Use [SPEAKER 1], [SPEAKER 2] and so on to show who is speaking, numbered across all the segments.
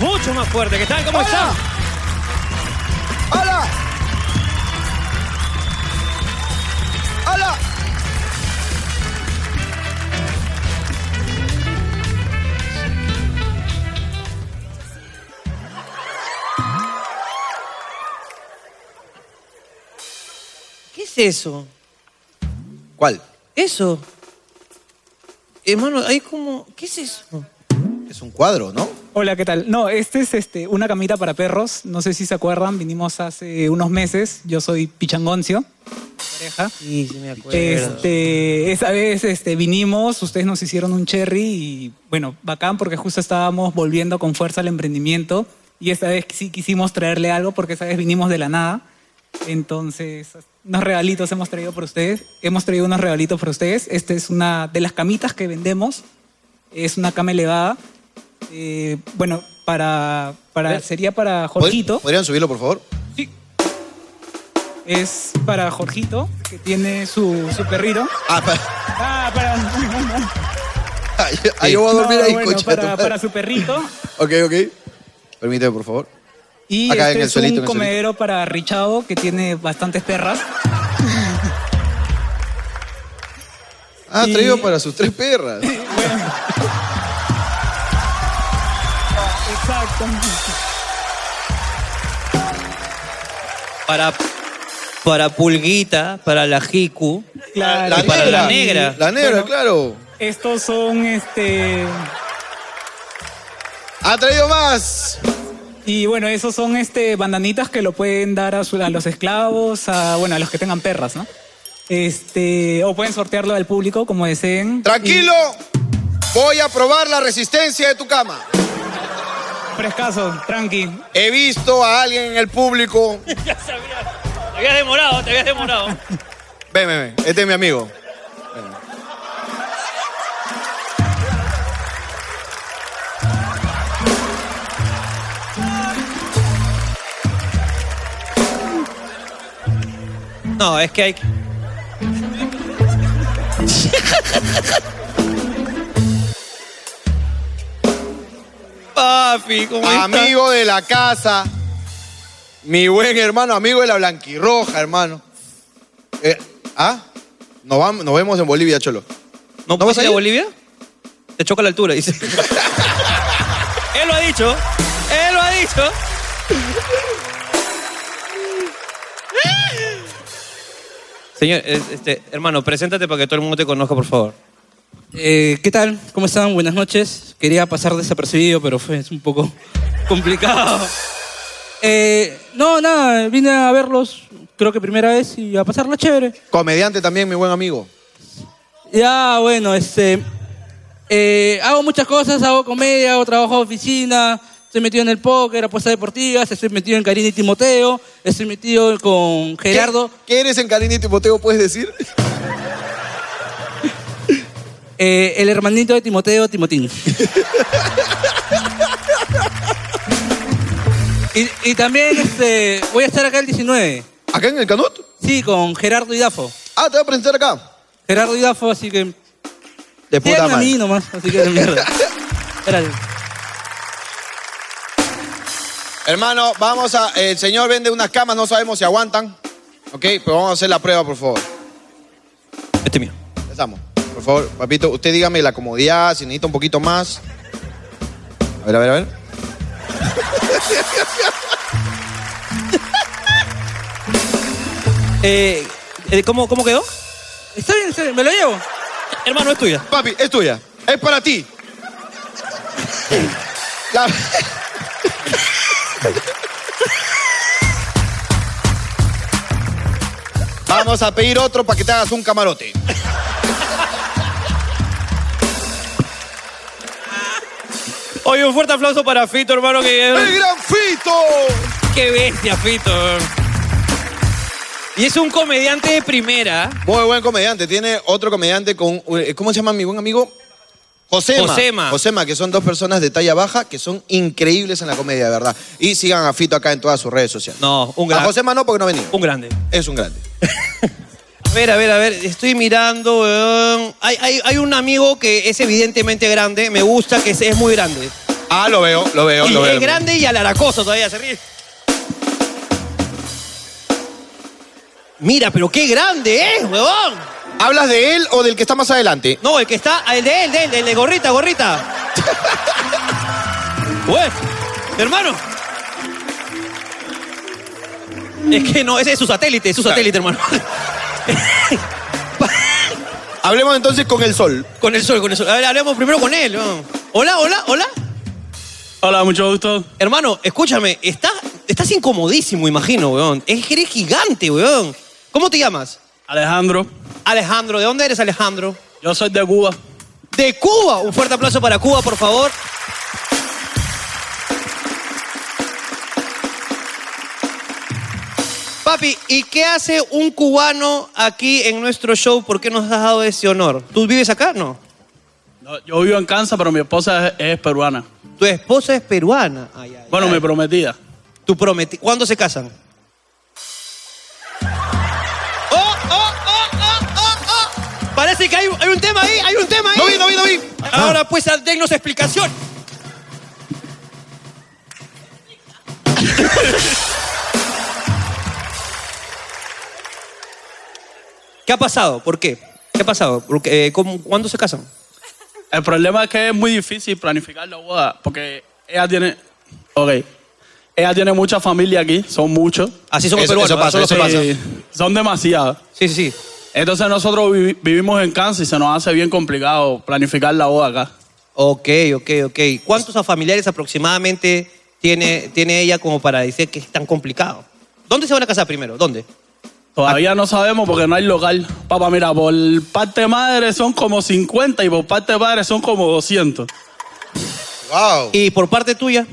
[SPEAKER 1] mucho más fuerte. ¿Qué tal? ¿Cómo
[SPEAKER 2] Hola.
[SPEAKER 1] están?
[SPEAKER 2] ¡Hola! ¡Hola!
[SPEAKER 1] ¿Qué es eso?
[SPEAKER 2] ¿Cuál?
[SPEAKER 1] ¿Eso? Hermano, hay como... ¿Qué es eso?
[SPEAKER 2] Es un cuadro, ¿no?
[SPEAKER 3] Hola, ¿qué tal? No, este es este, una camita para perros. No sé si se acuerdan, vinimos hace unos meses. Yo soy Pichangoncio, pareja.
[SPEAKER 1] Sí, sí me acuerdo.
[SPEAKER 3] Este, esa vez este, vinimos, ustedes nos hicieron un cherry y bueno, bacán porque justo estábamos volviendo con fuerza al emprendimiento y esta vez sí quisimos traerle algo porque esa vez vinimos de la nada. Entonces, unos regalitos hemos traído por ustedes. Hemos traído unos regalitos por ustedes. Esta es una de las camitas que vendemos. Es una cama elevada. Eh, bueno, para, para, sería para
[SPEAKER 2] ¿Pod-
[SPEAKER 3] Jorgito.
[SPEAKER 2] ¿Podrían subirlo, por favor?
[SPEAKER 3] Es para Jorgito, que tiene su, su perrito.
[SPEAKER 2] Ah, pa-
[SPEAKER 3] Ah, para...
[SPEAKER 2] ah, yo- ah, yo voy a
[SPEAKER 3] No,
[SPEAKER 2] dormir ahí,
[SPEAKER 3] bueno,
[SPEAKER 2] concha de tu
[SPEAKER 3] para,
[SPEAKER 2] madre.
[SPEAKER 3] para su perrito.
[SPEAKER 2] Ok, ok. Permíteme, por favor.
[SPEAKER 3] Y
[SPEAKER 2] Acá,
[SPEAKER 3] este
[SPEAKER 2] en el
[SPEAKER 3] es
[SPEAKER 2] suelito, en
[SPEAKER 3] un
[SPEAKER 2] el
[SPEAKER 3] comedero para Richavo, que tiene bastantes perras.
[SPEAKER 2] Ah,
[SPEAKER 3] Y-
[SPEAKER 2] traído para sus tres perras.
[SPEAKER 3] Bueno. Exacto.
[SPEAKER 1] Para, para Pulguita, para la Jiku.
[SPEAKER 3] Claro.
[SPEAKER 1] La- para la negra.
[SPEAKER 2] La negra,
[SPEAKER 3] Bueno.
[SPEAKER 2] claro.
[SPEAKER 3] Estos son este.
[SPEAKER 2] Ha traído más.
[SPEAKER 3] Y bueno, esos son este bandanitas que lo pueden dar a, su- a los esclavos, a bueno, a los que tengan perras, ¿no? Este, o pueden sortearlo al público como deseen.
[SPEAKER 2] Tranquilo. Voy a probar la resistencia de tu cama.
[SPEAKER 3] Y Frescaso, tranqui.
[SPEAKER 2] He visto a alguien en el público.
[SPEAKER 1] Ya sabía. Te habías demorado, te habías demorado.
[SPEAKER 2] Ven, ven, ven. Este es mi amigo.
[SPEAKER 1] No, es que hay... que- Papi, ¿cómo estás?
[SPEAKER 2] Amigo de la casa. Mi buen hermano, amigo de la blanquirroja, hermano. Eh, ¿Ah? Nos, vamos, nos vemos en Bolivia, Cholo.
[SPEAKER 1] ¿No,
[SPEAKER 2] ¿No vas
[SPEAKER 1] vas
[SPEAKER 2] a
[SPEAKER 1] a ir
[SPEAKER 2] ir?
[SPEAKER 1] a Bolivia? Te choca la altura, dice. él lo ha dicho. Él lo ha dicho. Señor, eh, este, hermano, preséntate para que todo el mundo te conozca, por favor.
[SPEAKER 4] Eh, ¿Qué tal? ¿Cómo están? Buenas noches. Quería pasar desapercibido, pero fue es un poco complicado. Eh, no, nada, vine a verlos, creo que primera vez, y a pasarla chévere.
[SPEAKER 2] Comediante también, mi buen amigo.
[SPEAKER 4] Ya, bueno, este. eh, hago muchas cosas, hago comedia, hago trabajo de oficina, estoy metido en el póker, apuestas deportivas, estoy metido en Karina y Timoteo, estoy metido con Gerardo.
[SPEAKER 2] ¿Qué, qué eres en Karina y Timoteo, puedes decir?
[SPEAKER 4] Eh, el hermanito de Timoteo, Timotín. y, y también este, voy a estar acá el 19.
[SPEAKER 2] ¿Acá en el Canut?
[SPEAKER 4] Sí, con Gerardo Idafo.
[SPEAKER 2] Ah, te voy a presentar acá.
[SPEAKER 4] Gerardo Idafo, así que.
[SPEAKER 2] De
[SPEAKER 4] Tienen a mí nomás, así que de mierda. Espérate.
[SPEAKER 2] Hermano, vamos a. eh, El señor vende unas camas, no sabemos si aguantan. Ok, pero vamos a hacer la prueba, por favor.
[SPEAKER 1] Este mío.
[SPEAKER 2] Empezamos. Por favor, papito, usted dígame la comodidad, si necesita un poquito más. A ver, a ver, a ver.
[SPEAKER 1] Eh, eh, ¿cómo, ¿Cómo quedó?
[SPEAKER 4] Está bien, está bien, me lo llevo.
[SPEAKER 1] Hermano, es tuya.
[SPEAKER 2] Papi, es tuya. Es para ti. La- Vamos a pedir otro para que te hagas un camarote.
[SPEAKER 1] Oye, un fuerte aplauso para Fito, hermano, que
[SPEAKER 2] ¡El gran Fito!
[SPEAKER 1] Qué bestia, Fito. Y es un comediante de primera.
[SPEAKER 2] Muy buen comediante. Tiene otro comediante con. eh, ¿Cómo se llama mi buen amigo? Josema.
[SPEAKER 1] Josema.
[SPEAKER 2] Josema, que son dos personas de talla baja que son increíbles en la comedia, de verdad. Y sigan a Fito acá en todas sus redes sociales.
[SPEAKER 1] No, un gran-
[SPEAKER 2] A Josema no, porque no venía.
[SPEAKER 1] Un grande.
[SPEAKER 2] Es un grande.
[SPEAKER 1] A ver, a ver, a ver, estoy mirando, weón. Hay, hay- hay un amigo que es evidentemente grande, me gusta que es, es muy grande.
[SPEAKER 2] Ah, lo veo, lo veo,
[SPEAKER 1] Y
[SPEAKER 2] lo veo.
[SPEAKER 1] es grande y alaracoso todavía, se ríe. Mira, pero qué grande es, huevón.
[SPEAKER 2] ¿Hablas de él o del que está más adelante?
[SPEAKER 1] No, el que está, el de él, de él, el de gorrita, gorrita. Pues, Güey, hermano. Es que no, ese es su satélite, es su satélite, hermano.
[SPEAKER 2] Hablemos entonces con el sol.
[SPEAKER 1] Con el sol, con el sol. A ver, hablemos primero con él. vamos. Hola, hola, hola.
[SPEAKER 5] Hola, mucho gusto.
[SPEAKER 1] Hermano, escúchame, estás, estás incomodísimo, imagino, weón. Es que eres gigante, weón. ¿Cómo te llamas?
[SPEAKER 5] Alejandro,
[SPEAKER 1] Alejandro, ¿de dónde eres, Alejandro?
[SPEAKER 5] yo soy de Cuba.
[SPEAKER 1] De Cuba. Un fuerte aplauso para Cuba, por favor. Papi, ¿y qué hace un cubano aquí en nuestro show? ¿Por qué nos has dado ese honor? ¿Tú vives acá? No.
[SPEAKER 5] No, yo vivo en Kansas, pero mi esposa es, es peruana.
[SPEAKER 1] Tu esposa es peruana. Ay, ay,
[SPEAKER 5] Bueno,
[SPEAKER 1] ay.
[SPEAKER 5] mi prometida.
[SPEAKER 1] Tu prometi- ¿Cuándo se casan? ¡Oh, oh, oh, oh, oh, oh! Parece que hay, hay un tema ahí, hay un tema ahí.
[SPEAKER 2] No vi, no vi, no vi.
[SPEAKER 1] Ahora pues, denos explicación. ¿Qué ha pasado? ¿Por qué? ¿Qué ha pasado? ¿Por qué? Eh, ¿cómo- ¿Cuándo se casan?
[SPEAKER 5] El problema es que es muy difícil planificar la boda porque ella tiene. Ok. Ella tiene mucha familia aquí, son muchos.
[SPEAKER 1] Así somos
[SPEAKER 2] Eso-
[SPEAKER 1] peruanos.
[SPEAKER 2] eso
[SPEAKER 1] ¿verdad?
[SPEAKER 2] pasa,
[SPEAKER 1] Solo
[SPEAKER 2] eso
[SPEAKER 1] peruanos.
[SPEAKER 2] pasa.
[SPEAKER 5] Eh, son demasiadas.
[SPEAKER 1] Sí, sí, sí.
[SPEAKER 5] Entonces nosotros vivi- vivimos en Kansas y se nos hace bien complicado planificar la boda acá.
[SPEAKER 1] Ok, ok, ok. ¿Cuántos familiares aproximadamente tiene, tiene ella como para decir que es tan complicado? ¿Dónde se van a casar primero? ¿Dónde?
[SPEAKER 5] Todavía no sabemos porque no hay local. Papá, mira, por parte de madre son como 50 y por parte de padre son como 200.
[SPEAKER 2] Wow.
[SPEAKER 1] ¿Y por parte tuya?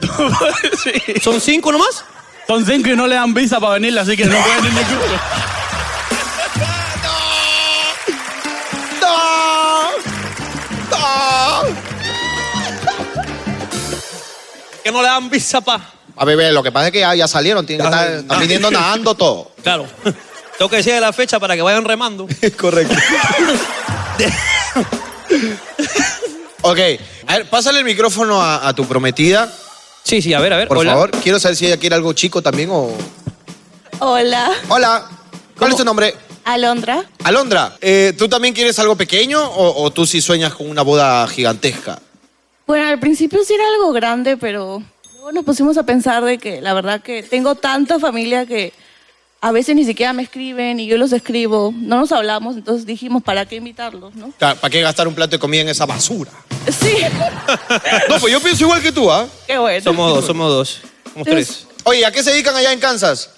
[SPEAKER 5] Sí.
[SPEAKER 1] ¿Son cinco nomás?
[SPEAKER 5] Son cinco y no le dan visa para venir, así que no pueden ir ninguno.
[SPEAKER 1] Que no le dan visa pa.
[SPEAKER 2] A ver, lo que pasa es que ya, ya salieron, tienen que
[SPEAKER 1] Ah,
[SPEAKER 2] estar, están
[SPEAKER 1] ah.
[SPEAKER 2] viniendo nadando todo.
[SPEAKER 1] Claro. Tengo que decir la fecha para que vayan remando.
[SPEAKER 2] Correcto. ok, a ver, pásale el micrófono a, a tu prometida,
[SPEAKER 1] Sí, sí, a ver, a ver.
[SPEAKER 2] por
[SPEAKER 1] hola.
[SPEAKER 2] favor. Quiero saber si ella quiere algo chico también o...
[SPEAKER 6] Hola,
[SPEAKER 2] Hola, ¿cuál es tu nombre?
[SPEAKER 6] Alondra.
[SPEAKER 2] Alondra, eh, ¿tú también quieres algo pequeño o, o tú sí sueñas con una boda gigantesca?
[SPEAKER 6] Bueno, al principio sí era algo grande, pero luego nos pusimos a pensar de que la verdad que tengo tanta familia que a veces ni siquiera me escriben y yo los escribo, no nos hablamos, entonces dijimos, ¿para qué invitarlos, no?
[SPEAKER 2] Ca- ¿Para qué gastar un plato de comida en esa basura?
[SPEAKER 6] Sí,
[SPEAKER 2] No, pues yo pienso igual que tú, ¿ah?
[SPEAKER 6] qué bueno.
[SPEAKER 1] Somos dos, somos dos. Somos tres.
[SPEAKER 2] Oye, ¿a qué se dedican allá en Kansas?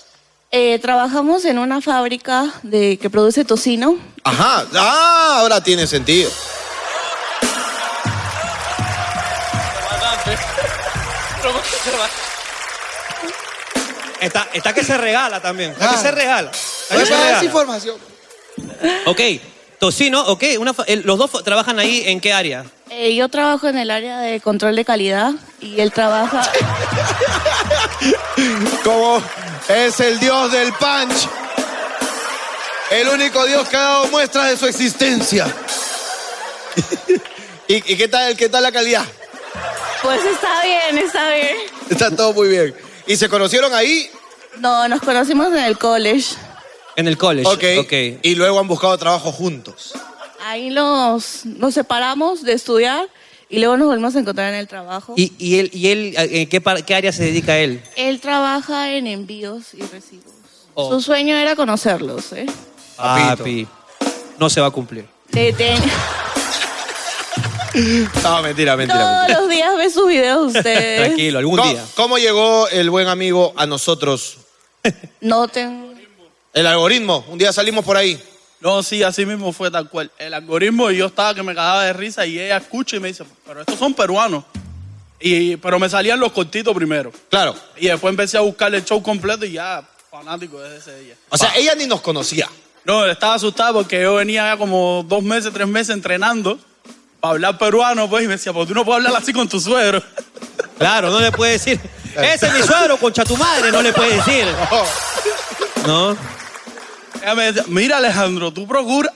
[SPEAKER 6] Eh, trabajamos en una fábrica de que produce tocino.
[SPEAKER 2] Ajá, ah, ahora tiene sentido.
[SPEAKER 1] Está, está que se regala también. Está que
[SPEAKER 2] Ah.
[SPEAKER 1] se regala. Está que se regala.
[SPEAKER 2] información.
[SPEAKER 1] Ok. Tocino, ok. Una fa- el- los dos fa- trabajan ahí en qué área?
[SPEAKER 6] Eh, yo trabajo en el área de control de calidad y él trabaja...
[SPEAKER 2] Como es el dios del punch, el único dios que ha dado muestras de su existencia. ¿Y, y qué tal, qué tal la calidad?
[SPEAKER 6] Pues está bien, está bien.
[SPEAKER 2] Está todo muy bien. ¿Y se conocieron ahí?
[SPEAKER 6] No, nos conocimos en el college.
[SPEAKER 1] En el college.
[SPEAKER 2] Ok.
[SPEAKER 1] Ok.
[SPEAKER 2] Y luego han buscado trabajo juntos.
[SPEAKER 6] Ahí los, nos separamos de estudiar y luego nos volvimos a encontrar en el trabajo.
[SPEAKER 1] ¿Y, y él, y él eh, ¿en qué, par- qué área se dedica él?
[SPEAKER 6] Él trabaja en envíos y recibos.
[SPEAKER 1] Oh.
[SPEAKER 6] Su sueño era conocerlos, ¿eh?
[SPEAKER 1] Papi. No se va a cumplir.
[SPEAKER 6] Te- te-
[SPEAKER 2] No, mentira, mentira.
[SPEAKER 6] Todos
[SPEAKER 2] mentira.
[SPEAKER 6] los días ve sus videos de ustedes.
[SPEAKER 1] Tranquilo, algún
[SPEAKER 2] ¿Cómo,
[SPEAKER 1] día.
[SPEAKER 2] cómo llegó el buen amigo a nosotros?
[SPEAKER 6] No tengo...
[SPEAKER 2] El algoritmo. Un día salimos por ahí.
[SPEAKER 5] No, sí, así mismo fue tal cual. El algoritmo, y yo estaba que me cagaba de risa y ella escucha y me dice, pero estos son peruanos. Y, pero me salían los cortitos primero.
[SPEAKER 2] Claro.
[SPEAKER 5] Y después empecé a buscar el show completo y ya, fanático desde ese día.
[SPEAKER 2] O sea, ella ni nos conocía.
[SPEAKER 5] No, estaba asustado porque yo venía ya como dos meses, tres meses entrenando para hablar peruano, pues, y me decía, pues tú no puedes hablar así con tu suegro.
[SPEAKER 1] Claro, no le puede decir. Ese es mi suegro, concha tu madre, no le puede decir. No.
[SPEAKER 5] Ella me decía, mira Alejandro, tú procura...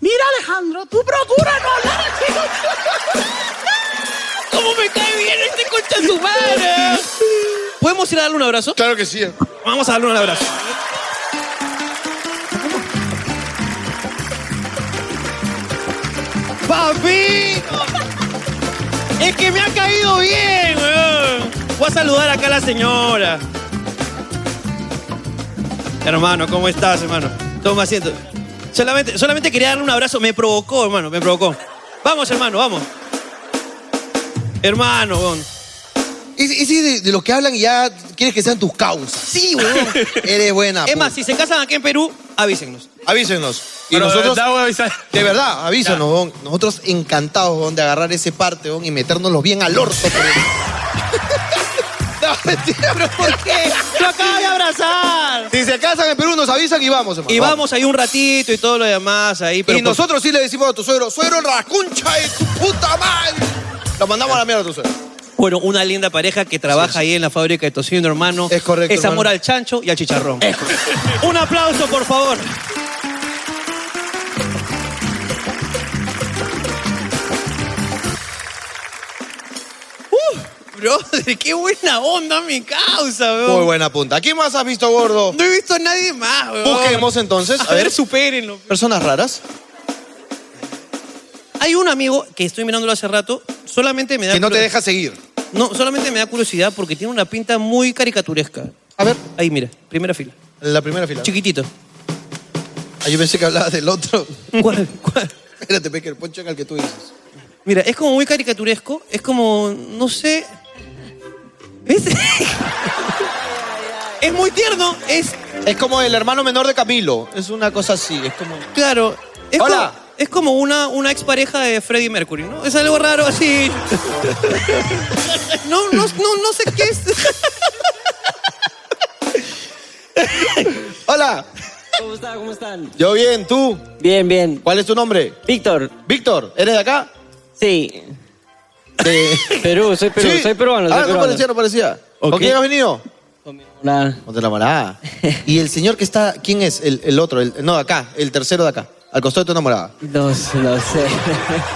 [SPEAKER 5] Mira Alejandro, tú procura no hablar así con tu-".
[SPEAKER 1] ¿Cómo me cae bien este concha de su madre? ¿Podemos ir a darle un abrazo?
[SPEAKER 2] Claro que sí.
[SPEAKER 1] Vamos a darle un abrazo. ¡Papito! Es que me ha caído bien, weón. Voy a saludar acá a la señora. Hermano, ¿cómo estás, hermano? Toma asiento. Solamente, solamente quería darle un abrazo. Me provocó, hermano, me provocó. Vamos, hermano, vamos. Hermano, weón.
[SPEAKER 2] Ese ese de, de los que hablan y ya quieres que sean tus causas. Sí, weón. Eres buena.
[SPEAKER 1] Es más,
[SPEAKER 2] puta.
[SPEAKER 1] si se casan aquí en Perú, eh, avísenos.
[SPEAKER 2] avísenos. Y
[SPEAKER 5] Pero
[SPEAKER 2] nosotros,
[SPEAKER 5] de verdad voy a avisar.
[SPEAKER 2] de verdad, avísenos, weón. Nosotros encantados, weón, de agarrar ese parte, weón, y metérnoslos bien al orto. por el- no, mentira, pero ¿por qué?
[SPEAKER 1] ¡Lo acabo de abrazar!
[SPEAKER 2] Si se casan en Perú, nos avisan y vamos, hermano.
[SPEAKER 1] Y vamos ahí un ratito y todo lo demás ahí. Pero
[SPEAKER 2] y nosotros sí le decimos a tu suegro, suegro, rascuncha de tu puta madre. Lo mandamos a la mierda a tu suegro.
[SPEAKER 1] Bueno, una linda pareja que trabaja ahí en la fábrica de tocino, hermano.
[SPEAKER 2] Es correcto,
[SPEAKER 1] Es amor
[SPEAKER 2] hermano.
[SPEAKER 1] al chancho y al chicharrón. Un aplauso, por favor. Uh, brother, qué buena onda mi causa, weón.
[SPEAKER 2] Muy buena punta. ¿A quién más has visto, gordo?
[SPEAKER 1] No he visto a nadie más, weón.
[SPEAKER 2] Busquemos entonces.
[SPEAKER 1] A ver, supérenlo.
[SPEAKER 2] Personas raras.
[SPEAKER 1] Hay un amigo que estoy mirándolo hace rato, solamente me da
[SPEAKER 2] Que no te
[SPEAKER 1] curiosidad-
[SPEAKER 2] deja seguir.
[SPEAKER 1] No, solamente me da curiosidad porque tiene una pinta muy caricaturesca.
[SPEAKER 2] A ver,
[SPEAKER 1] Ahí, mira, primera fila.
[SPEAKER 2] en la primera fila.
[SPEAKER 1] Chiquitito.
[SPEAKER 2] Ah, yo pensé que hablabas del otro.
[SPEAKER 1] ¿Cuál? ¿Cuál?
[SPEAKER 2] Espérate, Pecker, poncho en el que tú dices.
[SPEAKER 1] Mira, es como muy caricaturesco, es como, no sé. ¿Ves? es muy tierno, es.
[SPEAKER 2] Es como el hermano menor de Camilo. Es una cosa así. Es como.
[SPEAKER 1] Claro. Es
[SPEAKER 2] Hola.
[SPEAKER 1] Como, es como una, una expareja de Freddie Mercury, ¿no? Es algo raro así. no, no, no, no sé qué es.
[SPEAKER 2] ¡Hola!
[SPEAKER 7] ¿Cómo están? ¿Cómo están?
[SPEAKER 2] Yo bien, ¿tú?
[SPEAKER 7] Bien, bien.
[SPEAKER 2] ¿Cuál es tu nombre?
[SPEAKER 7] Víctor,
[SPEAKER 2] Víctor, ¿eres de acá?
[SPEAKER 7] sí.
[SPEAKER 2] De-
[SPEAKER 7] Perú, soy Perú,
[SPEAKER 2] ¿Sí?
[SPEAKER 7] soy peruano, soy
[SPEAKER 2] Ah, no
[SPEAKER 7] peruano.
[SPEAKER 2] parecía, no parecía. ¿Con
[SPEAKER 7] Ok.
[SPEAKER 2] quién has venido?
[SPEAKER 7] Con mi enamorada.
[SPEAKER 2] Con tu enamorada. ¿Y el señor que está, quién es? El, el otro, el, no, acá, el tercero de acá, al costado de tu enamorada.
[SPEAKER 7] No, sé, no sé.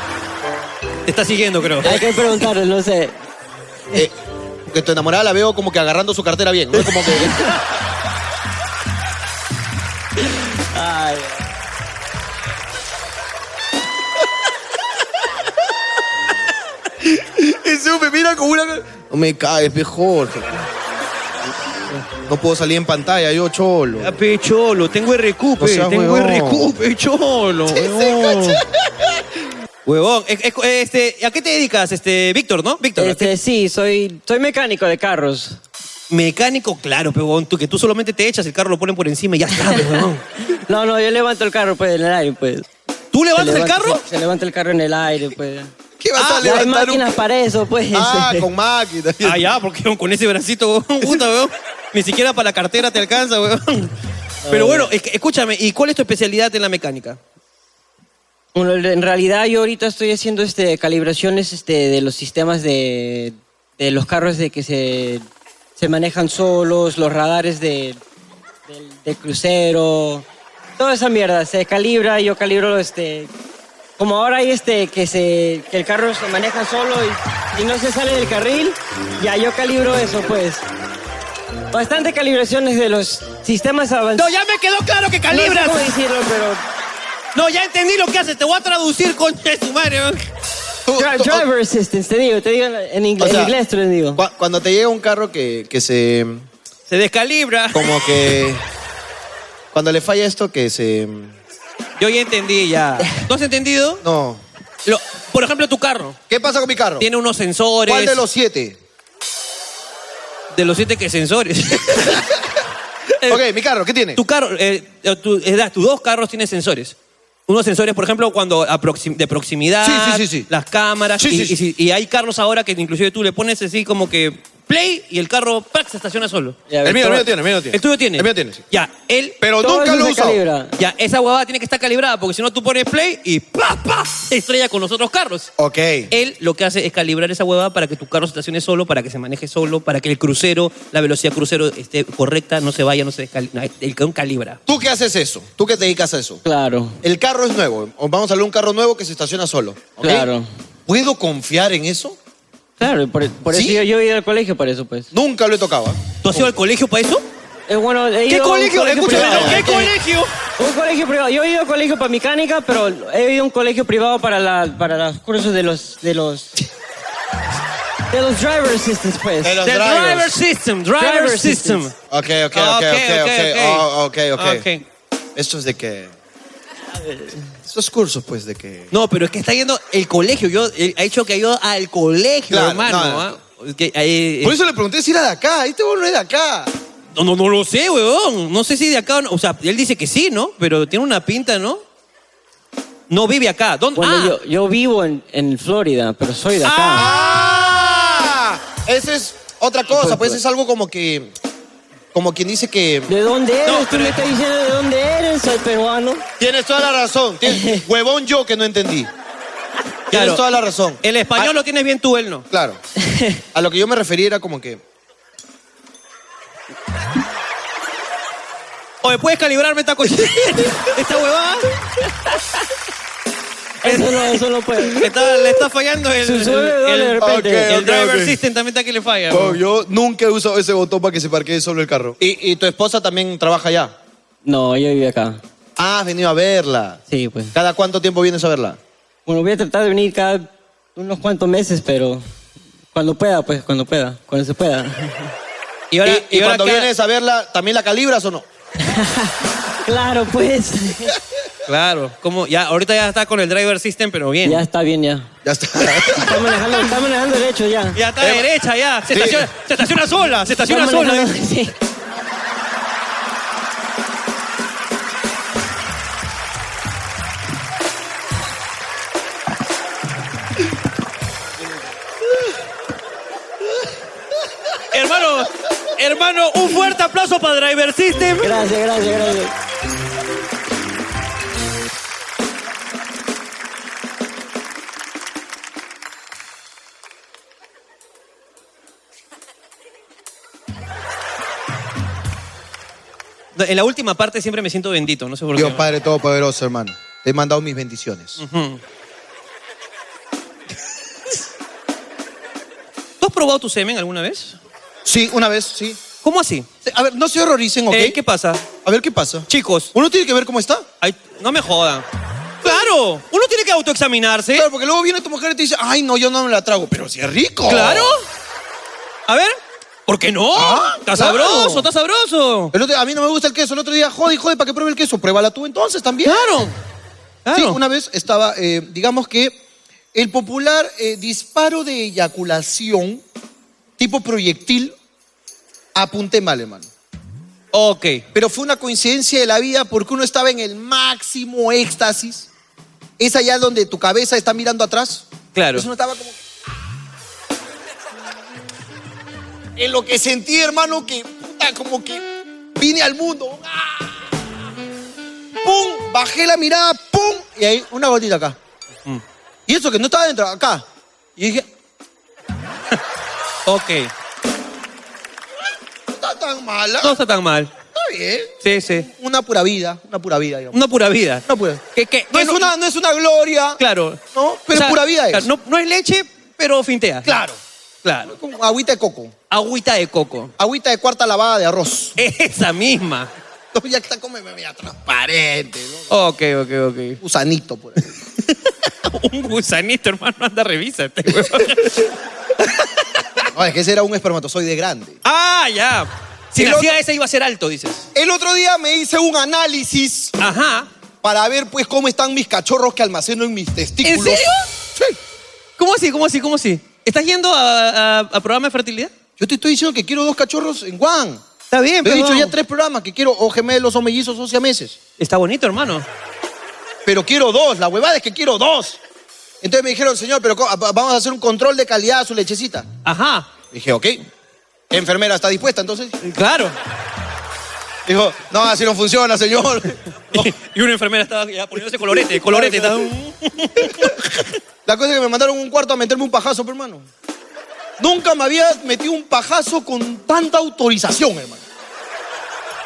[SPEAKER 1] Te está siguiendo, creo.
[SPEAKER 7] Hay que preguntarle, no sé.
[SPEAKER 2] Eh, porque tu enamorada la veo como que agarrando su cartera bien, ¿no? Es Como que...
[SPEAKER 7] Ay,
[SPEAKER 2] Ese me mira como una... No me caes, pe Jorge. No puedo salir en pantalla, yo cholo.
[SPEAKER 1] Ah, pe, cholo, tengo RQ, pe,
[SPEAKER 2] No seas
[SPEAKER 1] tengo
[SPEAKER 2] huevón.
[SPEAKER 1] RQ, pe, cholo. huevón. Huevón, es- es- este, ¿a qué te dedicas, este, Víctor, no? Víctor, ¿a qué-
[SPEAKER 7] Este, sí, soy, soy mecánico de carros.
[SPEAKER 1] Mecánico, claro, pero tú, que tú solamente te echas, el carro lo ponen por encima y ya está, pe, huevón.
[SPEAKER 7] No, no, yo levanto el carro, pues, en el aire, pues.
[SPEAKER 1] ¿Tú
[SPEAKER 7] ¿Se
[SPEAKER 1] levantas el
[SPEAKER 7] levanta-
[SPEAKER 1] carro?
[SPEAKER 7] Se, se levanta el carro en el aire, pues.
[SPEAKER 2] ¿Qué vas
[SPEAKER 1] Ah,
[SPEAKER 2] a
[SPEAKER 7] Ya hay
[SPEAKER 2] levantar
[SPEAKER 7] máquinas
[SPEAKER 2] un...
[SPEAKER 7] para eso, pues.
[SPEAKER 2] Ah, con máquina.
[SPEAKER 1] este, Ah, ya, porque huevón, con ese bracito, huevón, puta, huevón, ni siquiera para la cartera te alcanza, huevón.
[SPEAKER 2] Ah,
[SPEAKER 1] Pero bueno, es que- escúchame, ¿y cuál es tu especialidad en la mecánica?
[SPEAKER 7] Bueno, en realidad yo ahorita estoy haciendo este calibraciones este, de los sistemas de, de los carros de que se, se manejan solos, los radares de, del- de crucero, toda esa mierda se calibra, yo calibro este como ahora hay este que se que el carro se maneja solo y, y no se sale del carril, ya yo calibro eso pues. Bastante calibraciones de los sistemas
[SPEAKER 1] No,
[SPEAKER 7] avanzados.
[SPEAKER 1] ya me quedó claro que
[SPEAKER 7] No sé
[SPEAKER 1] calibras.
[SPEAKER 7] cómo decirlo, pero
[SPEAKER 1] No, ya entendí lo que haces, te voy a traducir con su madre, huevón.
[SPEAKER 2] Tú-
[SPEAKER 7] Dri-
[SPEAKER 2] tú-
[SPEAKER 7] Ah, driver
[SPEAKER 1] oh.
[SPEAKER 7] assistance, te digo, te digo en, ingle-
[SPEAKER 2] o sea,
[SPEAKER 7] en inglés, te lo digo.
[SPEAKER 2] cua- Cuando te llega un carro que, que se...
[SPEAKER 1] Se descalibra.
[SPEAKER 2] Como que... Cuando le falla esto que se...
[SPEAKER 1] Yo ya entendí, ya. ¿No has entendido?
[SPEAKER 2] No.
[SPEAKER 1] Lo- por ejemplo, tu carro
[SPEAKER 2] ¿Qué pasa con mi carro?
[SPEAKER 1] tiene unos sensores.
[SPEAKER 2] ¿Cuál de los siete?
[SPEAKER 1] de los siete que sensores? Eh,
[SPEAKER 2] Ok, mi carro, ¿qué tiene?
[SPEAKER 1] Tu carro, eh, eh, tu- es verdad, tus dos carros tienen sensores. Unos sensores, por ejemplo, cuando a proxi- de proximidad,
[SPEAKER 2] Sí, sí, sí, sí.
[SPEAKER 1] las cámaras.
[SPEAKER 2] Sí,
[SPEAKER 1] y,
[SPEAKER 2] sí, sí.
[SPEAKER 1] y- y hay carros ahora que inclusive tú le pones así como que play y el carro ¡pac! se estaciona solo.
[SPEAKER 7] Ya,
[SPEAKER 2] El mío, el
[SPEAKER 7] todo-
[SPEAKER 2] mío tiene, el mío tiene.
[SPEAKER 1] ¿El tuyo tiene?
[SPEAKER 2] El mío tiene, sí.
[SPEAKER 1] Ya, él.
[SPEAKER 2] Pero
[SPEAKER 7] todo
[SPEAKER 2] nunca
[SPEAKER 7] eso
[SPEAKER 2] lo he
[SPEAKER 7] se
[SPEAKER 2] usado.
[SPEAKER 7] calibra.
[SPEAKER 1] Ya, esa huevada tiene que estar calibrada porque si no tú pones play y ¡pa, pa! se estrella con los otros carros.
[SPEAKER 2] Ok.
[SPEAKER 1] Él lo que hace es calibrar esa huevada para que tu carro se estacione solo, para que se maneje solo, para que el crucero, la velocidad crucero esté correcta, no se vaya, no se descalibra. El que calibra.
[SPEAKER 2] ¿Tú qué haces eso? ¿Tú qué te dedicas a eso?
[SPEAKER 7] Claro,
[SPEAKER 2] El carro es nuevo. Vamos a hablar de un carro nuevo que se estaciona solo. ¿ok?
[SPEAKER 7] claro.
[SPEAKER 2] ¿Puedo confiar en eso?
[SPEAKER 7] Claro, por, por
[SPEAKER 2] ¿Sí?
[SPEAKER 7] eso yo, yo he ido al colegio, para eso, pues.
[SPEAKER 2] Nunca lo he tocado. ¿ah?
[SPEAKER 1] ¿Tú has ido al colegio para eso?
[SPEAKER 7] Es Eh, bueno, he
[SPEAKER 1] ¿Qué
[SPEAKER 7] ido a un
[SPEAKER 1] colegio? Escúchame,
[SPEAKER 7] privado.
[SPEAKER 1] ¿no? ¿qué colegio?
[SPEAKER 7] Un colegio privado. Yo he ido a colegio para mecánica, pero he ido a un colegio privado para, la, para los cursos de los... De los, de los driver assistants, pues.
[SPEAKER 2] De los
[SPEAKER 1] The driver
[SPEAKER 2] drivers.
[SPEAKER 1] system, driver,
[SPEAKER 7] Driver
[SPEAKER 1] system.
[SPEAKER 7] systems.
[SPEAKER 2] Ok, ok, ok, ok, ok, oh, ok, ok.
[SPEAKER 1] Ok.
[SPEAKER 2] Esto es de que... Estos cursos, pues, de que...
[SPEAKER 1] No, pero es que está yendo el colegio. Yo eh, ha hecho que ha ido al colegio,
[SPEAKER 2] Claro,
[SPEAKER 1] hermano.
[SPEAKER 2] no,
[SPEAKER 1] ¿ah? Es que, eh, eh,
[SPEAKER 2] Por eso le pregunté si era de acá. Este bolo no es de acá.
[SPEAKER 1] no, no, no lo sé, weón. No sé si de acá o no. O sea, él dice que sí, ¿no? Pero tiene una pinta, ¿no? No vive acá. ¿Dónde?
[SPEAKER 7] Bueno,
[SPEAKER 1] ah,
[SPEAKER 7] yo, yo vivo en, en Florida, pero soy de acá.
[SPEAKER 2] ¡Ah! Esa es otra cosa, pues es algo como que... Como quien dice que...
[SPEAKER 7] ¿De dónde eres?
[SPEAKER 1] No,
[SPEAKER 7] Tú
[SPEAKER 1] pero-
[SPEAKER 7] me estás diciendo de dónde eres, soy peruano.
[SPEAKER 2] Tienes toda la razón. Tienes- huevón yo que no entendí. Tienes
[SPEAKER 1] Claro.
[SPEAKER 2] toda la razón. Ah.
[SPEAKER 1] el español lo tienes bien tú, él no.
[SPEAKER 2] Claro. A lo que yo me refería era como que...
[SPEAKER 1] Oye, pues, ¿puedes calibrarme esta cochina? ¿Esta huevada?
[SPEAKER 7] Eso no, eso no puede.
[SPEAKER 1] Está- le está fallando el,
[SPEAKER 7] Se sube,
[SPEAKER 1] el-
[SPEAKER 7] dale, de
[SPEAKER 1] el-
[SPEAKER 7] repente.
[SPEAKER 2] Ok.
[SPEAKER 1] el driver
[SPEAKER 2] ok.
[SPEAKER 1] system, también está que le falla.
[SPEAKER 2] Oh, yo nunca he usado ese botón para que se parquee solo el carro. ¿Y, y tu esposa también trabaja allá?
[SPEAKER 7] No, yo vivo acá.
[SPEAKER 2] Ah, has venido a verla.
[SPEAKER 7] Sí, pues.
[SPEAKER 2] ¿Cada cuánto tiempo vienes a verla?
[SPEAKER 7] Bueno, voy a tratar de venir cada unos cuantos meses, pero cuando pueda, pues, cuando pueda, cuando se pueda.
[SPEAKER 1] Y ahora,
[SPEAKER 2] y, y
[SPEAKER 1] y ahora
[SPEAKER 2] cuando
[SPEAKER 1] cada-
[SPEAKER 2] vienes a verla, ¿también la calibras o no?
[SPEAKER 7] Claro, pues.
[SPEAKER 1] Claro, como ya, ahorita ya está con el driver system, pero bien.
[SPEAKER 7] Ya
[SPEAKER 1] Ya,
[SPEAKER 7] está bien, ya.
[SPEAKER 2] Ya está.
[SPEAKER 7] Está manejando, está manejando derecho ya.
[SPEAKER 1] está derecha, ya. Se,
[SPEAKER 2] Sí.
[SPEAKER 1] estaciona, se estaciona sola, se
[SPEAKER 7] Está
[SPEAKER 1] estaciona sola.
[SPEAKER 7] manejando- sí.
[SPEAKER 1] hermano, hermano, un fuerte aplauso para driver system.
[SPEAKER 7] Gracias, gracias, gracias.
[SPEAKER 1] En la última parte siempre me siento bendito, no sé por qué.
[SPEAKER 2] Dios Padre Todopoderoso, hermano. Te he mandado mis bendiciones.
[SPEAKER 1] ¿Tú has probado tu semen alguna vez?
[SPEAKER 2] Sí, una vez, sí.
[SPEAKER 1] ¿Cómo así?
[SPEAKER 2] Sí, A ver, no se horroricen, ¿ok?
[SPEAKER 1] Eh, ¿Qué pasa?
[SPEAKER 2] A ver qué pasa.
[SPEAKER 1] Chicos,
[SPEAKER 2] Uno tiene que ver cómo está.
[SPEAKER 1] ay, no me jodan. Claro, uno tiene que autoexaminarse.
[SPEAKER 2] Claro, porque luego viene tu mujer y te dice, ay, no, yo no me la trago. Pero si es rico.
[SPEAKER 1] Claro. A ver, ¿por qué no?
[SPEAKER 2] Ah,
[SPEAKER 1] está
[SPEAKER 2] claro.
[SPEAKER 1] sabroso, está sabroso.
[SPEAKER 2] El otro- a mí no me gusta el queso. El otro día, jode y jode para que pruebe el queso. Pruébala tú entonces también.
[SPEAKER 1] Claro.
[SPEAKER 2] Sí,
[SPEAKER 1] Claro.
[SPEAKER 2] una vez estaba, eh, digamos que el popular eh, disparo de eyaculación tipo proyectil, apunté mal, hermano.
[SPEAKER 1] Ok.
[SPEAKER 2] Pero fue una coincidencia de la vida porque uno estaba en el máximo éxtasis. Es allá donde tu cabeza está mirando atrás.
[SPEAKER 1] Claro.
[SPEAKER 2] Entonces uno estaba como... En lo que sentí, hermano, que puta, como que vine al mundo. ¡Ah! ¡Pum! Bajé la mirada, ¡pum! Y ahí una gotita acá.
[SPEAKER 1] Mm.
[SPEAKER 2] Y eso que no estaba dentro, acá. Y dije,
[SPEAKER 1] Ok.
[SPEAKER 2] no está tan mala.
[SPEAKER 1] No está tan mal.
[SPEAKER 2] Está bien.
[SPEAKER 1] Sí, sí.
[SPEAKER 2] Una pura vida, una pura vida, digamos.
[SPEAKER 1] Una pura vida.
[SPEAKER 2] Una pura.
[SPEAKER 1] Que- que-
[SPEAKER 2] No
[SPEAKER 1] que
[SPEAKER 2] es una, no es una gloria.
[SPEAKER 1] Claro.
[SPEAKER 2] No, pero pura vida es.
[SPEAKER 1] claro, No, no es leche, pero fintea.
[SPEAKER 2] Claro.
[SPEAKER 1] Claro.
[SPEAKER 2] Con agüita de coco.
[SPEAKER 1] Agüita de coco.
[SPEAKER 2] Agüita de cuarta lavada de arroz.
[SPEAKER 1] Esa misma.
[SPEAKER 2] No, ya está como media transparente, ¿no?
[SPEAKER 1] Ok, ok, ok.
[SPEAKER 2] Gusanito por ahí.
[SPEAKER 1] Un gusanito, hermano, anda, este revísate, güey.
[SPEAKER 2] No, es que ese era un espermatozoide grande.
[SPEAKER 1] ah, ya. Si
[SPEAKER 2] Y
[SPEAKER 1] la
[SPEAKER 2] lo-
[SPEAKER 1] hacía esa iba a ser alto, dices.
[SPEAKER 2] El otro día me hice un análisis
[SPEAKER 1] Ajá.
[SPEAKER 2] para ver pues cómo están mis cachorros que almaceno en mis testículos.
[SPEAKER 1] ¿En serio?
[SPEAKER 2] Sí.
[SPEAKER 1] ¿Cómo así? ¿Cómo así? ¿Cómo así? ¿Estás yendo a, a- a programa de fertilidad?
[SPEAKER 2] Yo te estoy diciendo que quiero dos cachorros en Juan.
[SPEAKER 1] Está bien,
[SPEAKER 2] Te he
[SPEAKER 1] pero
[SPEAKER 2] dicho
[SPEAKER 1] no.
[SPEAKER 2] ya tres programas que quiero o gemelos o mellizos o siameses.
[SPEAKER 1] Está bonito, hermano.
[SPEAKER 2] Pero quiero dos, la huevada es que quiero dos. Entonces me dijeron, señor, pero co- a- vamos a hacer un control de calidad a su lechecita.
[SPEAKER 1] Ajá.
[SPEAKER 2] Dije, ok. Enfermera está dispuesta, entonces.
[SPEAKER 1] Claro.
[SPEAKER 2] Dijo, no, así no funciona, señor.
[SPEAKER 1] Y una enfermera estaba ya poniéndose colorete, colorete. estaba-
[SPEAKER 2] La cosa es que me mandaron a un cuarto a meterme un pajazo, pero, hermano. Nunca me había metido un pajazo con tanta autorización, hermano.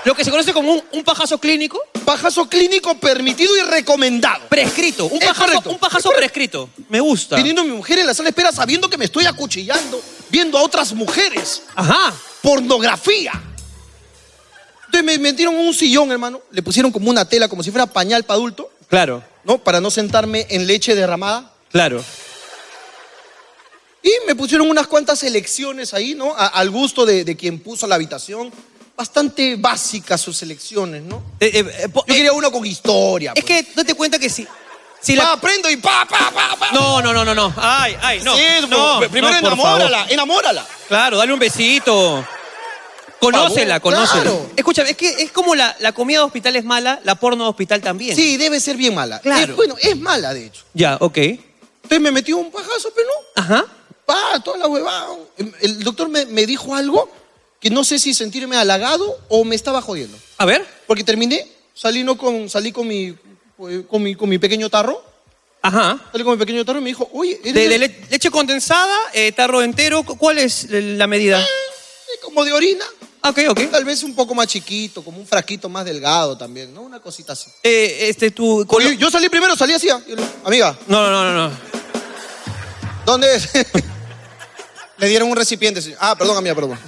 [SPEAKER 1] Lo que se conoce como un, un pajazo clínico.
[SPEAKER 2] pajazo clínico permitido y recomendado.
[SPEAKER 1] Prescrito. Un
[SPEAKER 2] Es
[SPEAKER 1] pajazo,
[SPEAKER 2] correcto.
[SPEAKER 1] un pajazo prescrito. Me gusta.
[SPEAKER 2] Teniendo a mi mujer en la sala de espera sabiendo que me estoy acuchillando, viendo a otras mujeres.
[SPEAKER 1] Ajá.
[SPEAKER 2] pornografía. Entonces me metieron en un sillón, hermano. Le pusieron como una tela, como si fuera pañal para adulto,
[SPEAKER 1] Claro,
[SPEAKER 2] ¿no? Para no sentarme en leche derramada.
[SPEAKER 1] claro.
[SPEAKER 2] Y me pusieron unas cuantas elecciones ahí, ¿no? A- al gusto de, de quien puso la habitación. Bastante básicas sus elecciones, ¿no?
[SPEAKER 1] Eh, eh, eh, po-
[SPEAKER 2] Yo quería uno con historia.
[SPEAKER 1] es
[SPEAKER 2] pues.
[SPEAKER 1] que no te cuenta que si, si
[SPEAKER 2] Pa,
[SPEAKER 1] la...
[SPEAKER 2] aprendo y pa, pa, pa, pa.
[SPEAKER 1] No, no, no, no, no. Ay, ay, no.
[SPEAKER 2] Sí, pues,
[SPEAKER 1] no,
[SPEAKER 2] primero
[SPEAKER 1] no, por favor.
[SPEAKER 2] enamórala, enamórala.
[SPEAKER 1] Claro, dale un besito. Conócela,
[SPEAKER 2] Por favor,
[SPEAKER 1] conócela.
[SPEAKER 2] claro.
[SPEAKER 1] Escúchame, es que es como la, la comida de hospital es mala, la porno de hospital también.
[SPEAKER 2] Sí, debe ser bien mala.
[SPEAKER 1] Claro.
[SPEAKER 2] Es- bueno, es mala, de hecho.
[SPEAKER 1] Ya, ok.
[SPEAKER 2] Entonces me metió un pajazo, pero no.
[SPEAKER 1] Ajá.
[SPEAKER 2] Pa, toda la huevada. El doctor me, me dijo algo que no sé si sentirme halagado o me estaba jodiendo.
[SPEAKER 1] A ver.
[SPEAKER 2] Porque terminé, salí, no con, salí con, mi, eh, con, mi, con mi pequeño tarro.
[SPEAKER 1] Ajá.
[SPEAKER 2] Salí con mi pequeño tarro y me dijo, oye, eres
[SPEAKER 1] De, de le- leche condensada, eh, tarro entero, cu- ¿cuál es eh, la medida?
[SPEAKER 2] como de orina.
[SPEAKER 1] Ah, Ok, ok.
[SPEAKER 2] Tal vez un poco más chiquito, como un frasquito más delgado también, ¿no? Una cosita así.
[SPEAKER 1] Eh, este, tu...
[SPEAKER 2] Yo, yo salí primero, salí así. ah. Yo le digo, Amiga,
[SPEAKER 1] No, no, no, no, no.
[SPEAKER 2] ¿dónde es? Le dieron un recipiente. señor. Ah, perdón, amiga, perdón.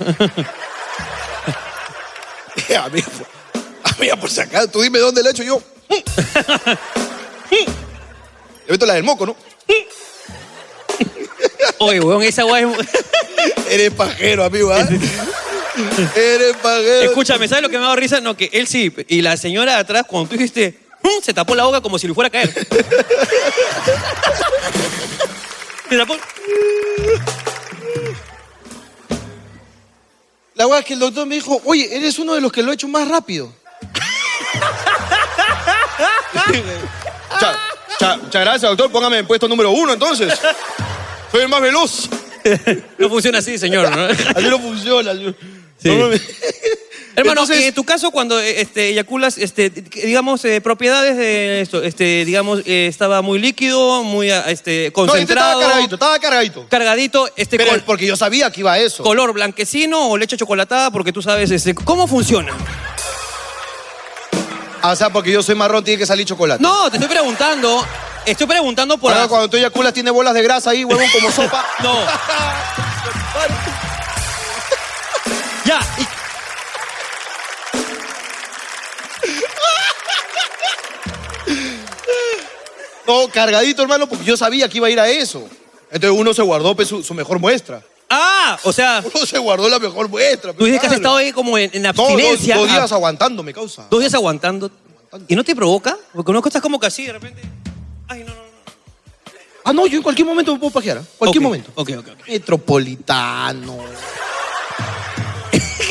[SPEAKER 2] Eh, amiga, por, amiga, por si acaso, tú dime dónde le echo yo.
[SPEAKER 1] Mm.
[SPEAKER 2] Le meto la del moco, ¿no?
[SPEAKER 1] Mm. Oye, weón, esa guay es...
[SPEAKER 2] Eres pajero, amigo, ¿ah? Eres pajero.
[SPEAKER 1] Escúchame, ¿sabes lo que me ha dado risa? No, que él sí. Y la señora de atrás, cuando tú dijiste, "Mm", se tapó la boca como si le fuera a caer. Se tapó.
[SPEAKER 2] La weá es que el doctor me dijo, oye, eres uno de los que lo ha hecho más rápido. Muchas gracias, doctor. Póngame en puesto número uno, entonces. Soy el más veloz.
[SPEAKER 1] No funciona así, señor. ¿no?
[SPEAKER 2] Así no funciona. yo-
[SPEAKER 1] Sí.
[SPEAKER 2] No me-
[SPEAKER 1] Hermano,
[SPEAKER 2] Entonces-
[SPEAKER 1] en tu caso, cuando eh, este, eyaculas, este, que- digamos, eh, propiedades de esto, este, digamos, eh, estaba muy líquido, muy ah, este,
[SPEAKER 2] No, este estaba
[SPEAKER 1] concentrado,
[SPEAKER 2] cargadito, estaba cargadito.
[SPEAKER 1] cargadito, este,
[SPEAKER 2] Pero
[SPEAKER 1] col-
[SPEAKER 2] es porque yo sabía que iba a eso.
[SPEAKER 1] color blanquecino o leche chocolatada, porque tú sabes este, cómo funciona.
[SPEAKER 2] Ah, O sea, porque yo soy marrón, tiene que salir chocolate.
[SPEAKER 1] No, te estoy preguntando, estoy preguntando por...
[SPEAKER 2] Ahora,
[SPEAKER 1] as-
[SPEAKER 2] cuando tú eyaculas, tiene bolas de grasa ahí, huevón, como sopa.
[SPEAKER 1] No. Ya, y-
[SPEAKER 2] No, cargadito, hermano, porque yo sabía que iba a ir a eso. Entonces uno se guardó pues, su, su mejor muestra.
[SPEAKER 1] ah, o sea,
[SPEAKER 2] Uno se guardó la mejor muestra.
[SPEAKER 1] tú
[SPEAKER 2] pues,
[SPEAKER 1] dices que has
[SPEAKER 2] claro.
[SPEAKER 1] estado ahí como en, en
[SPEAKER 2] No, dos,
[SPEAKER 1] abstinencia.
[SPEAKER 2] dos días
[SPEAKER 1] a-
[SPEAKER 2] aguantándome, causa.
[SPEAKER 1] dos días aguantando. ¿Y no te provoca? Porque uno estás como que así de repente. Ay, no, no, no.
[SPEAKER 2] Ah, no, yo en cualquier momento me puedo pajear. ¿ah? Cualquier
[SPEAKER 1] Ok,
[SPEAKER 2] momento.
[SPEAKER 1] Ok, ok, ok.
[SPEAKER 2] Metropolitano.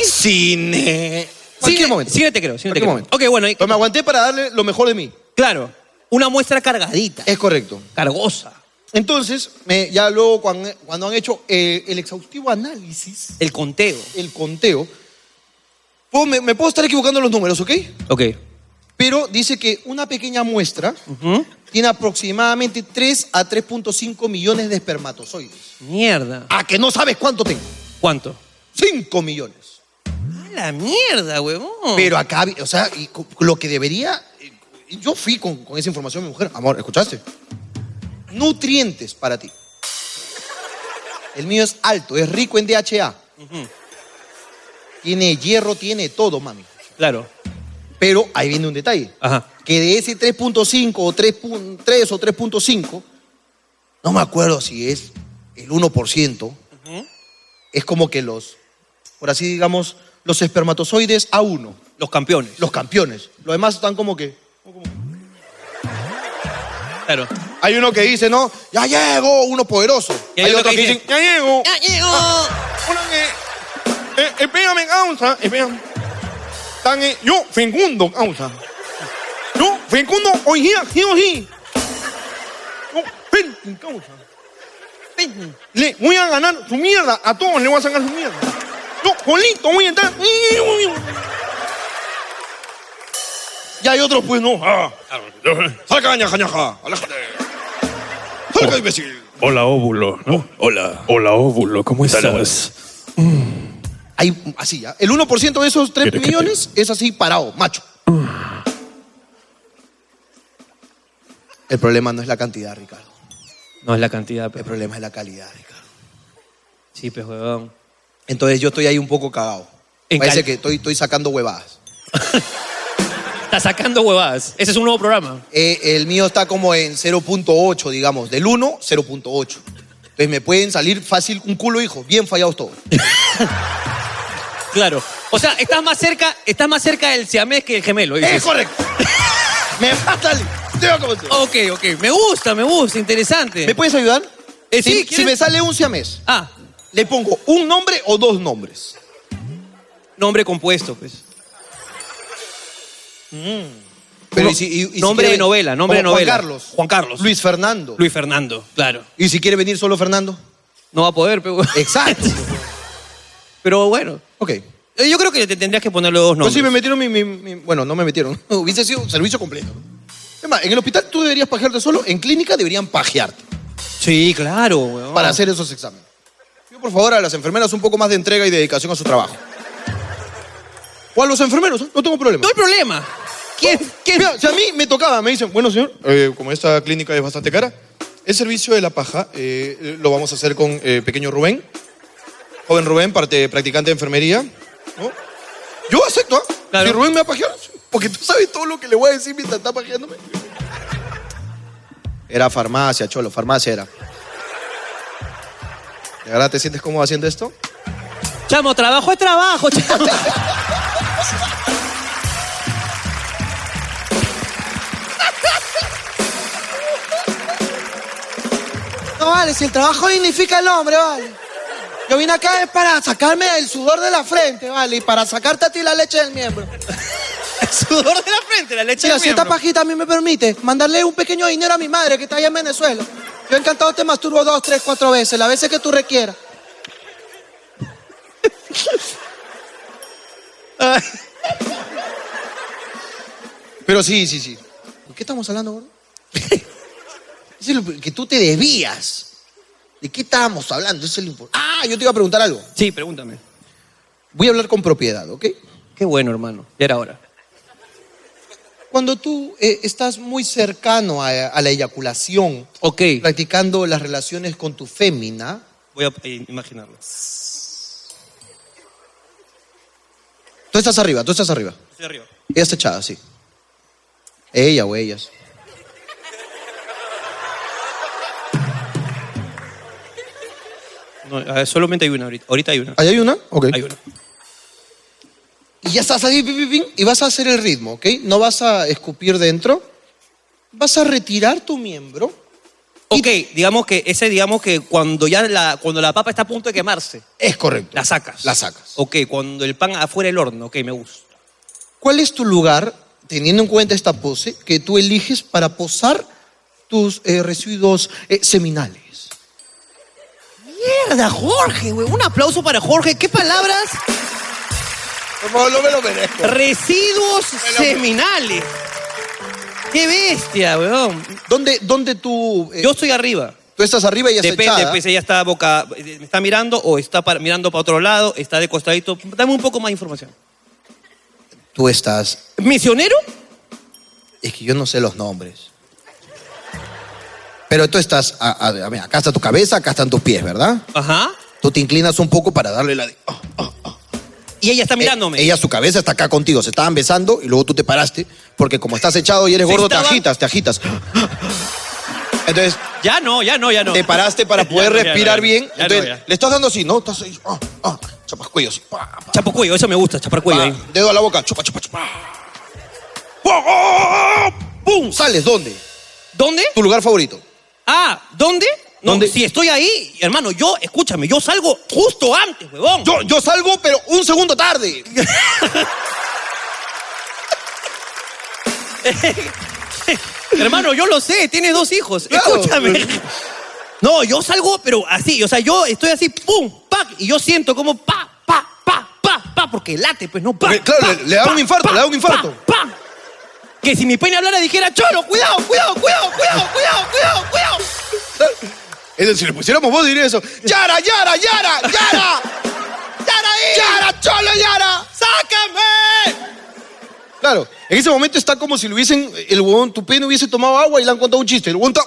[SPEAKER 2] Cine. Cualquier
[SPEAKER 1] Sigue-
[SPEAKER 2] momento.
[SPEAKER 1] sigue te creo, sigue te
[SPEAKER 2] Cualquier
[SPEAKER 1] creo.
[SPEAKER 2] momento.
[SPEAKER 1] Ok, bueno, y-
[SPEAKER 2] Pero me aguanté para darle lo mejor de mí.
[SPEAKER 1] claro. Una muestra cargadita,
[SPEAKER 2] Es correcto.
[SPEAKER 1] cargosa.
[SPEAKER 2] Entonces, me- ya luego cuando, cuando han hecho eh, el exhaustivo análisis,
[SPEAKER 1] El conteo.
[SPEAKER 2] el conteo, puedo- me, me puedo estar equivocando en los números, ¿ok?
[SPEAKER 1] Ok.
[SPEAKER 2] Pero dice que una pequeña muestra tiene aproximadamente 3 a 3.5 millones de espermatozoides.
[SPEAKER 1] Mierda.
[SPEAKER 2] ¿A que no sabes cuánto tengo?
[SPEAKER 1] ¿Cuánto?
[SPEAKER 2] 5 millones.
[SPEAKER 1] A la mierda, huevón.
[SPEAKER 2] Pero acá, vi- o sea, y co- lo que debería. y Yo fui con, con esa información, mi mujer. Amor, ¿escuchaste? Nutrientes para ti. El mío es alto, es rico en DHA. Tiene hierro, tiene todo, mami.
[SPEAKER 1] Claro.
[SPEAKER 2] Pero ahí viene un detalle.
[SPEAKER 1] Ajá.
[SPEAKER 2] Que de ese 3.5 o 3, pun- 3 o 3.5, no me acuerdo si es el 1%, es como que los, por así digamos, los espermatozoides A1,
[SPEAKER 1] Los campeones.
[SPEAKER 2] los campeones. Los demás están como que...
[SPEAKER 1] Claro.
[SPEAKER 2] Hay uno que dice, no, ya llegó, uno poderoso.
[SPEAKER 1] Y
[SPEAKER 2] hay, otro que dice, ya llego.
[SPEAKER 1] ¡Ya llegó!
[SPEAKER 2] Uno que, eh, espérame, causa, espérame. Tan, eh, yo, fecundo, causa. Yo, fecundo, hoy día, sí o sí. Yo, fecundo, causa. Fecundo. Le voy a ganar su mierda, a todos le voy a sacar su mierda. Yo, colito, voy a estar. Y hay otros, pues, no. Ah, saca, ñaja, ñaja, aléjate. Salga, imbécil.
[SPEAKER 8] Hola óvulo, ¿no? Hola. Hola óvulo, ¿cómo estás?
[SPEAKER 2] Mm. Hay así, ¿ya? El 1% de esos 3
[SPEAKER 8] Quiere que te- Mm.
[SPEAKER 2] millones es así parado, macho. El problema no es la cantidad, Ricardo.
[SPEAKER 1] No es la cantidad,
[SPEAKER 2] El
[SPEAKER 1] pero.
[SPEAKER 2] problema es la calidad, Ricardo.
[SPEAKER 1] Sí, pues, huevón.
[SPEAKER 2] Entonces yo estoy ahí un poco cagado.
[SPEAKER 1] En
[SPEAKER 2] Parece
[SPEAKER 1] cal-
[SPEAKER 2] que estoy, estoy sacando huevadas.
[SPEAKER 1] Está sacando huevadas. Ese es un nuevo programa.
[SPEAKER 2] Eh, el mío está como en 0.8, digamos. Del 1, 0.8. Entonces me pueden salir fácil un culo, hijo. Bien fallados todos.
[SPEAKER 1] Claro. O sea, estás más cerca, estás más cerca del siamés que el gemelo. dices.
[SPEAKER 2] Es correcto. me va a salir. Tengo como tú.
[SPEAKER 1] Ok, ok. Me gusta, me gusta. Interesante.
[SPEAKER 2] ¿Me puedes ayudar?
[SPEAKER 1] Eh, sí,
[SPEAKER 2] si,
[SPEAKER 1] ¿quieres?
[SPEAKER 2] si me sale un siamés,
[SPEAKER 1] Ah,
[SPEAKER 2] le pongo un nombre o dos nombres.
[SPEAKER 1] nombre compuesto, pues.
[SPEAKER 2] Pero Mm.
[SPEAKER 1] Uno-
[SPEAKER 2] y si- y- y si
[SPEAKER 1] nombre
[SPEAKER 2] quiere-
[SPEAKER 1] de novela, nombre de
[SPEAKER 2] como
[SPEAKER 1] novela.
[SPEAKER 2] Juan Carlos.
[SPEAKER 1] Juan Carlos.
[SPEAKER 2] Luis Fernando.
[SPEAKER 1] Luis Fernando, claro.
[SPEAKER 2] ¿Y si quiere venir solo Fernando?
[SPEAKER 1] No va a poder, pero.
[SPEAKER 2] Exacto.
[SPEAKER 1] pero bueno.
[SPEAKER 2] ok.
[SPEAKER 1] Eh, Yo creo que te tendrías que ponerle dos
[SPEAKER 2] Pues
[SPEAKER 1] nombres.
[SPEAKER 2] sí, me metieron mi, mi- mi- Bueno, no me metieron. Hubiese sido un servicio completo. Es más, en el hospital tú deberías pajearte solo, en clínica deberían pajearte
[SPEAKER 1] Sí, claro, huevón.
[SPEAKER 2] para hacer esos exámenes. Pido por favor a las enfermeras un poco más de entrega y dedicación a su trabajo. O a los enfermeros, ¿eh? no tengo problema.
[SPEAKER 1] No hay problema. ¿Quién? quién-
[SPEAKER 2] Mira, si a mí me tocaba, me dicen, bueno, señor, eh, como esta clínica es bastante cara, el servicio de la paja eh, eh, lo vamos a hacer con eh, pequeño Rubén, joven Rubén, parte, practicante de enfermería. ¿no? Yo acepto, ¿ah?
[SPEAKER 1] Claro.
[SPEAKER 2] Si Rubén me va a pajear, porque tú sabes todo lo que le voy a decir mientras está pajeándome. Era farmacia, cholo, farmacia era. ¿De verdad te sientes cómodo haciendo esto?
[SPEAKER 1] Chamo, trabajo es trabajo, chamo.
[SPEAKER 2] No, vale, si el trabajo dignifica al hombre, vale. Yo vine acá es para sacarme el sudor de la frente, vale, y para sacarte a ti la leche del miembro.
[SPEAKER 1] El sudor de la frente, la leche
[SPEAKER 2] Mira,
[SPEAKER 1] del
[SPEAKER 2] si esta
[SPEAKER 1] miembro.
[SPEAKER 2] pajita a mí me permite mandarle un pequeño dinero a mi madre que está allá en Venezuela. Yo encantado te masturbo dos, tres, cuatro veces, las veces que tú requieras. Pero sí, sí, sí. ¿De qué estamos hablando, gordo? Eso es lo que tú te desvías. ¿De qué estábamos hablando? Eso es lo impor- Ah, yo te iba a preguntar algo.
[SPEAKER 1] Sí, pregúntame.
[SPEAKER 2] Voy a hablar con propiedad, ¿ok?
[SPEAKER 1] Qué bueno, hermano. Ya era hora.
[SPEAKER 2] Cuando tú eh, estás muy cercano a, a la eyaculación,
[SPEAKER 1] Ok.
[SPEAKER 2] practicando las relaciones con tu fémina,
[SPEAKER 1] Voy a eh, imaginarlo.
[SPEAKER 2] tú estás arriba, tú estás arriba.
[SPEAKER 1] Estoy arriba.
[SPEAKER 2] Ella está echada, sí. Ella o ellas.
[SPEAKER 1] No, eh, solamente hay una ahorita. Ahorita hay una.
[SPEAKER 2] ¿Ahí hay una? Ok.
[SPEAKER 1] Hay una.
[SPEAKER 2] Y ya estás ahí, pim, pim, pim, y vas a hacer el ritmo, ¿ok? No vas a escupir dentro. Vas a retirar tu miembro.
[SPEAKER 1] Ok, digamos que ese, digamos que cuando ya la, cuando la papa está a punto de quemarse,
[SPEAKER 2] Es correcto.
[SPEAKER 1] la sacas.
[SPEAKER 2] La sacas.
[SPEAKER 1] Ok, cuando el pan afuera del horno, ok, me gusta.
[SPEAKER 2] ¿Cuál es tu lugar, teniendo en cuenta esta pose, que tú eliges para posar tus eh, residuos eh, seminales?
[SPEAKER 1] Mierda, Jorge, güey. Un aplauso para Jorge. ¿Qué palabras?
[SPEAKER 2] Por favor, no me lo merezco.
[SPEAKER 1] Residuos seminales. Qué bestia, weón.
[SPEAKER 2] ¿Dónde, dónde tú, eh,
[SPEAKER 1] Yo estoy arriba.
[SPEAKER 2] tú estás arriba y ya está
[SPEAKER 1] Depende,
[SPEAKER 2] echada?
[SPEAKER 1] pues ella está boca, me está mirando o está para- mirando para otro lado, está de costadito. Dame un poco más de información.
[SPEAKER 2] Tú estás
[SPEAKER 1] ¿Misionero?
[SPEAKER 2] Es que yo no sé los nombres. Pero tú estás, a- a- a ver, acá está tu cabeza, acá están tus pies, ¿verdad?
[SPEAKER 1] Ajá.
[SPEAKER 2] Tú te inclinas un poco para darle la... de- oh,
[SPEAKER 1] Y ella está mirándome.
[SPEAKER 2] eh, ella, su cabeza está acá contigo, se estaban besando y luego tú te paraste, porque como estás echado y eres
[SPEAKER 1] Se
[SPEAKER 2] gordo,
[SPEAKER 1] estaban-
[SPEAKER 2] te agitas, te agitas. Entonces,
[SPEAKER 1] Ya no, ya no, ya no.
[SPEAKER 2] te paraste para poder
[SPEAKER 1] no, ya no,
[SPEAKER 2] respirar
[SPEAKER 1] ya no.
[SPEAKER 2] bien.
[SPEAKER 1] Ya no,
[SPEAKER 2] Entonces,
[SPEAKER 1] ya.
[SPEAKER 2] le estás dando así, ¿no? Estás ahí, ah, ah, chapascuello así, pa, pa,
[SPEAKER 1] Chapacuello, eso me gusta, chaparcuello
[SPEAKER 2] pa,
[SPEAKER 1] ahí.
[SPEAKER 2] dedo a la boca, chupa, chupa, chupa. ¡Pum! ¡Oh! ¡Pum! ¿Sales dónde?
[SPEAKER 1] ¿Dónde?
[SPEAKER 2] ¿Tu lugar favorito?
[SPEAKER 1] Ah, ¿dónde? No,
[SPEAKER 2] ¿Dónde?
[SPEAKER 1] si estoy ahí, hermano, yo, escúchame, yo salgo justo antes, huevón.
[SPEAKER 2] Yo, yo salgo, pero un segundo tarde.
[SPEAKER 1] Hermano, yo lo sé, tienes dos hijos.
[SPEAKER 2] Claro.
[SPEAKER 1] Escúchame. No, yo salgo, pero así, o sea, yo estoy así, pum, pac, y yo siento como pa, pa, pa, pa, pa, porque late, pues no, pa.
[SPEAKER 2] Porque, claro,
[SPEAKER 1] pa,
[SPEAKER 2] le- le da
[SPEAKER 1] pa,
[SPEAKER 2] un infarto,
[SPEAKER 1] pa,
[SPEAKER 2] le da un infarto.
[SPEAKER 1] pa, pa. Que si mi pene hablara dijera, cholo, cuidado, cuidado, cuidado, cuidado, cuidado, cuidado, cuidado.
[SPEAKER 2] Es decir, si le pusiéramos voz diría eso. ¡Yara, Yara, Yara, Yara! ¡Yara ahí! ¡Yara, cholo, Yara!
[SPEAKER 1] ¡Sácame!
[SPEAKER 2] Claro. En ese momento está como si le hubiesen, el huevón tupino hubiese tomado agua y le han contado un chiste. El huevón está...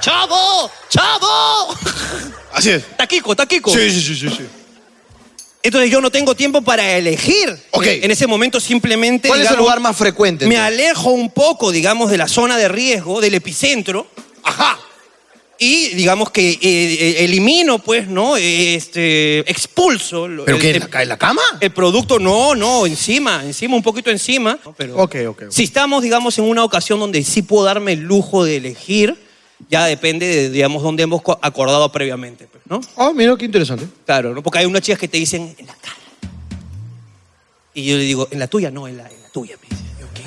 [SPEAKER 1] ¡Chavo! ¡Chavo!
[SPEAKER 2] Así es.
[SPEAKER 1] ¡Taquico, taquico!
[SPEAKER 2] Sí, sí, sí, sí, sí.
[SPEAKER 1] Entonces yo no tengo tiempo para elegir.
[SPEAKER 2] Ok.
[SPEAKER 1] En ese momento simplemente.
[SPEAKER 2] ¿Cuál es el
[SPEAKER 1] digamos,
[SPEAKER 2] lugar más frecuente?
[SPEAKER 1] Me
[SPEAKER 2] entonces?
[SPEAKER 1] alejo un poco, digamos, de la zona de riesgo, del epicentro.
[SPEAKER 2] Ajá.
[SPEAKER 1] Y digamos que eh, eh, elimino, pues, ¿no? Eh, Este, expulso. lo-
[SPEAKER 2] ¿Pero
[SPEAKER 1] el-
[SPEAKER 2] qué? ¿En
[SPEAKER 1] el-
[SPEAKER 2] la, ca- en la cama?
[SPEAKER 1] El producto, no, no, encima, encima, un poquito encima. ¿no? Pero
[SPEAKER 2] Ok, ok, ok.
[SPEAKER 1] Si estamos, digamos, en una ocasión donde sí puedo darme el lujo de elegir, ya depende de, digamos, donde hemos co- acordado previamente, pues, ¿no?
[SPEAKER 2] Oh, mira, qué interesante.
[SPEAKER 1] Claro, ¿no? Porque hay unas chicas que te dicen en la cara. Y yo le digo, en la tuya, no, en la, en la tuya, me dice. Yo, ¿qué?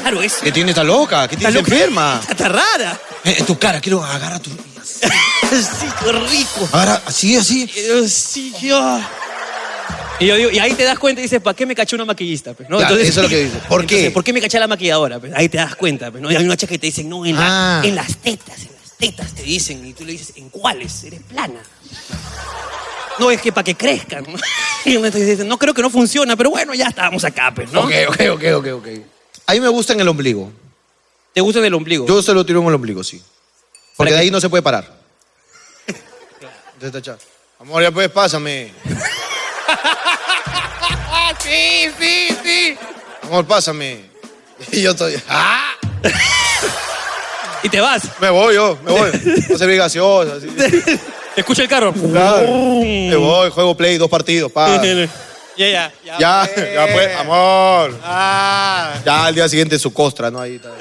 [SPEAKER 1] Claro, es.
[SPEAKER 2] ¿Qué tiene esta loca? ¿Qué tiene
[SPEAKER 1] Está
[SPEAKER 2] esta
[SPEAKER 1] loca.
[SPEAKER 2] enferma?
[SPEAKER 1] Está rara.
[SPEAKER 2] Eh, en tu cara, quiero agarrar tu...
[SPEAKER 1] sí, qué rico.
[SPEAKER 2] Agarra, así, así.
[SPEAKER 1] Y yo, sí, yo. Y yo digo, y ahí te das cuenta y dices, ¿para qué me caché una maquillista? Pues, ¿no?
[SPEAKER 2] Claro, eso es lo que dices. ¿Por qué?
[SPEAKER 1] ¿Por qué me caché a la maquilladora? Pues, ahí te das cuenta. Pues, ¿no? Y hay una chica que te dicen, no, en, la-
[SPEAKER 2] Ah.
[SPEAKER 1] en las tetas, en las tetas te dicen. Y tú le dices, ¿en cuáles? Eres plana. No, es que para que crezcan. ¿no? Y entonces dicen, no creo que no funciona, pero bueno, ya estábamos acá, pues, ¿no?
[SPEAKER 2] Ok, ok, ok, ok, ok. A mí me gusta en el ombligo.
[SPEAKER 1] ¿Te gusta el ombligo?
[SPEAKER 2] Yo se lo tiro en el ombligo, sí.
[SPEAKER 1] ¿Para
[SPEAKER 2] Porque
[SPEAKER 1] qué?
[SPEAKER 2] de ahí no se puede parar. Entonces, tacha, Amor, ya puedes, pásame.
[SPEAKER 1] Ah, sí, sí, sí.
[SPEAKER 2] Amor, pásame. Y yo estoy... ¡Ah!
[SPEAKER 1] Y te vas.
[SPEAKER 2] Me voy yo, me voy. No servir gaseosa. así.
[SPEAKER 1] Escucha el carro.
[SPEAKER 2] Claro. Me voy, juego play, dos partidos, pa.
[SPEAKER 1] Ya, ya, ya.
[SPEAKER 2] Ya, ya pues, amor.
[SPEAKER 1] Ah.
[SPEAKER 2] Ya al día siguiente su costra, ¿no? Ahí está.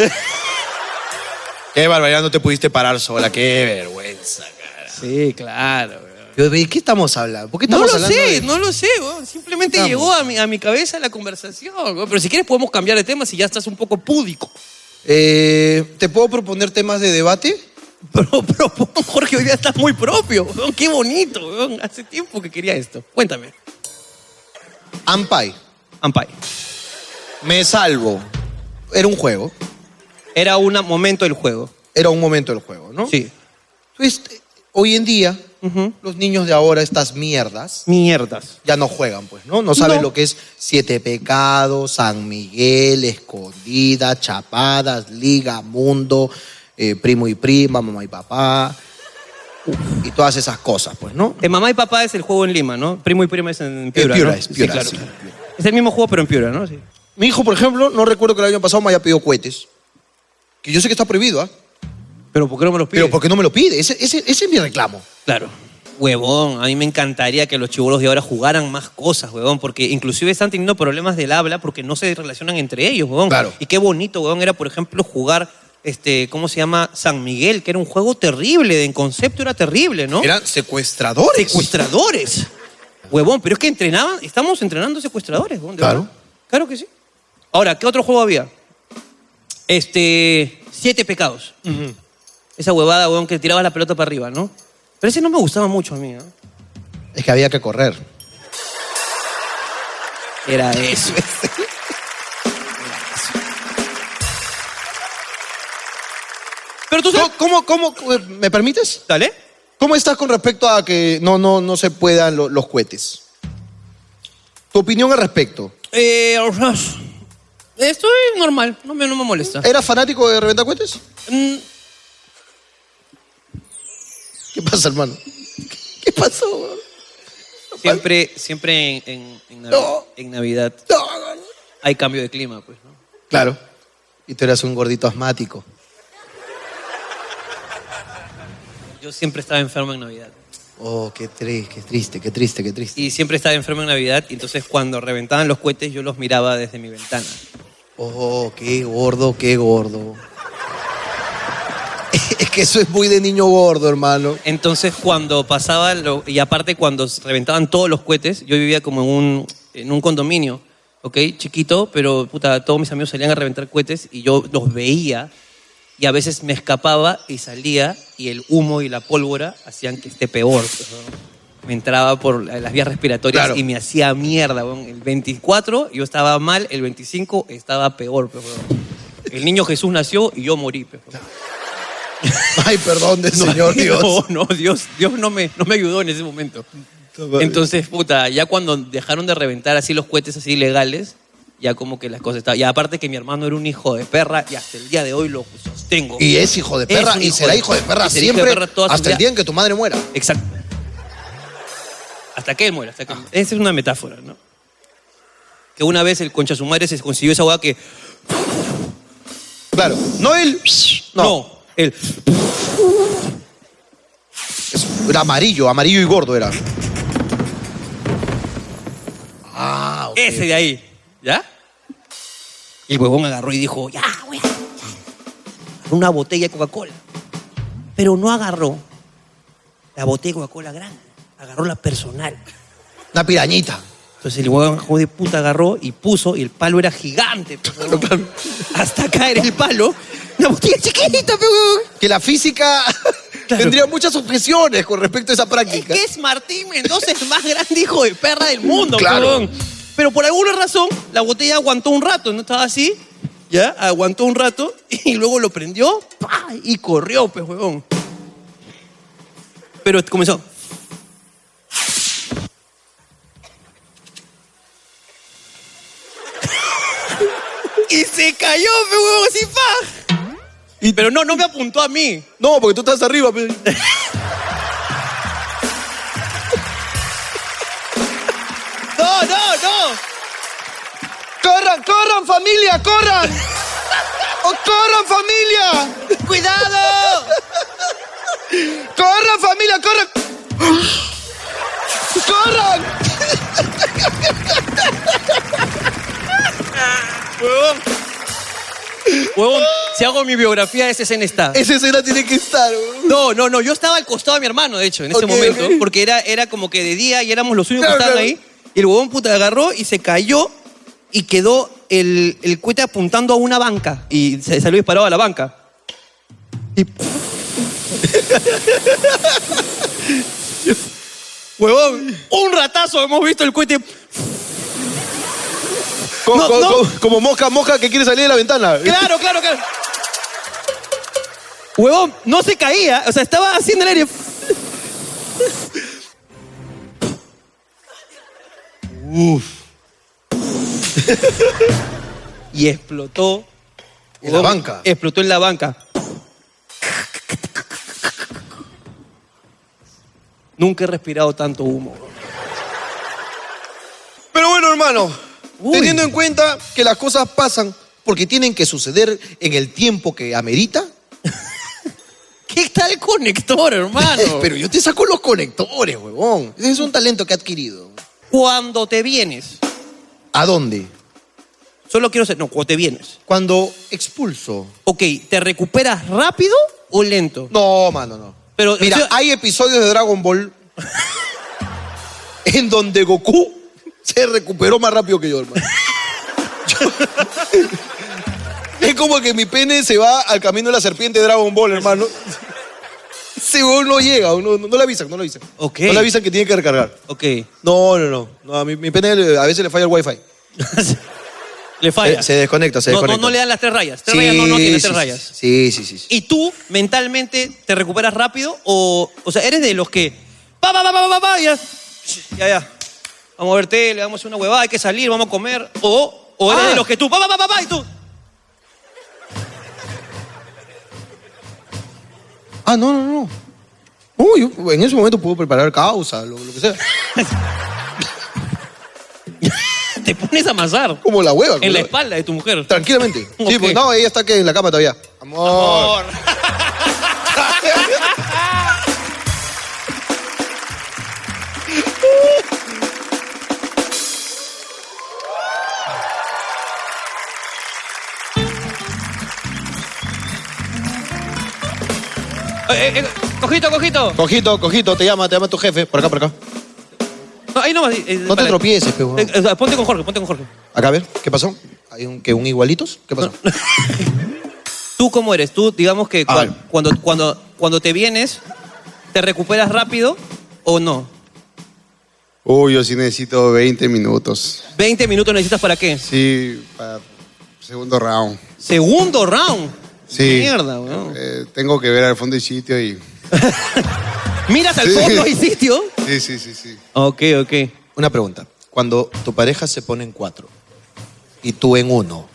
[SPEAKER 2] Qué barbaridad, no te pudiste parar sola, qué vergüenza, cara.
[SPEAKER 1] Sí, claro. weón.
[SPEAKER 2] Yo, ¿De qué estamos hablando? ¿Por qué
[SPEAKER 1] No
[SPEAKER 2] estamos
[SPEAKER 1] lo
[SPEAKER 2] hablando
[SPEAKER 1] sé,
[SPEAKER 2] de-
[SPEAKER 1] no lo sé, weón. simplemente
[SPEAKER 2] Estamos.
[SPEAKER 1] llegó a mi, a mi cabeza la conversación. weón. Pero si quieres podemos cambiar de tema si ya estás un poco púdico.
[SPEAKER 2] Eh, ¿Te puedo proponer temas de debate?
[SPEAKER 1] Pero, pero Jorge, hoy día estás muy propio. weón. Qué bonito, weón. hace tiempo que quería esto. Cuéntame.
[SPEAKER 2] Ampai,
[SPEAKER 1] Ampai.
[SPEAKER 2] me salvo. Era un juego,
[SPEAKER 1] Era un momento del juego.
[SPEAKER 2] era un momento del juego, ¿no?
[SPEAKER 1] Sí.
[SPEAKER 2] Entonces, eh, hoy en día,
[SPEAKER 1] Ujú.
[SPEAKER 2] los niños de ahora, estas mierdas,
[SPEAKER 1] Mierdas.
[SPEAKER 2] ya no juegan, pues, ¿no? No saben
[SPEAKER 1] No.
[SPEAKER 2] lo que es Siete Pecados, San Miguel, Escondida, Chapadas, Liga, Mundo, eh, Primo y Prima, Mamá y Papá, y todas esas cosas, pues, ¿no?
[SPEAKER 1] Eh, mamá y papá es el juego en Lima, ¿no? Primo y prima es en Piura.
[SPEAKER 2] Eh, Piura
[SPEAKER 1] ¿no?
[SPEAKER 2] es, Piura,
[SPEAKER 1] claro.
[SPEAKER 2] sí, Piura.
[SPEAKER 1] Es el mismo juego, pero en Piura, ¿no? Sí.
[SPEAKER 2] Mi hijo, por ejemplo, no recuerdo que el año pasado me haya pedido cohetes, que yo sé que está prohibido, ¿ah?
[SPEAKER 1] Pero ¿por qué no me los pides?
[SPEAKER 2] Pero ¿por qué no me lo pide? Ese, ese- ese es mi reclamo.
[SPEAKER 1] Claro. Huevón, a mí me encantaría que los chibolos de ahora jugaran más cosas, huevón, porque inclusive están teniendo problemas del habla porque no se relacionan entre ellos, huevón.
[SPEAKER 2] Claro.
[SPEAKER 1] Y qué bonito, huevón, era, por ejemplo, jugar, este, ¿cómo se llama? San Miguel, que era un juego terrible, en concepto era terrible, ¿no?
[SPEAKER 2] Eran secuestradores.
[SPEAKER 1] Secuestradores. Huevón, pero es que entrenaban, estamos entrenando secuestradores, huevón. de
[SPEAKER 2] Claro.
[SPEAKER 1] verdad. Claro que sí. Ahora, ¿qué otro juego había? Este, Siete Pecados. Esa huevada, huevón, que tirabas la pelota para arriba, ¿no? Pero ese no me gustaba mucho a mí, ¿eh? ¿no?
[SPEAKER 2] Es que había que correr.
[SPEAKER 1] Era eso. Pero tú sabes...
[SPEAKER 2] ¿Cómo, cómo, cómo- eh, me permites?
[SPEAKER 1] Dale.
[SPEAKER 2] ¿Cómo estás con respecto a que no, no, no se puedan lo- los cohetes? Tu opinión al respecto.
[SPEAKER 1] Eh, estoy normal, no me, no me molesta.
[SPEAKER 2] ¿Eras fanático de reventar cohetes?
[SPEAKER 1] Mm,
[SPEAKER 2] ¿Qué pasa, hermano? ¿Qué pasó? weón?
[SPEAKER 1] Siempre, siempre en, en- en Navi-
[SPEAKER 2] No.
[SPEAKER 1] en Navidad
[SPEAKER 2] No, no.
[SPEAKER 1] hay cambio de clima, pues, ¿no?
[SPEAKER 2] Claro. Y tú eras un gordito asmático.
[SPEAKER 1] Yo siempre estaba enfermo en Navidad.
[SPEAKER 2] Oh, qué triste, qué triste, qué triste, qué triste.
[SPEAKER 1] Y siempre estaba enfermo en Navidad, y entonces cuando reventaban los cohetes yo los miraba desde mi ventana.
[SPEAKER 2] Oh, qué gordo, qué gordo. Es que eso es muy de niño gordo, hermano.
[SPEAKER 1] Entonces cuando pasaba, lo- y aparte cuando se reventaban todos los cohetes, yo vivía como en un, en un condominio, ¿ok? Chiquito, pero puta, todos mis amigos salían a reventar cohetes y yo los veía y a veces me escapaba y salía y el humo y la pólvora hacían que esté peor. pues, ¿no? Me entraba por la- las vías respiratorias
[SPEAKER 2] Claro.
[SPEAKER 1] y me hacía mierda. weón. El 24 yo estaba mal, el 25 estaba peor. pues, weón. El niño Jesús nació y yo morí. pues, weón.
[SPEAKER 2] Ay, perdón del Señor
[SPEAKER 1] No,
[SPEAKER 2] Dios.
[SPEAKER 1] No, Dios, Dios no me, no me ayudó en ese momento.
[SPEAKER 2] Está bien.
[SPEAKER 1] Entonces, puta, ya cuando dejaron de reventar así los cohetes así ilegales, ya como que las cosas estaban. Y aparte que mi hermano era un hijo de perra y hasta el día de hoy lo sostengo.
[SPEAKER 2] Y es hijo de
[SPEAKER 1] Es
[SPEAKER 2] perra
[SPEAKER 1] un
[SPEAKER 2] y
[SPEAKER 1] hijo
[SPEAKER 2] será
[SPEAKER 1] de-
[SPEAKER 2] hijo de perra
[SPEAKER 1] y será hijo de
[SPEAKER 2] siempre
[SPEAKER 1] perra toda su
[SPEAKER 2] hasta el
[SPEAKER 1] vida.
[SPEAKER 2] día en que tu madre muera.
[SPEAKER 1] Exacto. Hasta que él muera. Hasta
[SPEAKER 2] Ah.
[SPEAKER 1] que él muera. Esa es una metáfora, ¿no? Que una vez el concha su madre se consiguió esa hueá que.
[SPEAKER 2] Claro. No él.
[SPEAKER 1] No.
[SPEAKER 2] No.
[SPEAKER 1] el,
[SPEAKER 2] Era amarillo, amarillo y gordo era.
[SPEAKER 1] ese de ahí. Ah, ¿Ya? Y el huevón agarró y dijo: Ya, güey. ya". Agarró Una botella de Coca-Cola. Pero no agarró la botella de Coca-Cola grande. Agarró la personal.
[SPEAKER 2] Una pirañita.
[SPEAKER 1] Entonces el huevón hijo de puta agarró y puso, y el palo era gigante. pues, huevón. Hasta acá era el palo. Una botella chiquita, pe, huevón.
[SPEAKER 2] Que la física
[SPEAKER 1] Claro.
[SPEAKER 2] tendría muchas objeciones con respecto a esa
[SPEAKER 1] Es
[SPEAKER 2] práctica.
[SPEAKER 1] que es Martín Mendoza el más grande hijo de perra del mundo,
[SPEAKER 2] Claro.
[SPEAKER 1] huevón. Pero por alguna razón, la botella aguantó un rato, ¿no? Estaba así, ya, aguantó un rato y luego lo prendió ¡pa! y corrió, pues, huevón. Pero comenzó. y se cayó, pues, huevón, así, pa. Pero no, no me apuntó a mí.
[SPEAKER 2] No, porque tú estás arriba. pe.
[SPEAKER 1] No, no, no.
[SPEAKER 2] ¡Corran, corran, familia, corran! ¡Oh, ¡Corran, familia!
[SPEAKER 1] ¡Cuidado!
[SPEAKER 2] ¡Corran, familia, corran! ¡Corran!
[SPEAKER 1] Huevón, si hago mi biografía, esa escena está.
[SPEAKER 2] Esa escena tiene que estar. weón.
[SPEAKER 1] No, no, no, yo estaba al costado de mi hermano, de hecho, en ese
[SPEAKER 2] Ok,
[SPEAKER 1] momento,
[SPEAKER 2] ok.
[SPEAKER 1] porque era, era como que de día y éramos los únicos
[SPEAKER 2] Claro,
[SPEAKER 1] que estaban
[SPEAKER 2] claro.
[SPEAKER 1] ahí. Y el huevón puta agarró y se cayó y quedó el, el cohete apuntando a una banca. Y se salió disparado a la banca. Y. huevón, un ratazo hemos visto el cohete.
[SPEAKER 2] Co-
[SPEAKER 1] No,
[SPEAKER 2] co-
[SPEAKER 1] no.
[SPEAKER 2] co- Como mosca, mosca que quiere salir de la ventana.
[SPEAKER 1] Claro, claro, claro. Huevón, no se caía, o sea, estaba haciendo el aire. Uf. y explotó.
[SPEAKER 2] En la
[SPEAKER 1] Huevón,
[SPEAKER 2] banca.
[SPEAKER 1] Explotó en la banca. Nunca he respirado tanto humo.
[SPEAKER 2] Pero bueno, hermano,
[SPEAKER 1] Uy.
[SPEAKER 2] teniendo en cuenta que las cosas pasan porque tienen que suceder en el tiempo que amerita,
[SPEAKER 1] ¿Qué tal conector, hermano?
[SPEAKER 2] pero yo te saco los conectores, huevón. Ese es un talento que he adquirido.
[SPEAKER 1] Cuando te vienes,
[SPEAKER 2] ¿A dónde?
[SPEAKER 1] solo quiero ser. No, cuando te vienes.
[SPEAKER 2] Cuando expulso.
[SPEAKER 1] Ok, ¿te recuperas rápido o lento?
[SPEAKER 2] No, mano, no.
[SPEAKER 1] Pero-
[SPEAKER 2] Mira,
[SPEAKER 1] yo-
[SPEAKER 2] hay episodios de Dragon Ball en donde Goku se recuperó más rápido que yo, hermano. Yo- es como que mi pene se va al camino de la serpiente de Dragon Ball, hermano. Ese huevón no llega, no, no, no le avisan, no le avisan.
[SPEAKER 1] Ok.
[SPEAKER 2] No le avisan que tiene que recargar.
[SPEAKER 1] Ok.
[SPEAKER 2] No, no, no. no a mi, mi pene le- a veces le falla el wifi.
[SPEAKER 1] le falla.
[SPEAKER 2] Eh, se desconecta, se
[SPEAKER 1] No, no,
[SPEAKER 2] desconecta.
[SPEAKER 1] no le dan las tres rayas. Tres
[SPEAKER 2] Sí,
[SPEAKER 1] rayas no, no tiene
[SPEAKER 2] sí,
[SPEAKER 1] tres
[SPEAKER 2] sí,
[SPEAKER 1] rayas.
[SPEAKER 2] Sí, sí, sí. sí.
[SPEAKER 1] ¿Y tú mentalmente te recuperas rápido o, o sea, eres de los que pa pa pa pa pa, pa ya ya ya. Vamos a ver tele, vamos a hacer una huevada, hay que salir, vamos a comer o o eres
[SPEAKER 2] Ah.
[SPEAKER 1] de los que tú pa pa pa pa, pa y tú
[SPEAKER 2] Ah, no, no, no. No, yo en ese momento puedo preparar causa, lo, lo que sea.
[SPEAKER 1] te pones a amasar
[SPEAKER 2] Como la hueva. como
[SPEAKER 1] en la
[SPEAKER 2] hueva.
[SPEAKER 1] espalda de tu mujer.
[SPEAKER 2] Tranquilamente. Sí,
[SPEAKER 1] Ok.
[SPEAKER 2] pues no, ella está que en la cama todavía. Amor.
[SPEAKER 1] Por- Eh, eh, eh, cojito, cojito.
[SPEAKER 2] Cojito, cojito, te llama, te llama tu jefe. Por acá, por acá.
[SPEAKER 1] No, ahí nomás. eh, eh,
[SPEAKER 2] No te
[SPEAKER 1] para-
[SPEAKER 2] tropieces, pe,
[SPEAKER 1] Eh,
[SPEAKER 2] huevón.
[SPEAKER 1] eh, ponte con Jorge, ponte con Jorge.
[SPEAKER 2] Acá, a ver, ¿qué pasó? ¿Hay un, que un igualitos? ¿Qué pasó?
[SPEAKER 1] ¿Tú cómo eres? Tú, digamos que
[SPEAKER 2] A
[SPEAKER 1] cua-
[SPEAKER 2] ver.
[SPEAKER 1] cuando, cuando, cuando te vienes, ¿te recuperas rápido o no?
[SPEAKER 9] Uy, yo sí necesito 20 minutos.
[SPEAKER 1] 20 minutos necesitas para qué?
[SPEAKER 9] Sí, para segundo round.
[SPEAKER 1] Segundo round.
[SPEAKER 9] Sí.
[SPEAKER 1] Mierda, weón.
[SPEAKER 9] Eh, tengo que ver al fondo y sitio y...
[SPEAKER 1] Miras al
[SPEAKER 9] sí.
[SPEAKER 1] fondo y sitio.
[SPEAKER 9] Sí, sí, sí, sí.
[SPEAKER 1] Ok, ok.
[SPEAKER 2] Una pregunta. Cuando tu pareja se pone en cuatro, y tú en uno.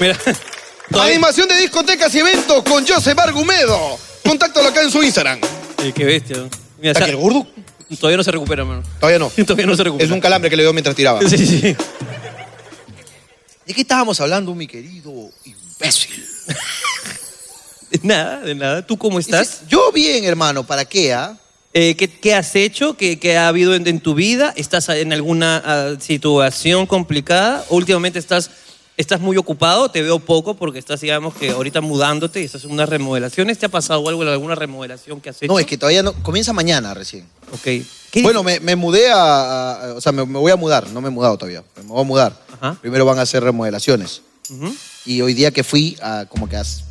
[SPEAKER 1] Mira.
[SPEAKER 10] Animación de discotecas y eventos con Joseph Argumedo. Contáctalo acá en su Instagram.
[SPEAKER 1] Eh, qué bestia. ¿no? Mira,
[SPEAKER 10] Está
[SPEAKER 1] sa-
[SPEAKER 10] que el gordo
[SPEAKER 1] Todavía no se recupera, mano.
[SPEAKER 10] todavía no.
[SPEAKER 1] Todavía no se recupera.
[SPEAKER 10] Es un calambre que le dio mientras tiraba.
[SPEAKER 1] Sí, sí, sí.
[SPEAKER 10] ¿De qué estábamos hablando, mi querido imbécil?
[SPEAKER 1] De nada, de nada. ¿Tú cómo estás?
[SPEAKER 2] Dice, Yo bien, hermano, ¿para qué, ah?
[SPEAKER 1] Eh, ¿qué, qué has hecho? ¿Qué, qué ha habido en, en tu vida? ¿Estás en alguna ah, situación complicada? ¿O últimamente estás, estás muy ocupado? Te veo poco porque estás, digamos, que ahorita mudándote y estás en unas remodelaciones. ¿Te ha pasado algo en alguna remodelación que has hecho?
[SPEAKER 2] No, es que todavía no. Comienza mañana recién.
[SPEAKER 1] Ok. ¿Qué
[SPEAKER 2] Bueno, me, me mudé a, a- a- O sea, me, me voy a mudar. No me he mudado todavía. Me voy a mudar.
[SPEAKER 1] Ajá.
[SPEAKER 2] Primero van a hacer remodelaciones.
[SPEAKER 1] Ujú.
[SPEAKER 2] Y hoy día que fui a, como que a s-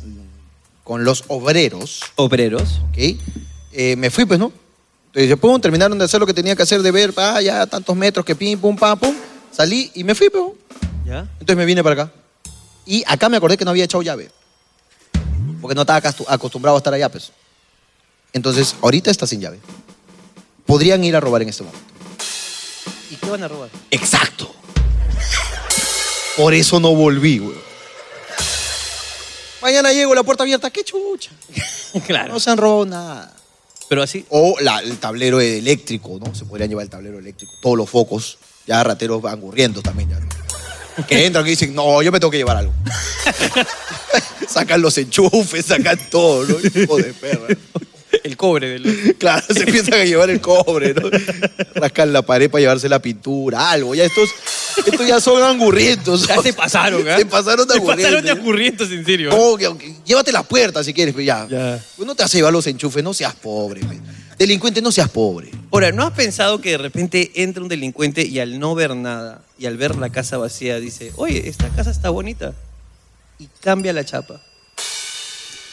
[SPEAKER 2] con los obreros,
[SPEAKER 1] Obreros.
[SPEAKER 2] ¿ok? Eh, me fui, pues, ¿no? Entonces, yo, pum, terminaron de hacer lo que tenía que hacer, de ver, ah, ya tantos metros que pim, pum, pam, pum. Salí y me fui, pues. ¿no?
[SPEAKER 1] ¿Ya?
[SPEAKER 2] Entonces me vine para acá. Y acá me acordé que no había echado llave. Porque no estaba acastu- acostumbrado a estar allá, pues. Entonces, ahorita está sin llave. Podrían ir a robar en este momento.
[SPEAKER 1] ¿Y qué van a robar?
[SPEAKER 2] Exacto. Por eso no volví, güey. Mañana llego, la puerta abierta. ¡Qué chucha!
[SPEAKER 1] claro.
[SPEAKER 2] No se han robado nada.
[SPEAKER 1] Pero así.
[SPEAKER 2] O la- el tablero eléctrico, ¿no? Se podrían llevar el tablero eléctrico. Todos los focos. Ya rateros van corriendo también. Ya. Que entran y dicen, no, yo me tengo que llevar algo. sacan los enchufes, sacan todo, ¿no? Hijo de perra.
[SPEAKER 1] El cobre. del-
[SPEAKER 2] Claro, se empiezan a llevar el cobre, ¿no? Rascan la pared para llevarse la pintura, algo. Ya estos, estos ya son angurrientos.
[SPEAKER 1] Ya se pasaron, ¿ah?
[SPEAKER 2] Se pasaron de
[SPEAKER 1] Se pasaron de
[SPEAKER 2] angurrientos.
[SPEAKER 1] ocurrientes, en serio.
[SPEAKER 2] No, que- que- llévate las puertas si quieres, pero ya. Pues
[SPEAKER 1] Ya.
[SPEAKER 2] No te vas a llevar los enchufes, no seas pobre. pe. Delincuente, no seas pobre.
[SPEAKER 1] Ahora, ¿no has pensado que de repente entra un delincuente y al no ver nada y al ver la casa vacía dice, oye, esta casa está bonita? Y cambia la chapa.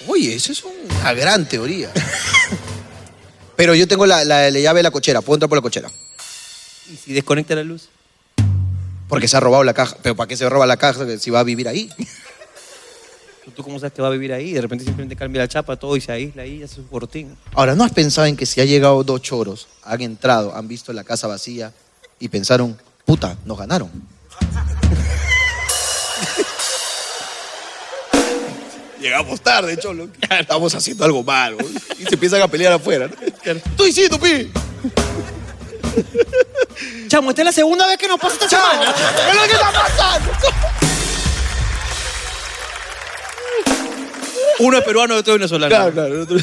[SPEAKER 2] Oye, esa es una gran teoría. Pero yo tengo la, la- la llave de la cochera, puedo entrar por la cochera.
[SPEAKER 1] Y si desconecta la luz.
[SPEAKER 2] Porque se ha robado la caja. Pero ¿para qué se roba la caja si va a vivir ahí?
[SPEAKER 1] ¿Tú cómo sabes que va a vivir ahí? De repente simplemente cambia la chapa, todo y se aísla ahí, hace su cortín.
[SPEAKER 2] Ahora, ¿no has pensado en que si ha llegado dos choros, han entrado, han visto la casa vacía y pensaron, puta, nos ganaron?
[SPEAKER 10] Llegamos tarde, cholo. Estamos haciendo algo malo. Y se empiezan a pelear afuera. ¿no? Estoy diciendo, pi.
[SPEAKER 1] Chamo, esta es la segunda vez que nos pasa esta semana.
[SPEAKER 10] ¿Qué es lo que está pasando?
[SPEAKER 1] Uno es peruano y otro es venezolano.
[SPEAKER 10] Claro, claro. el otro-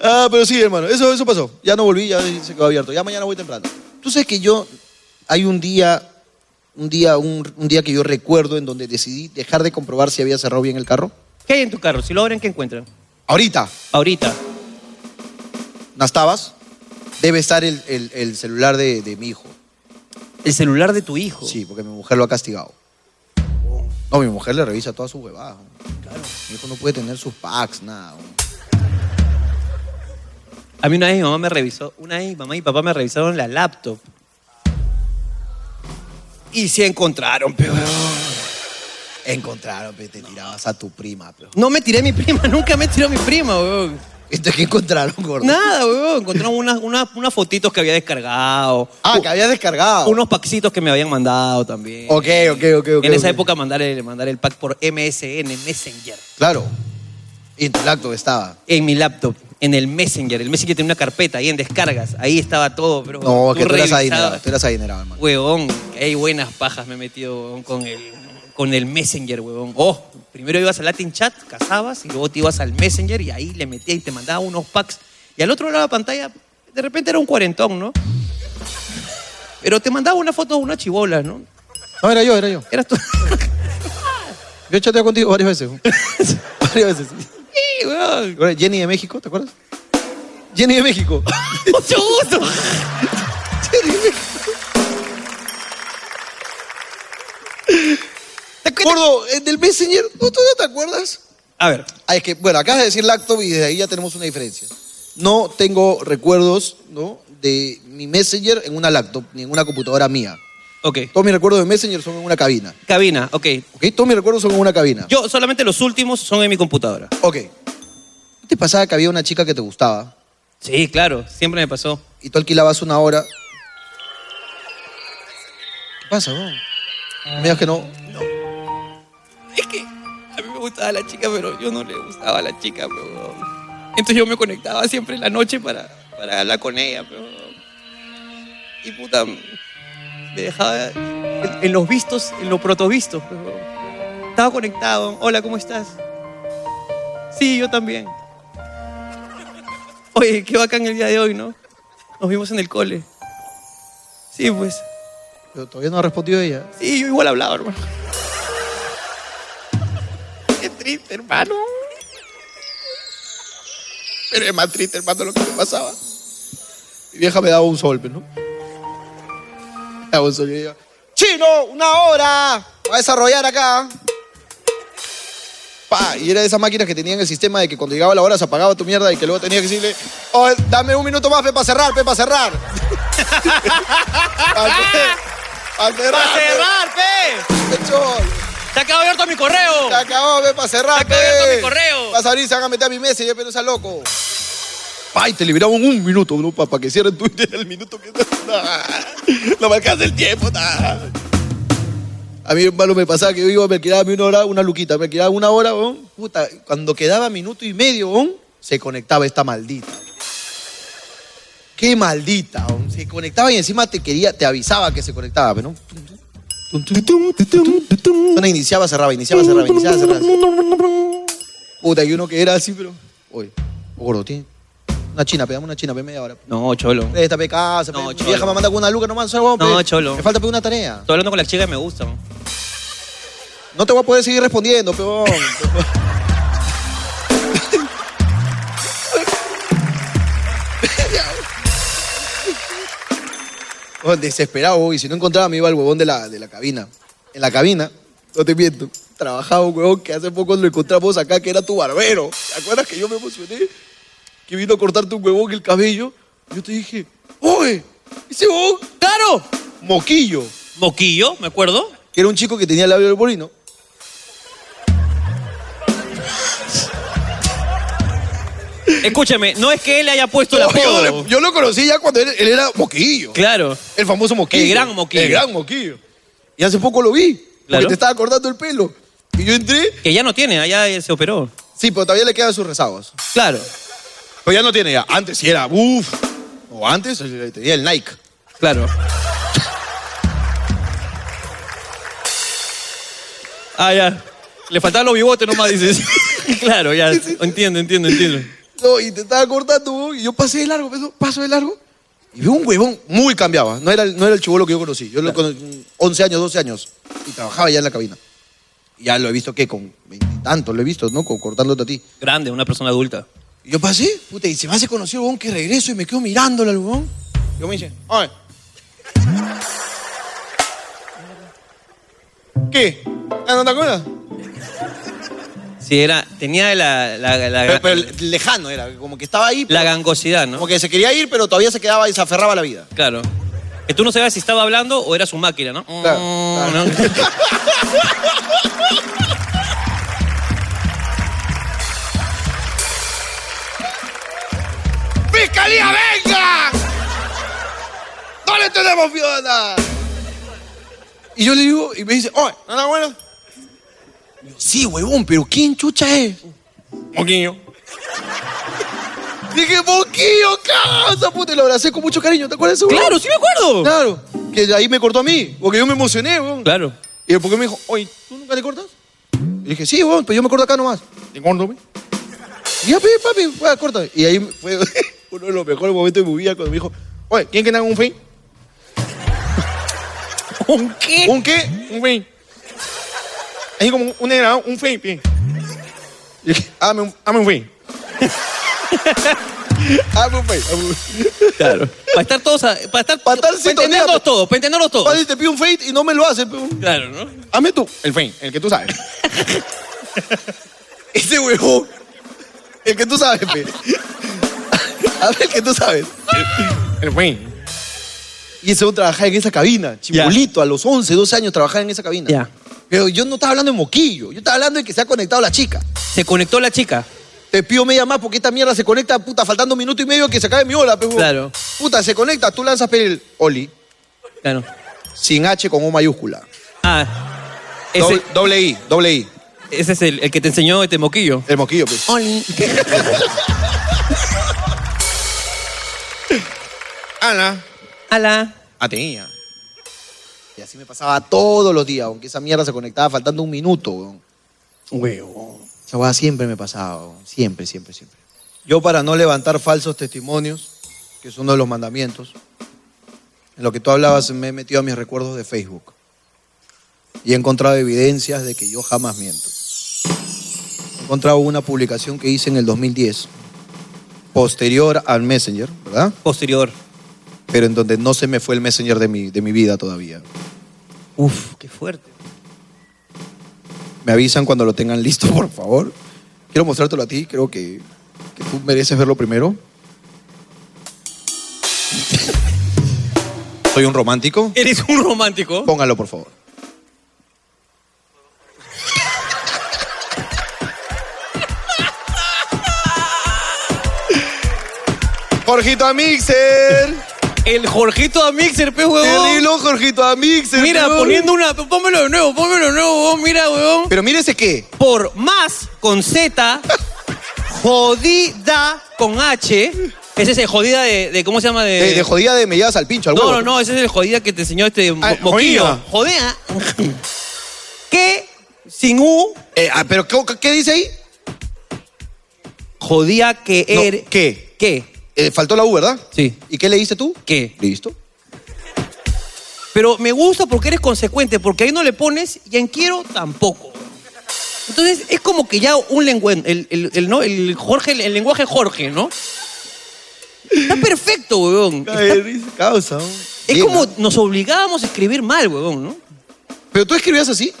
[SPEAKER 10] ah, pero sí, hermano. Eso, eso pasó.
[SPEAKER 2] Ya no volví, ya se quedó abierto. Ya mañana voy temprano. Tú sabes que yo, hay un día, un día, un, un día que yo recuerdo en donde decidí dejar de comprobar si había cerrado bien el carro.
[SPEAKER 1] ¿Qué hay en tu carro? Si lo abren, ¿qué encuentran?
[SPEAKER 2] Ahorita,
[SPEAKER 1] Ahorita.
[SPEAKER 2] las tabas, debe estar el, el- el celular de, de mi hijo.
[SPEAKER 1] El celular de tu hijo.
[SPEAKER 2] Sí, porque mi mujer lo ha castigado. No, mi mujer le revisa todas sus huevadas. ¿no? Mi hijo no puede tener sus packs, nada. ¿no?
[SPEAKER 1] A mí una vez mi mamá me revisó, una vez mi mamá y papá me revisaron la laptop. Y se encontraron, peor.
[SPEAKER 2] Encontraron, pe, te tirabas a tu prima, pero.
[SPEAKER 1] No me tiré a mi prima, nunca me tiró a mi prima, weón.
[SPEAKER 2] Entonces, ¿qué encontraron, gordo?
[SPEAKER 1] Nada, weón. Encontraron unas, unas, unas fotitos que había descargado.
[SPEAKER 2] Ah, que habías descargado.
[SPEAKER 1] Uh, Unos packsitos que me habían mandado también.
[SPEAKER 2] Ok, ok, ok, ok.
[SPEAKER 1] en esa
[SPEAKER 2] ok.
[SPEAKER 1] época mandar el, mandar el pack por MSN, Messenger.
[SPEAKER 2] Claro. Y en tu laptop estaba.
[SPEAKER 1] En mi laptop, en el Messenger. El Messenger tenía una carpeta ahí en descargas. Ahí estaba todo, pero.
[SPEAKER 2] No, que tú eras
[SPEAKER 1] revisabas.
[SPEAKER 2] adinerado, tú eras adinerado, hermano.
[SPEAKER 1] Huevón, que hay buenas pajas me he metido huevón, con el, con el Messenger, huevón. Oh, primero ibas al Latin Chat, cazabas y luego te ibas al Messenger y ahí le metías y te mandaba unos packs. Y al otro lado de la pantalla, de repente era un cuarentón, ¿no? Pero te mandaba una foto de una chibola, ¿no?
[SPEAKER 2] No, era yo, era yo.
[SPEAKER 1] Eras tú.
[SPEAKER 2] Yo chateé contigo varias veces. varias veces.
[SPEAKER 1] Sí, huevón.
[SPEAKER 2] Ahora, Jenny de México, ¿te acuerdas? Jenny de México.
[SPEAKER 1] Mucho gusto.
[SPEAKER 2] Gordo, eh, del Messenger, ¿no, ¿tú no te acuerdas?
[SPEAKER 1] A ver,
[SPEAKER 2] Ah, es que, bueno, acabas de decir laptop y desde ahí ya tenemos una diferencia. No tengo recuerdos, ¿no? De mi Messenger en una laptop ni en una computadora mía.
[SPEAKER 1] Ok.
[SPEAKER 2] Todos mis recuerdos de Messenger son en una cabina.
[SPEAKER 1] Cabina, ok.
[SPEAKER 2] ¿Ok? Todos mis recuerdos son en una cabina.
[SPEAKER 1] Yo solamente los últimos son en mi computadora.
[SPEAKER 2] Ok. ¿No te pasaba que había una chica que te gustaba
[SPEAKER 1] Sí, claro, siempre me pasó.
[SPEAKER 2] y tú alquilabas una hora? ¿Qué pasa, vos? Me digas que no.
[SPEAKER 1] Es que a mí me gustaba la chica, pero yo no le gustaba a la chica, pero, weón. Entonces yo me conectaba siempre en la noche para, para hablar con ella, pero, weón. Y puta, me dejaba en, en los vistos, en los protovistos, pero, weón. Estaba conectado. Hola, ¿cómo estás? Sí, yo también. Oye, qué bacán el día de hoy, ¿no? Nos vimos en el cole. Sí, pues.
[SPEAKER 2] Pero todavía no ha respondido ella.
[SPEAKER 1] Sí, yo igual hablaba, hermano. Qué triste, hermano.
[SPEAKER 2] Pero es más triste, hermano, lo que me pasaba. Mi vieja me daba un sol, pues, ¿no? Me daba un sol y yo, ¡Chino, una hora! Va a desarrollar acá. Pa, y era de esas máquinas que tenían el sistema de que cuando llegaba la hora se apagaba tu mierda y que luego tenía que decirle, oh, dame un minuto más, pe, para cerrar, pe, para cerrar. para cerrar,
[SPEAKER 1] ¡Para
[SPEAKER 2] cerrar,
[SPEAKER 1] cerrar, pe!
[SPEAKER 2] pe, cholo.
[SPEAKER 1] ¡Te acabo abierto mi correo!
[SPEAKER 2] Se acabó, ve, para cerrar.
[SPEAKER 1] Está abierto
[SPEAKER 2] pe.
[SPEAKER 1] mi correo.
[SPEAKER 2] Vas a abrir, se van a meter a mi mesa y pero esa loco. Pa, y te liberaban un minuto, bro, para que cierren Twitter el minuto que no. No me alcanza el tiempo, nah. A mí, hermano, me pasaba que yo iba, me alquilaba mi una hora, una luquita, me alquilaba una hora, weón. Puta, cuando quedaba minuto y medio, weón, se conectaba esta maldita. Qué maldita, weón. Se conectaba y encima te quería, te avisaba que se conectaba, pero no. Una iniciaba, cerraba, iniciaba, cerraba, iniciaba, cerraba. Puta, y uno que era así, pero. Oye, gordo, tiene. Una china, pegamos una china, pe media hora.
[SPEAKER 1] No, cholo.
[SPEAKER 2] Esta pe casa, pe.
[SPEAKER 1] No,
[SPEAKER 2] Mi
[SPEAKER 1] cholo.
[SPEAKER 2] vieja me manda con una luca nomás, solo, pe.
[SPEAKER 1] No, cholo.
[SPEAKER 2] Me falta pe una tarea.
[SPEAKER 1] Estoy hablando con la chica y me gusta. man.
[SPEAKER 2] No te voy a poder seguir respondiendo, peón. Oh, Desesperado, güey. Si no encontraba, me iba al huevón de la, de la cabina. En la cabina, no te miento, trabajaba un huevón que hace poco lo encontramos acá, que era tu barbero. ¿Te acuerdas que yo me emocioné? Que vino a cortarte un huevón el cabello. Yo te dije, ¡Oye! ¡Ese huevón! ¡Claro! Moquillo.
[SPEAKER 1] Moquillo, ¿me acuerdo?
[SPEAKER 2] Que era un chico que tenía el labio borino.
[SPEAKER 1] Escúchame, no es que él le haya puesto el
[SPEAKER 2] yo,
[SPEAKER 1] apodo.
[SPEAKER 2] le- yo lo conocí ya cuando él, él era moquillo.
[SPEAKER 1] Claro.
[SPEAKER 2] El famoso moquillo.
[SPEAKER 1] El gran moquillo.
[SPEAKER 2] El gran moquillo. Y hace poco lo vi. Porque
[SPEAKER 1] Claro.
[SPEAKER 2] te estaba cortando el pelo. Y yo entré.
[SPEAKER 1] Que ya no tiene, allá eh, se operó.
[SPEAKER 2] Sí, pero todavía le quedan sus rezagos.
[SPEAKER 1] Claro,
[SPEAKER 2] Pero ya no tiene ya. Antes sí era. Uf. O antes eh, tenía el Nike.
[SPEAKER 1] claro. Ah, ya. Le faltaban los bigotes nomás, dices. claro, ya. Entiendo, entiendo, entiendo.
[SPEAKER 2] No, y te estaba cortando. huevón, Y yo pasé de largo, paso- paso de largo. Y veo un huevón muy cambiaba. No era, el- no era el chivolo que yo conocí. Yo lo conocí 11 años, 12 años. Y trabajaba ya en la cabina. Y ya lo he visto que con veintitantos lo he visto, ¿no? Con, cortándote a ti.
[SPEAKER 1] Grande, una persona adulta.
[SPEAKER 2] Y yo pasé, puta, y se me hace conocido el huevón que regreso y me quedo mirándolo al huevón. Yo me dice, oye. ¿Qué? ¿Ah, ¿No te acuerdas?
[SPEAKER 1] Sí, era, tenía la, la, la,
[SPEAKER 2] Pero, pero lejano era, como que estaba ahí,
[SPEAKER 1] la gangosidad, ¿no?
[SPEAKER 2] como que se quería ir, pero todavía se quedaba y se aferraba a la vida.
[SPEAKER 1] Claro. Que tú no sabías si estaba hablando o era su máquina, ¿no?
[SPEAKER 2] Claro, claro.
[SPEAKER 1] Mm, ¿no?
[SPEAKER 2] ¡Fiscalía, venga! ¡No le tenemos Fiona! Y yo le digo, y me dice, oye, ¿no está bueno? Y yo, sí, huevón, pero ¿quién chucha es?
[SPEAKER 11] Moquillo.
[SPEAKER 2] Dije, Moquillo, casa, puta, y lo abracé con mucho cariño, ¿te acuerdas de eso?
[SPEAKER 1] Claro, sí me acuerdo.
[SPEAKER 2] Claro, que de ahí me cortó a mí, porque yo me emocioné, weón.
[SPEAKER 1] Claro.
[SPEAKER 2] Y el porque me dijo, oye, ¿tú nunca te cortas? Y dije, sí, weón, pero yo me corto acá nomás. ¿Te corto, pe? Y ya, pe, papi, weón, corta. Y ahí fue uno de los mejores momentos de mi vida cuando me dijo, oye, ¿quién que haga un fin?
[SPEAKER 1] ¿Con qué?
[SPEAKER 2] ¿Un qué? Un fin. Así como un negrado, un fin, bien. Y dije, Hazme un, hazme un fin. hazme un fin, hazme un fin.
[SPEAKER 1] Claro. Para estar todos. a- para estar.
[SPEAKER 2] Para estar sintonía,
[SPEAKER 1] entendernos
[SPEAKER 2] pero-
[SPEAKER 1] todos, para entendernos todos.
[SPEAKER 2] Padre, te pido un fate y no me lo haces, pe.
[SPEAKER 1] Claro, ¿no?
[SPEAKER 2] Hazme tú. El fin, el que tú sabes. Ese huevón. El que tú sabes, pe. Hazme el que tú sabes. El, fin. Y ese trabajaba en esa cabina, chibulito, a los 11, 12 años trabajaba en esa cabina.
[SPEAKER 1] Ya.
[SPEAKER 2] Pero yo no estaba hablando de moquillo, yo estaba hablando de que se ha conectado la chica.
[SPEAKER 1] ¿Se conectó la chica?
[SPEAKER 2] Te pido media más porque esta mierda se conecta, puta, faltando un minuto y medio que se acabe mi ola, pero
[SPEAKER 1] Claro.
[SPEAKER 2] Puta, se conecta, tú lanzas pe, el Oli,
[SPEAKER 1] Claro.
[SPEAKER 2] sin H con O mayúscula.
[SPEAKER 1] Ah,
[SPEAKER 2] Doble,
[SPEAKER 1] ese,
[SPEAKER 2] doble I, doble I.
[SPEAKER 1] ese es el, el que te enseñó este moquillo.
[SPEAKER 2] El moquillo, pues. Ana.
[SPEAKER 1] Ala.
[SPEAKER 2] Atenía. Y así me Ah, pasaba todos los días, aunque esa mierda se conectaba faltando un minuto, weón.
[SPEAKER 1] Huevo.
[SPEAKER 2] Esa weá siempre me pasaba, weón. Siempre, siempre, siempre. Yo para no levantar falsos testimonios, que es uno de los mandamientos, en lo que tú hablabas me he metido a mis recuerdos de Facebook. Y he encontrado evidencias de que yo jamás miento. He encontrado una publicación que hice en el 2010, posterior al Messenger, ¿verdad?
[SPEAKER 1] Posterior.
[SPEAKER 2] Pero en donde no se me fue el Messenger de mi, de mi vida todavía.
[SPEAKER 1] Uf, qué fuerte.
[SPEAKER 2] Me avisan cuando lo tengan listo, por favor. Quiero mostrártelo a ti, creo que, que tú mereces verlo primero. Soy un romántico.
[SPEAKER 1] Eres un romántico.
[SPEAKER 2] Póngalo, por favor. Jorgito Amixer.
[SPEAKER 1] El Jorgito a Mixer, pe, huevón.
[SPEAKER 2] Terrible Jorgito Amixer.
[SPEAKER 1] Mira,
[SPEAKER 2] huevón.
[SPEAKER 1] poniendo una. Pónmelo de nuevo, pónmelo de nuevo, huevón. Mira, huevón.
[SPEAKER 2] Pero mira ese qué.
[SPEAKER 1] Por más con Z, jodida con H. Ese es el jodida de. de- ¿Cómo se llama? De,
[SPEAKER 2] De, de jodida de me llevas al pincho, al
[SPEAKER 1] Eh, No,
[SPEAKER 2] huevo.
[SPEAKER 1] no, no, ese es el jodida que te enseñó este mo-
[SPEAKER 2] Ah,
[SPEAKER 1] moquillo. Jodida. Que sin U,
[SPEAKER 2] Eh, ah, pero ¿qué, qué dice ahí?
[SPEAKER 1] jodida que er-,
[SPEAKER 2] No,
[SPEAKER 1] eres.
[SPEAKER 2] ¿Qué?
[SPEAKER 1] ¿Qué?
[SPEAKER 2] Eh, faltó la U, ¿verdad?
[SPEAKER 1] Sí.
[SPEAKER 2] ¿Y qué le diste tú?
[SPEAKER 1] ¿Qué?
[SPEAKER 2] Listo.
[SPEAKER 1] Pero me gusta porque eres consecuente, porque ahí no le pones y en quiero tampoco. Entonces es como que ya un lenguaje, el, el- el- ¿no? el Jorge, el lenguaje Jorge, ¿no? Está perfecto, weón.
[SPEAKER 2] Causa.
[SPEAKER 1] Es como nos obligábamos a escribir mal, weón, ¿no?
[SPEAKER 2] Pero tú escribías así.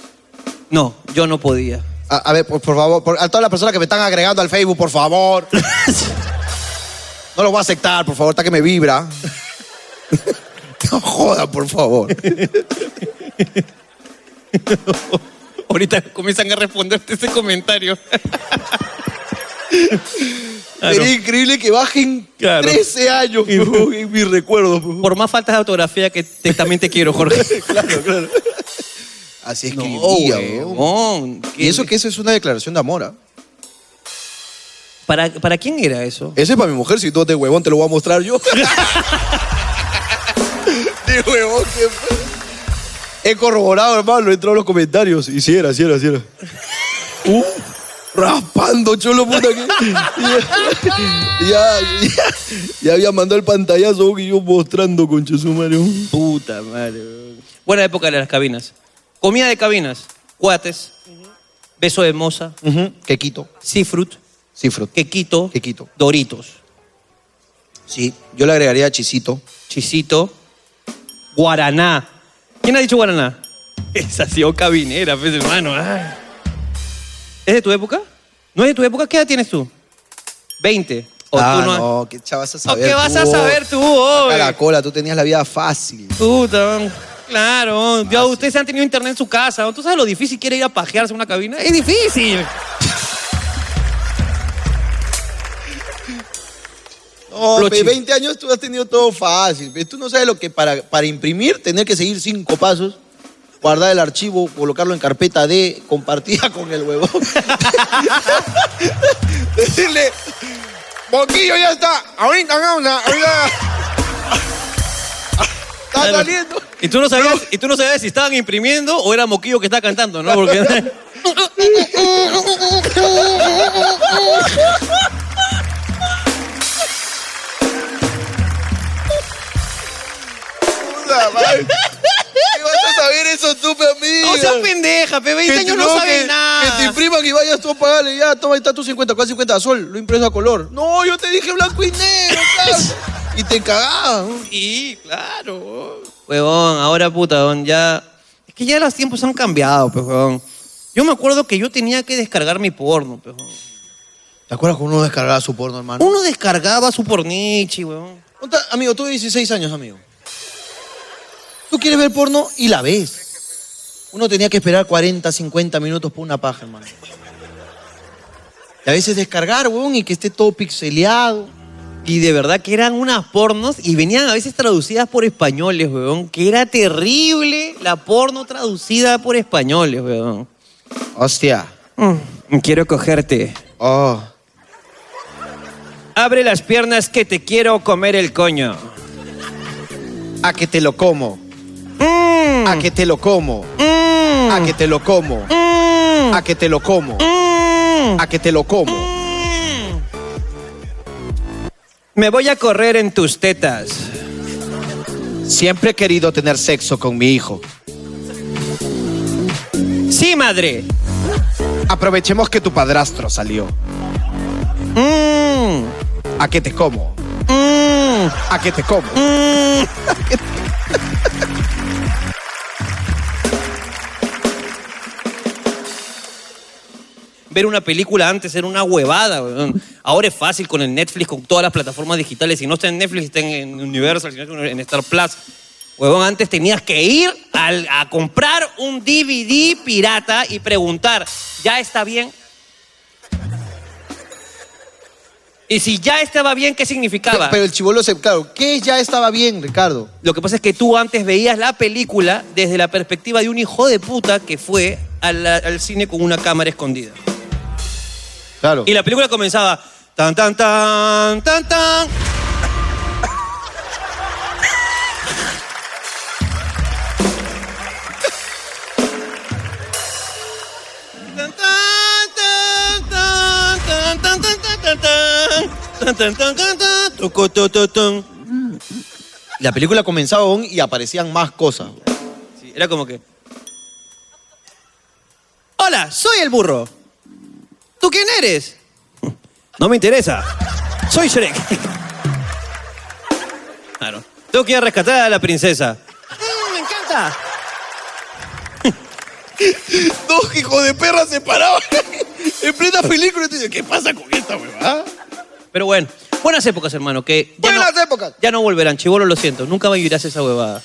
[SPEAKER 1] No, yo no podía.
[SPEAKER 2] A, a ver, por, por favor, por- a todas las personas que me están agregando al Facebook, por favor. No lo voy a aceptar, por favor, está que me vibra. No jodan, por favor.
[SPEAKER 1] Ahorita comienzan a responderte ese comentario. Claro.
[SPEAKER 2] Sería increíble que bajen
[SPEAKER 1] Claro.
[SPEAKER 2] 13 años huevón, en mis recuerdos. huevón.
[SPEAKER 1] Por más faltas de autografía que te- también te quiero, Jorge.
[SPEAKER 2] Así
[SPEAKER 1] No,
[SPEAKER 2] escribía, huevón. Oh,
[SPEAKER 1] weón.
[SPEAKER 2] Y eso que eso es una declaración de amor. ¿ah?
[SPEAKER 1] ¿Para, ¿Para quién era eso?
[SPEAKER 2] Ese es para mi mujer, si tú de huevón te lo voy a mostrar yo. de huevón, qué fe- He corroborado, hermano, he entrado en los comentarios. Y si era, si era, si era. Uh, raspando, cholo puta que. Y ya, y ya, ya había mandado el pantallazo que yo mostrando, concha su madre.
[SPEAKER 1] Puta madre. weón. Buena época de las cabinas. Comida de cabinas. Cuates. Beso de moza.
[SPEAKER 2] Quequito,
[SPEAKER 1] Seafruit.
[SPEAKER 2] cifro.
[SPEAKER 1] Quequito.
[SPEAKER 2] Quequito.
[SPEAKER 1] Doritos.
[SPEAKER 2] Sí, yo le agregaría chisito.
[SPEAKER 1] Chisito. Guaraná. ¿Quién ha dicho Guaraná? Esa ha sido cabinera, pues, hermano. ay. ¿Es de tu época? ¿No es de tu época? ¿Qué edad tienes tú? 20. ¿O
[SPEAKER 2] ah,
[SPEAKER 1] tú no, has-
[SPEAKER 2] no, ¿qué cha- vas a
[SPEAKER 1] ¿O
[SPEAKER 2] saber?
[SPEAKER 1] qué vas a
[SPEAKER 2] tú?
[SPEAKER 1] saber tú, hoy?
[SPEAKER 2] Caracola, tú tenías la vida fácil.
[SPEAKER 1] Puta, man. claro. Dios, ustedes han tenido internet en su casa. ¿no? ¿Tú sabes lo difícil que era ir a pajearse en una cabina? ¡Es difícil!
[SPEAKER 2] No,
[SPEAKER 1] Lo
[SPEAKER 2] pe,
[SPEAKER 1] chi-
[SPEAKER 2] 20 años tú has tenido todo fácil. pe. Tú no sabes lo que para, para imprimir tener que seguir cinco pasos, guardar el archivo, colocarlo en carpeta D, compartida con el huevón. Decirle, Boquillo ya está, ahorita una, ahorita. está
[SPEAKER 1] Claro.
[SPEAKER 2] saliendo.
[SPEAKER 1] Y tú no sabías, y tú no sabías si estaban imprimiendo o era Moquillo que estaba cantando, ¿no? Porque
[SPEAKER 2] Puta madre. ¿Qué vas a saber eso tú, mi amigo?
[SPEAKER 1] no seas pendeja, pe, 20 años no saben
[SPEAKER 2] Que te
[SPEAKER 1] nada.
[SPEAKER 2] impriman y vayas tú a pagarle, ya, toma, ahí está tu 50, ¿cuál 50 a sol? Lo impreso a color. No, yo te dije blanco y negro, claro. Y te cagabas.
[SPEAKER 1] Sí, claro. Huevón, ahora puta, huevón, ya. Es que ya los tiempos han cambiado, pues, huevón. Yo me acuerdo que yo tenía que descargar mi porno, pues, huevón.
[SPEAKER 2] ¿Te acuerdas cuando uno descargaba su porno, hermano?
[SPEAKER 1] Uno descargaba su pornichi, huevón.
[SPEAKER 2] Amigo, tuve 16 años, amigo. Tú quieres ver porno y la ves. Uno tenía que esperar 40, 50 minutos por una paja, hermano. Y a veces descargar, weón, y que esté todo pixeleado.
[SPEAKER 1] Y de verdad que eran unas pornos y venían a veces traducidas por españoles, weón. Que era terrible la porno traducida por españoles, weón.
[SPEAKER 2] Hostia.
[SPEAKER 1] Mm, Quiero cogerte.
[SPEAKER 2] Oh.
[SPEAKER 1] Abre las piernas que te quiero comer el coño.
[SPEAKER 12] A que te lo como.
[SPEAKER 1] Mm.
[SPEAKER 12] A que te lo como. A que te lo como. A que te lo como.
[SPEAKER 1] Mm,
[SPEAKER 12] A que te lo como.
[SPEAKER 1] Me voy a correr en tus tetas.
[SPEAKER 12] Siempre he querido tener sexo con mi hijo.
[SPEAKER 1] Sí, madre.
[SPEAKER 12] Aprovechemos que tu padrastro salió.
[SPEAKER 1] Mm,
[SPEAKER 12] A que te como.
[SPEAKER 1] mm,
[SPEAKER 12] A que te como.
[SPEAKER 1] mm. Ver una película antes era una huevada. weón. Ahora es fácil con el Netflix, con todas las plataformas digitales. Si no está en Netflix, está en- en Universal, si no está en Star Plus. Huevón, antes tenías que ir al- a comprar un DVD pirata y preguntar, ¿ya está bien? Y si ya estaba bien, ¿qué significaba?
[SPEAKER 2] Pero el chivolo se. Claro, que ya estaba bien, Ricardo.
[SPEAKER 1] Lo que pasa es que tú antes veías la película desde la perspectiva de un hijo de puta que fue a la- al cine con una cámara escondida.
[SPEAKER 2] Claro.
[SPEAKER 1] Y la película comenzaba tan tan tan tan tan. Tan, tan, tan, tan, tan, tan, tan, tan, tan, tan, tan, tan, tan, tan, tucu, tu, tu, tun.
[SPEAKER 2] Mm. La película comenzaba aún y aparecían más cosas.
[SPEAKER 1] Sí, Era como que. Hola, soy el burro. ¿Tú quién eres? No me interesa. Soy Shrek. Claro. Tengo que ir a rescatar a la princesa. Mm, ¡Me encanta!
[SPEAKER 2] Dos hijos de perra se paraban en plena película y te dices, ¿qué pasa con esta huevada?
[SPEAKER 1] Pero bueno, buenas épocas, hermano. Que ya no-
[SPEAKER 2] Buenas épocas.
[SPEAKER 1] Ya no volverán, chivolo, lo siento. Nunca vivirás esa huevada.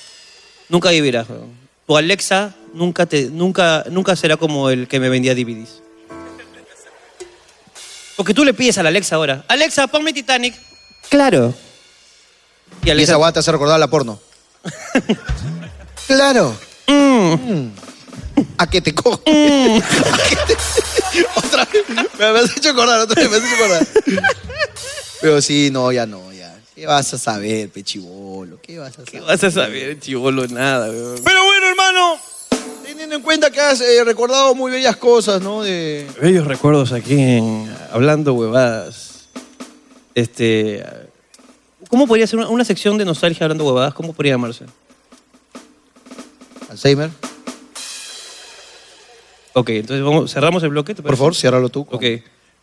[SPEAKER 1] Nunca vivirás, weón. Tu Alexa nunca, te, nunca, nunca será como el que me vendía DVDs. Porque tú le pides a la Alexa ahora, Alexa, ponme Titanic. Claro. Y
[SPEAKER 2] Y esa
[SPEAKER 1] Alexa,
[SPEAKER 2] guata se recordaba la porno. claro. Mm. A que te cojo. Mm. A que te- otra vez. Me, me has hecho acordar, otra vez me has hecho acordar. Pero sí, no, ya no, ya. ¿Qué vas a saber, pechibolo? ¿Qué vas a saber?
[SPEAKER 1] ¿qué vas a saber, chivolo? Nada, weón.
[SPEAKER 2] Pero bueno, hermano, teniendo en cuenta que has eh, recordado muy bellas cosas, ¿no? De...
[SPEAKER 1] Bellos recuerdos aquí en Hablando Huevadas. Este. ¿Cómo podría ser una, una sección de nostalgia hablando huevadas? ¿Cómo podría llamarse?
[SPEAKER 2] Alzheimer.
[SPEAKER 1] Ok, entonces vamos, cerramos el bloque. ¿te
[SPEAKER 2] Por
[SPEAKER 1] parece?
[SPEAKER 2] favor, ciérralo tú.
[SPEAKER 1] Ok.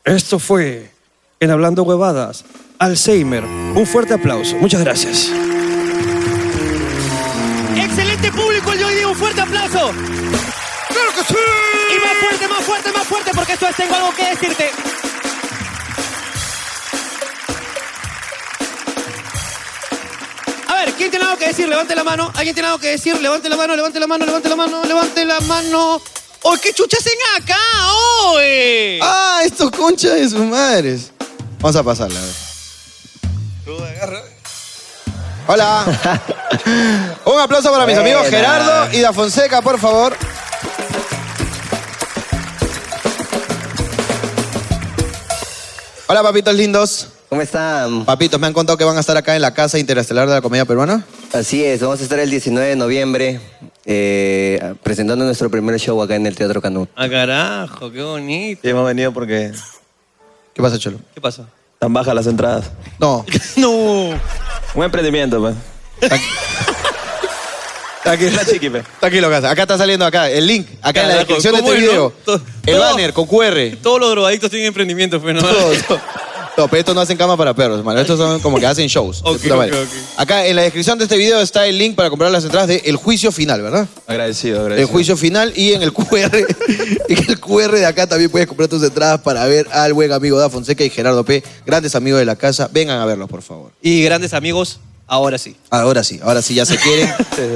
[SPEAKER 1] Esto fue en Hablando Huevadas, Alzheimer. Un fuerte aplauso. Muchas gracias. ¡Excelente público el de hoy día! ¡Un fuerte aplauso!
[SPEAKER 2] ¡Claro que sí!
[SPEAKER 1] Y más fuerte, más fuerte, más fuerte, porque esto es Tengo Algo Que Decirte. A ver, ¿quién tiene algo que decir? Levante la mano. ¿Alguien tiene algo que decir? Levante la mano, levante la mano, levante la mano, levante la mano. ¡Oh, qué chuchas hacen acá! ¡Oye!
[SPEAKER 2] ¡Ah, estos conchas de sus madres! Vamos a pasarla, a ver. Hola. Un aplauso para mis amigos Gerardo y Da Fonseca, por favor. Hola, papitos lindos.
[SPEAKER 13] ¿Cómo están?
[SPEAKER 2] Papitos, me han contado que van a estar acá en la Casa Interestelar de la Comedia Peruana.
[SPEAKER 13] Así es, vamos a estar el 19 de noviembre eh, presentando nuestro primer show acá en el Teatro Canut.
[SPEAKER 1] ¡Ah, carajo! ¡Qué bonito!
[SPEAKER 14] hemos venido porque
[SPEAKER 2] ¿Qué pasa, Cholo?
[SPEAKER 1] ¿Qué pasa?
[SPEAKER 14] están bajas las entradas.
[SPEAKER 2] No,
[SPEAKER 1] ¡No!
[SPEAKER 14] Un emprendimiento, pues.
[SPEAKER 2] tranquilo.
[SPEAKER 14] La chiqui, pues.
[SPEAKER 2] Tranquilo, casa. Acá está saliendo acá el link, acá en la
[SPEAKER 1] Carajo,
[SPEAKER 2] descripción de
[SPEAKER 1] ¿cómo
[SPEAKER 2] este
[SPEAKER 1] es, no?
[SPEAKER 2] video.
[SPEAKER 1] To-
[SPEAKER 2] El
[SPEAKER 1] todo.
[SPEAKER 2] banner con QR.
[SPEAKER 1] Todos los drogadictos tienen emprendimientos, pero no.
[SPEAKER 2] Todo, todo. No, pero estos no hacen cama para perros, hermano. Estos son como que hacen shows. de
[SPEAKER 1] Ok,
[SPEAKER 2] puta madre.
[SPEAKER 1] ok, ok.
[SPEAKER 2] Acá en la descripción de este video está el link para comprar las entradas de El Juicio Final, ¿verdad?
[SPEAKER 14] Agradecido,
[SPEAKER 2] El
[SPEAKER 14] agradecido.
[SPEAKER 2] Juicio Final y en el QR. en el QR de acá también puedes comprar tus entradas para ver al buen amigo Da Fonseca y Gerardo P. Grandes amigos de la casa. Vengan a verlos, por favor.
[SPEAKER 1] Y grandes amigos Ahora sí.
[SPEAKER 12] Ahora sí, ahora sí ya se quieren,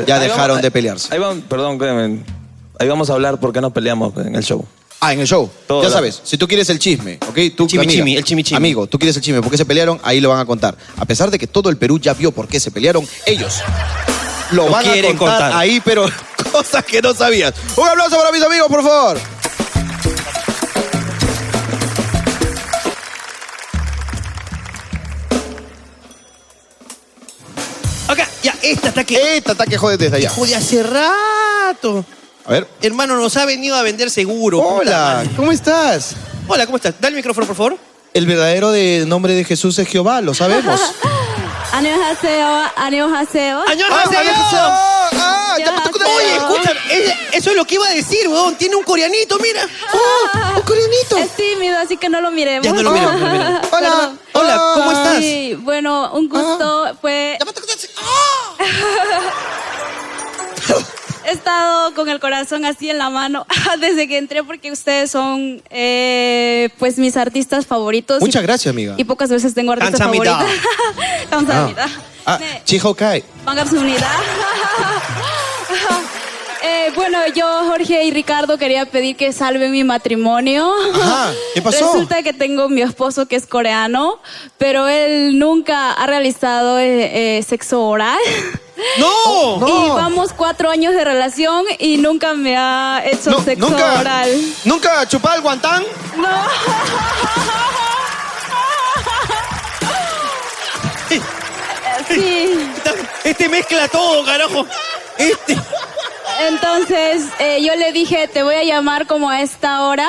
[SPEAKER 12] ya
[SPEAKER 14] Ahí
[SPEAKER 12] dejaron
[SPEAKER 14] vamos-
[SPEAKER 12] de pelearse.
[SPEAKER 14] Ahí vamos, perdón, créeme. Ahí vamos a hablar por qué nos peleamos pues, en el show.
[SPEAKER 12] Ah, en el show.
[SPEAKER 14] Todo
[SPEAKER 12] ya
[SPEAKER 14] la-
[SPEAKER 12] sabes, si tú quieres el chisme, ¿ok? Tú,
[SPEAKER 14] Chimi,
[SPEAKER 12] amiga,
[SPEAKER 14] chimi, el chimi, chimi.
[SPEAKER 12] Amigo, tú quieres el chisme, ¿por qué se pelearon? Ahí lo van a contar. A pesar de que todo el Perú ya vio por qué se pelearon, ellos lo,
[SPEAKER 2] Lo
[SPEAKER 12] van a
[SPEAKER 2] quieren
[SPEAKER 12] contar,
[SPEAKER 2] contar.
[SPEAKER 12] ahí, pero cosas que no sabías. Un aplauso para mis amigos, por favor.
[SPEAKER 1] Acá, ya, esta ataque.
[SPEAKER 12] Esta Este ataque, jode desde allá.
[SPEAKER 1] Jode hace rato.
[SPEAKER 12] A ver.
[SPEAKER 1] Hermano, nos ha venido a vender seguro.
[SPEAKER 12] Hola, ¿cómo estás?
[SPEAKER 1] Hola, ¿cómo estás? Da el micrófono, por favor.
[SPEAKER 12] El verdadero de nombre de Jesús es Jehová, lo sabemos.
[SPEAKER 15] 안녕하세요. 안녕하세요.
[SPEAKER 1] 안녕하세요.
[SPEAKER 12] ¡Ah!
[SPEAKER 1] Oye, escúchame, es- eso es lo que iba a decir, weón. Tiene un coreanito, mira.
[SPEAKER 15] ¡Oh! ¡Un coreanito! Es tímido, así que no lo miremos.
[SPEAKER 1] Ya no lo miro, no lo miro.
[SPEAKER 15] Hola,
[SPEAKER 1] hola, ¿cómo estás? Ah.
[SPEAKER 15] Sí, bueno, un gusto. Fue. He estado con el corazón así en la mano desde que entré porque ustedes son eh, pues mis artistas favoritos.
[SPEAKER 12] Muchas
[SPEAKER 15] Y-
[SPEAKER 12] gracias, amiga.
[SPEAKER 15] Y pocas veces tengo artistas
[SPEAKER 12] 감사합니다.
[SPEAKER 15] favoritos. 감사합니다.
[SPEAKER 12] Ah, Chijo Kai.
[SPEAKER 15] 반갑습니다. Eh, bueno, yo, Jorge y Ricardo, quería pedir que salven mi matrimonio.
[SPEAKER 12] ¿qué pasó?
[SPEAKER 15] Resulta que tengo mi esposo que es coreano, pero él nunca ha realizado eh, eh, sexo oral.
[SPEAKER 1] ¡No!
[SPEAKER 15] Y vamos cuatro años de relación y nunca me ha hecho
[SPEAKER 12] No,
[SPEAKER 15] sexo
[SPEAKER 12] nunca-
[SPEAKER 15] oral.
[SPEAKER 12] ¿Nunca chupaba el guantán?
[SPEAKER 15] No. Sí.
[SPEAKER 1] Este mezcla todo, carajo. Este.
[SPEAKER 15] Entonces eh, yo le dije, te voy a llamar como a esta hora.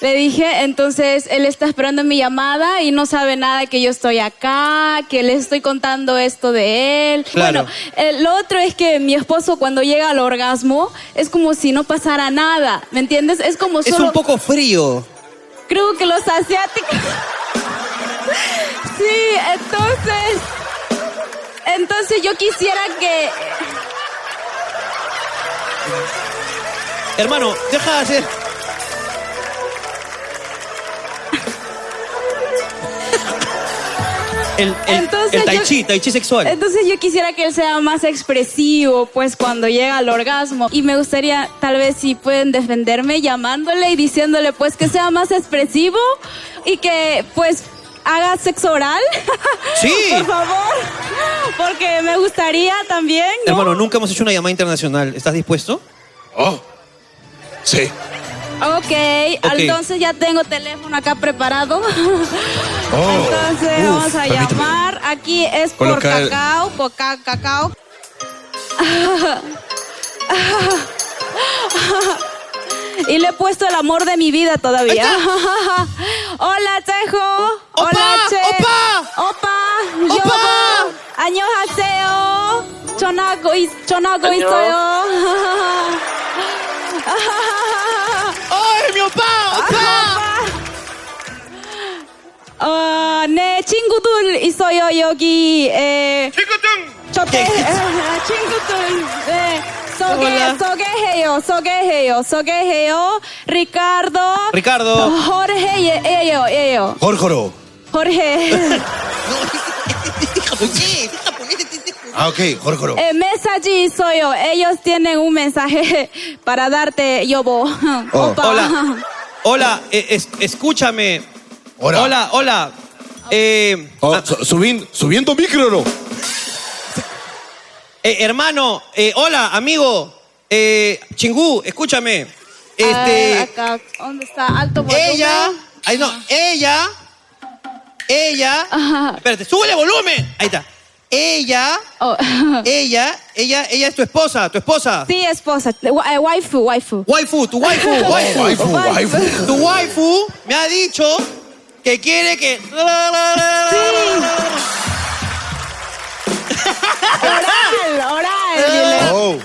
[SPEAKER 15] Le dije, entonces él está esperando mi llamada y no sabe nada que yo estoy acá, que le estoy contando esto de él.
[SPEAKER 16] Claro.
[SPEAKER 15] Bueno, eh, lo otro es que mi esposo cuando llega al orgasmo es como si no pasara nada, ¿me entiendes? Es como
[SPEAKER 1] Es
[SPEAKER 15] solo...
[SPEAKER 1] un poco frío.
[SPEAKER 15] Creo que los asiáticos... sí, entonces... Entonces yo quisiera que
[SPEAKER 1] Hermano, deja de hacer. El, el,
[SPEAKER 15] Entonces
[SPEAKER 1] el tai
[SPEAKER 15] yo-
[SPEAKER 1] chi, tai chi sexual.
[SPEAKER 15] Entonces yo quisiera que él sea más expresivo, pues cuando llega al orgasmo. Y me gustaría, tal vez, si pueden defenderme llamándole y diciéndole, pues que sea más expresivo y que, pues, haga sexo oral.
[SPEAKER 1] Sí.
[SPEAKER 15] Por favor. Porque me gustaría también. ¿no?
[SPEAKER 1] Hermano, nunca hemos hecho una llamada internacional. ¿Estás dispuesto? Oh. Sí.
[SPEAKER 15] ok, entonces ya tengo teléfono acá preparado. Entonces
[SPEAKER 16] Oh. Uf,
[SPEAKER 15] vamos a
[SPEAKER 16] permíteme.
[SPEAKER 15] llamar. Aquí es por
[SPEAKER 16] Coloca el-
[SPEAKER 15] cacao, por ca- cacao. Y le he puesto el amor de mi vida todavía. Hola, Tejo. Hola, Che. Opa. Opa. Opa. 안녕하세요. 전화하고 있- 전화하고
[SPEAKER 16] 안녕.
[SPEAKER 15] 있어요.
[SPEAKER 16] ¡Ay, mi opa! ¡Opa!
[SPEAKER 15] 어, Ah, 네, 친구들 있어요, 여기. 에, 친구들! 저기, 에, 친구들. 네, 소개,
[SPEAKER 16] 몰라.
[SPEAKER 15] 소개해요, 소개해요, 소개해요. 리카르도.
[SPEAKER 1] Ricardo.
[SPEAKER 15] 어, 호르헤, 예, 예요, 예요.
[SPEAKER 12] Jorjoro.
[SPEAKER 15] 호르헤.
[SPEAKER 12] Ah, ok, Jorjoro.
[SPEAKER 15] 에, 메시지 있어요. Ellos tienen un mensaje para darte, 여보.
[SPEAKER 1] Oh.
[SPEAKER 15] 오빠.
[SPEAKER 1] Hola. Hola, eh, es- escúchame.
[SPEAKER 12] Hola. Oh,
[SPEAKER 1] Hola, hola. Eh,
[SPEAKER 12] subin, subiendo micro, ¿no?
[SPEAKER 1] eh, hermano, eh, hola, amigo. Eh, chingú, escúchame. Este.
[SPEAKER 15] Ah, acá, ¿dónde está? Alto volumen. Ah.
[SPEAKER 1] Ella. Ay, no, ella. Ella. Espérate, súbele volumen. Ahí está. Ella.
[SPEAKER 15] Oh.
[SPEAKER 1] Ella, ella, ella es tu esposa, tu esposa.
[SPEAKER 15] Sí, esposa. Wa- eh, Waifu, waifu.
[SPEAKER 1] Waifu, tu waifu, waifu.
[SPEAKER 15] Waifu, waifu.
[SPEAKER 1] Tu waifu me ha dicho que quiere que.
[SPEAKER 15] Oral, oral. dile.
[SPEAKER 8] Oh.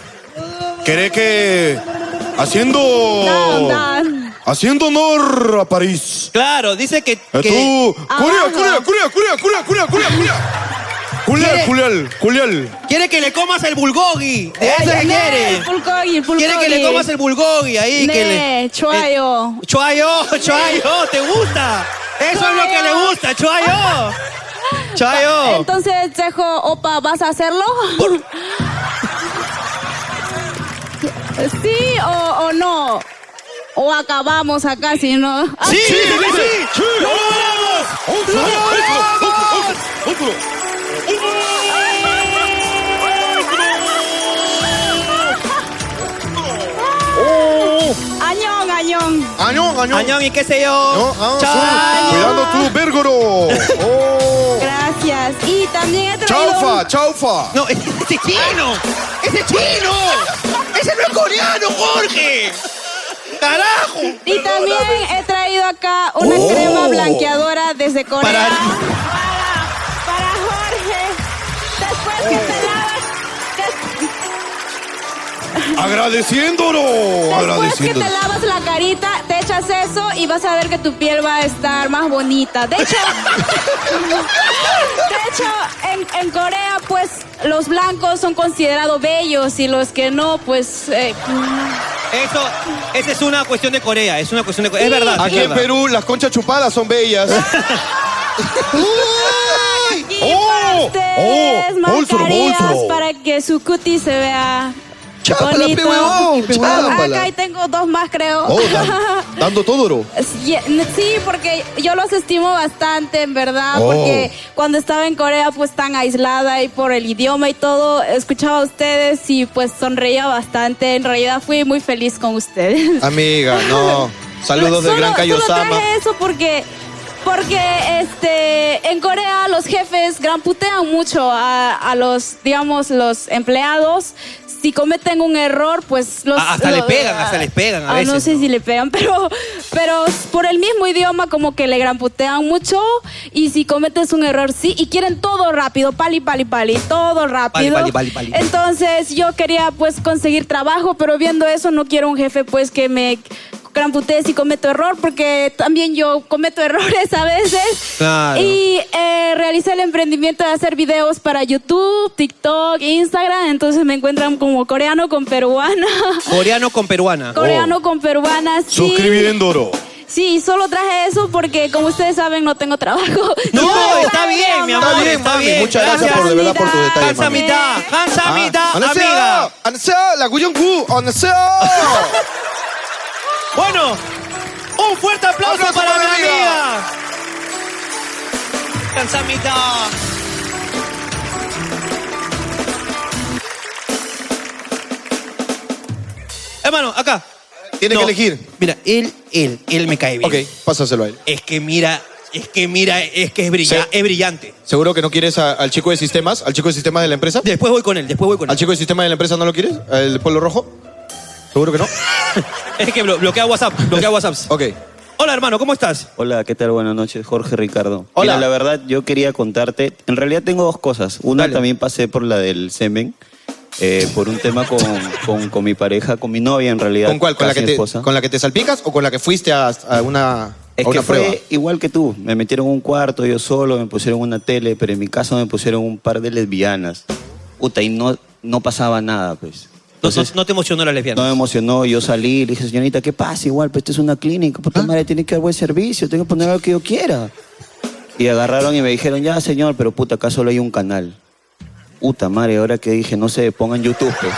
[SPEAKER 8] ¿Querés que haciendo
[SPEAKER 15] Down, down.
[SPEAKER 8] haciendo honor a París?
[SPEAKER 1] Claro, dice que,
[SPEAKER 8] Eh, tú,
[SPEAKER 15] Ah,
[SPEAKER 8] Curia, Curia, Curia, Curia, Curia, Curia, Curia, Curia. Culial,
[SPEAKER 1] ¿Quiere-
[SPEAKER 8] Culial, Culial.
[SPEAKER 1] Quiere que le comas el bulgogi. De
[SPEAKER 15] Ay,
[SPEAKER 1] eso que
[SPEAKER 15] ay,
[SPEAKER 1] quiere.
[SPEAKER 15] el bulgogi, el
[SPEAKER 1] Quiere que le
[SPEAKER 15] bulgogi.
[SPEAKER 1] comas el bulgogi ahí. que
[SPEAKER 15] Ne,
[SPEAKER 1] le...
[SPEAKER 15] chuayo.
[SPEAKER 1] Eh, chuayo, chuayo, te gusta. Eso es lo que le gusta, chuayo.
[SPEAKER 15] Chayo. Entonces, Chejo, opa, ¿vas a hacerlo? ¿Sí o, o no? O acabamos acá, si no.
[SPEAKER 16] ¡Sí! ¡Sí!
[SPEAKER 15] ¡Sí!
[SPEAKER 16] ¡Lo logramos! ¡Lo logramos! ¡Otro!
[SPEAKER 15] Añón, añón.
[SPEAKER 9] Añón, añón.
[SPEAKER 15] Añón
[SPEAKER 9] Añón
[SPEAKER 15] y qué sé yo.
[SPEAKER 9] No, ah, sí. Cuidando tu vérgoro. Oh.
[SPEAKER 15] Gracias. Y también he traído
[SPEAKER 9] Chaufa,
[SPEAKER 15] un-
[SPEAKER 9] chaufa.
[SPEAKER 1] No, ese es chino.
[SPEAKER 16] ¡Ese es chino! ¡Ese no es coreano, Jorge! ¡Carajo!
[SPEAKER 15] Y también he traído acá una crema blanqueadora desde Corea. Para, Jorge. Después que te
[SPEAKER 9] Agradeciéndolo.
[SPEAKER 15] Después que te
[SPEAKER 9] Agradeciéndolo.
[SPEAKER 15] lavas la carita, te echas eso y vas a ver que tu piel va a estar más bonita. De hecho, de hecho en, en Corea, pues los blancos son considerados bellos y los que no, pues. eh,
[SPEAKER 1] Eso, esa es una cuestión de Corea, es una cuestión de Corea. Es verdad.
[SPEAKER 9] Aquí en Perú las conchas chupadas son bellas.
[SPEAKER 15] aquí para ustedes,
[SPEAKER 9] ¡Oh! ¡Bólsoro,
[SPEAKER 15] mascarillas
[SPEAKER 9] bólsoro!
[SPEAKER 15] para que su cutis se vea.
[SPEAKER 9] Chápala,
[SPEAKER 15] bonito.
[SPEAKER 9] pe huevón, pe huevón.
[SPEAKER 15] Acá ahí tengo dos más, creo.
[SPEAKER 9] Oh, dan- dando todo, bro.
[SPEAKER 15] Sí, sí, porque yo los estimo bastante, en verdad,
[SPEAKER 9] Oh.
[SPEAKER 15] porque cuando estaba en Corea, pues tan aislada y por el idioma y todo, escuchaba a ustedes y pues sonreía bastante. En realidad fui muy feliz con ustedes.
[SPEAKER 12] Amiga, no. Saludos del
[SPEAKER 15] Solo-
[SPEAKER 12] gran
[SPEAKER 15] Solo
[SPEAKER 12] Kaiosama.
[SPEAKER 15] traje eso porque, porque este, en Corea los jefes granputean mucho a, a los, digamos, los empleados. Si cometen un error, pues los...
[SPEAKER 1] Ah, hasta le
[SPEAKER 15] los-
[SPEAKER 1] pegan, hasta les pegan a
[SPEAKER 15] Ah, no
[SPEAKER 1] veces.
[SPEAKER 15] sé si le pegan, pero, pero por el mismo idioma como que le granputean mucho y si cometes un error, sí, y quieren todo rápido, pali, pali, pali, todo rápido.
[SPEAKER 1] pali, pali, pali.
[SPEAKER 15] Entonces yo quería pues conseguir trabajo, pero viendo eso no quiero un jefe pues que me gramputee si cometo error, porque también yo cometo errores a veces.
[SPEAKER 16] Claro.
[SPEAKER 15] Y eh, realicé el emprendimiento de hacer videos para YouTube, TikTok, Instagram, entonces me encuentran como coreano con peruana.
[SPEAKER 1] Coreano con peruana.
[SPEAKER 9] Oh.
[SPEAKER 15] Coreano con peruana, sí.
[SPEAKER 9] Suscribiéndolo.
[SPEAKER 15] Sí, solo traje eso porque, como ustedes saben, no tengo trabajo.
[SPEAKER 1] No,
[SPEAKER 15] Yo
[SPEAKER 1] está
[SPEAKER 15] sabía,
[SPEAKER 1] bien, mi amor.
[SPEAKER 15] mamá.
[SPEAKER 1] Está bien,
[SPEAKER 12] mami, muchas gracias, por de verdad por tu detalle.
[SPEAKER 1] Hansa
[SPEAKER 12] mami.
[SPEAKER 1] mitad, Hansa
[SPEAKER 12] Ah,
[SPEAKER 1] mitad,
[SPEAKER 12] 안녕하세요.
[SPEAKER 1] amiga.
[SPEAKER 12] 안녕하세요. la Guyonggu, 안녕하세요.
[SPEAKER 1] Bueno, un fuerte aplauso,
[SPEAKER 16] Aplauso
[SPEAKER 1] para,
[SPEAKER 16] para
[SPEAKER 1] mi
[SPEAKER 16] mi
[SPEAKER 1] amiga. Hansa mitad. Hermano, acá.
[SPEAKER 12] Tiene que elegir.
[SPEAKER 1] Mira, él, él, él me cae bien.
[SPEAKER 12] Ok, pásaselo a él.
[SPEAKER 1] Es que mira, es que mira, es que es, brilla- es brillante.
[SPEAKER 12] ¿Seguro que no quieres a- al chico de sistemas? ¿Al chico de sistemas de la empresa?
[SPEAKER 1] Después voy con él, después voy con él.
[SPEAKER 12] ¿Al chico de sistemas de la empresa no lo quieres? ¿El pueblo rojo? ¿Seguro que no?
[SPEAKER 1] Es que blo- bloquea WhatsApp, bloquea WhatsApps.
[SPEAKER 12] ok.
[SPEAKER 1] Hola, hermano, ¿cómo estás?
[SPEAKER 17] Hola, ¿qué tal? Buenas noches, Jorge Ricardo.
[SPEAKER 1] Hola.
[SPEAKER 17] Mira, la verdad, yo quería contarte. En realidad tengo dos cosas. Una también pasé por la del semen, eh, por un tema con, con, con mi pareja, con mi novia en realidad.
[SPEAKER 12] ¿Con cuál? ¿Con la,
[SPEAKER 17] casi
[SPEAKER 12] que te,
[SPEAKER 17] esposa.
[SPEAKER 12] ¿Con la que te salpicas o con la que fuiste a, a una,
[SPEAKER 17] Es
[SPEAKER 12] a una
[SPEAKER 17] que fue
[SPEAKER 12] prueba?
[SPEAKER 17] igual que tú. Me metieron en un cuarto yo solo, me pusieron una tele, pero en mi casa me pusieron un par de lesbianas. Puta, y no, no pasaba nada, pues.
[SPEAKER 1] Entonces, no te emocionó la lesbiana.
[SPEAKER 17] No me emocionó, yo salí, le dije, señorita, ¿qué pasa? Igual, pues esto es una clínica,
[SPEAKER 12] ¿Ah?
[SPEAKER 17] puta madre, tiene que dar buen servicio, tengo que poner lo que yo quiera. Y agarraron y me dijeron, ya señor, pero puta, acá solo hay un canal. Puta madre, ahora que dije, no sé, pongan YouTube. pues.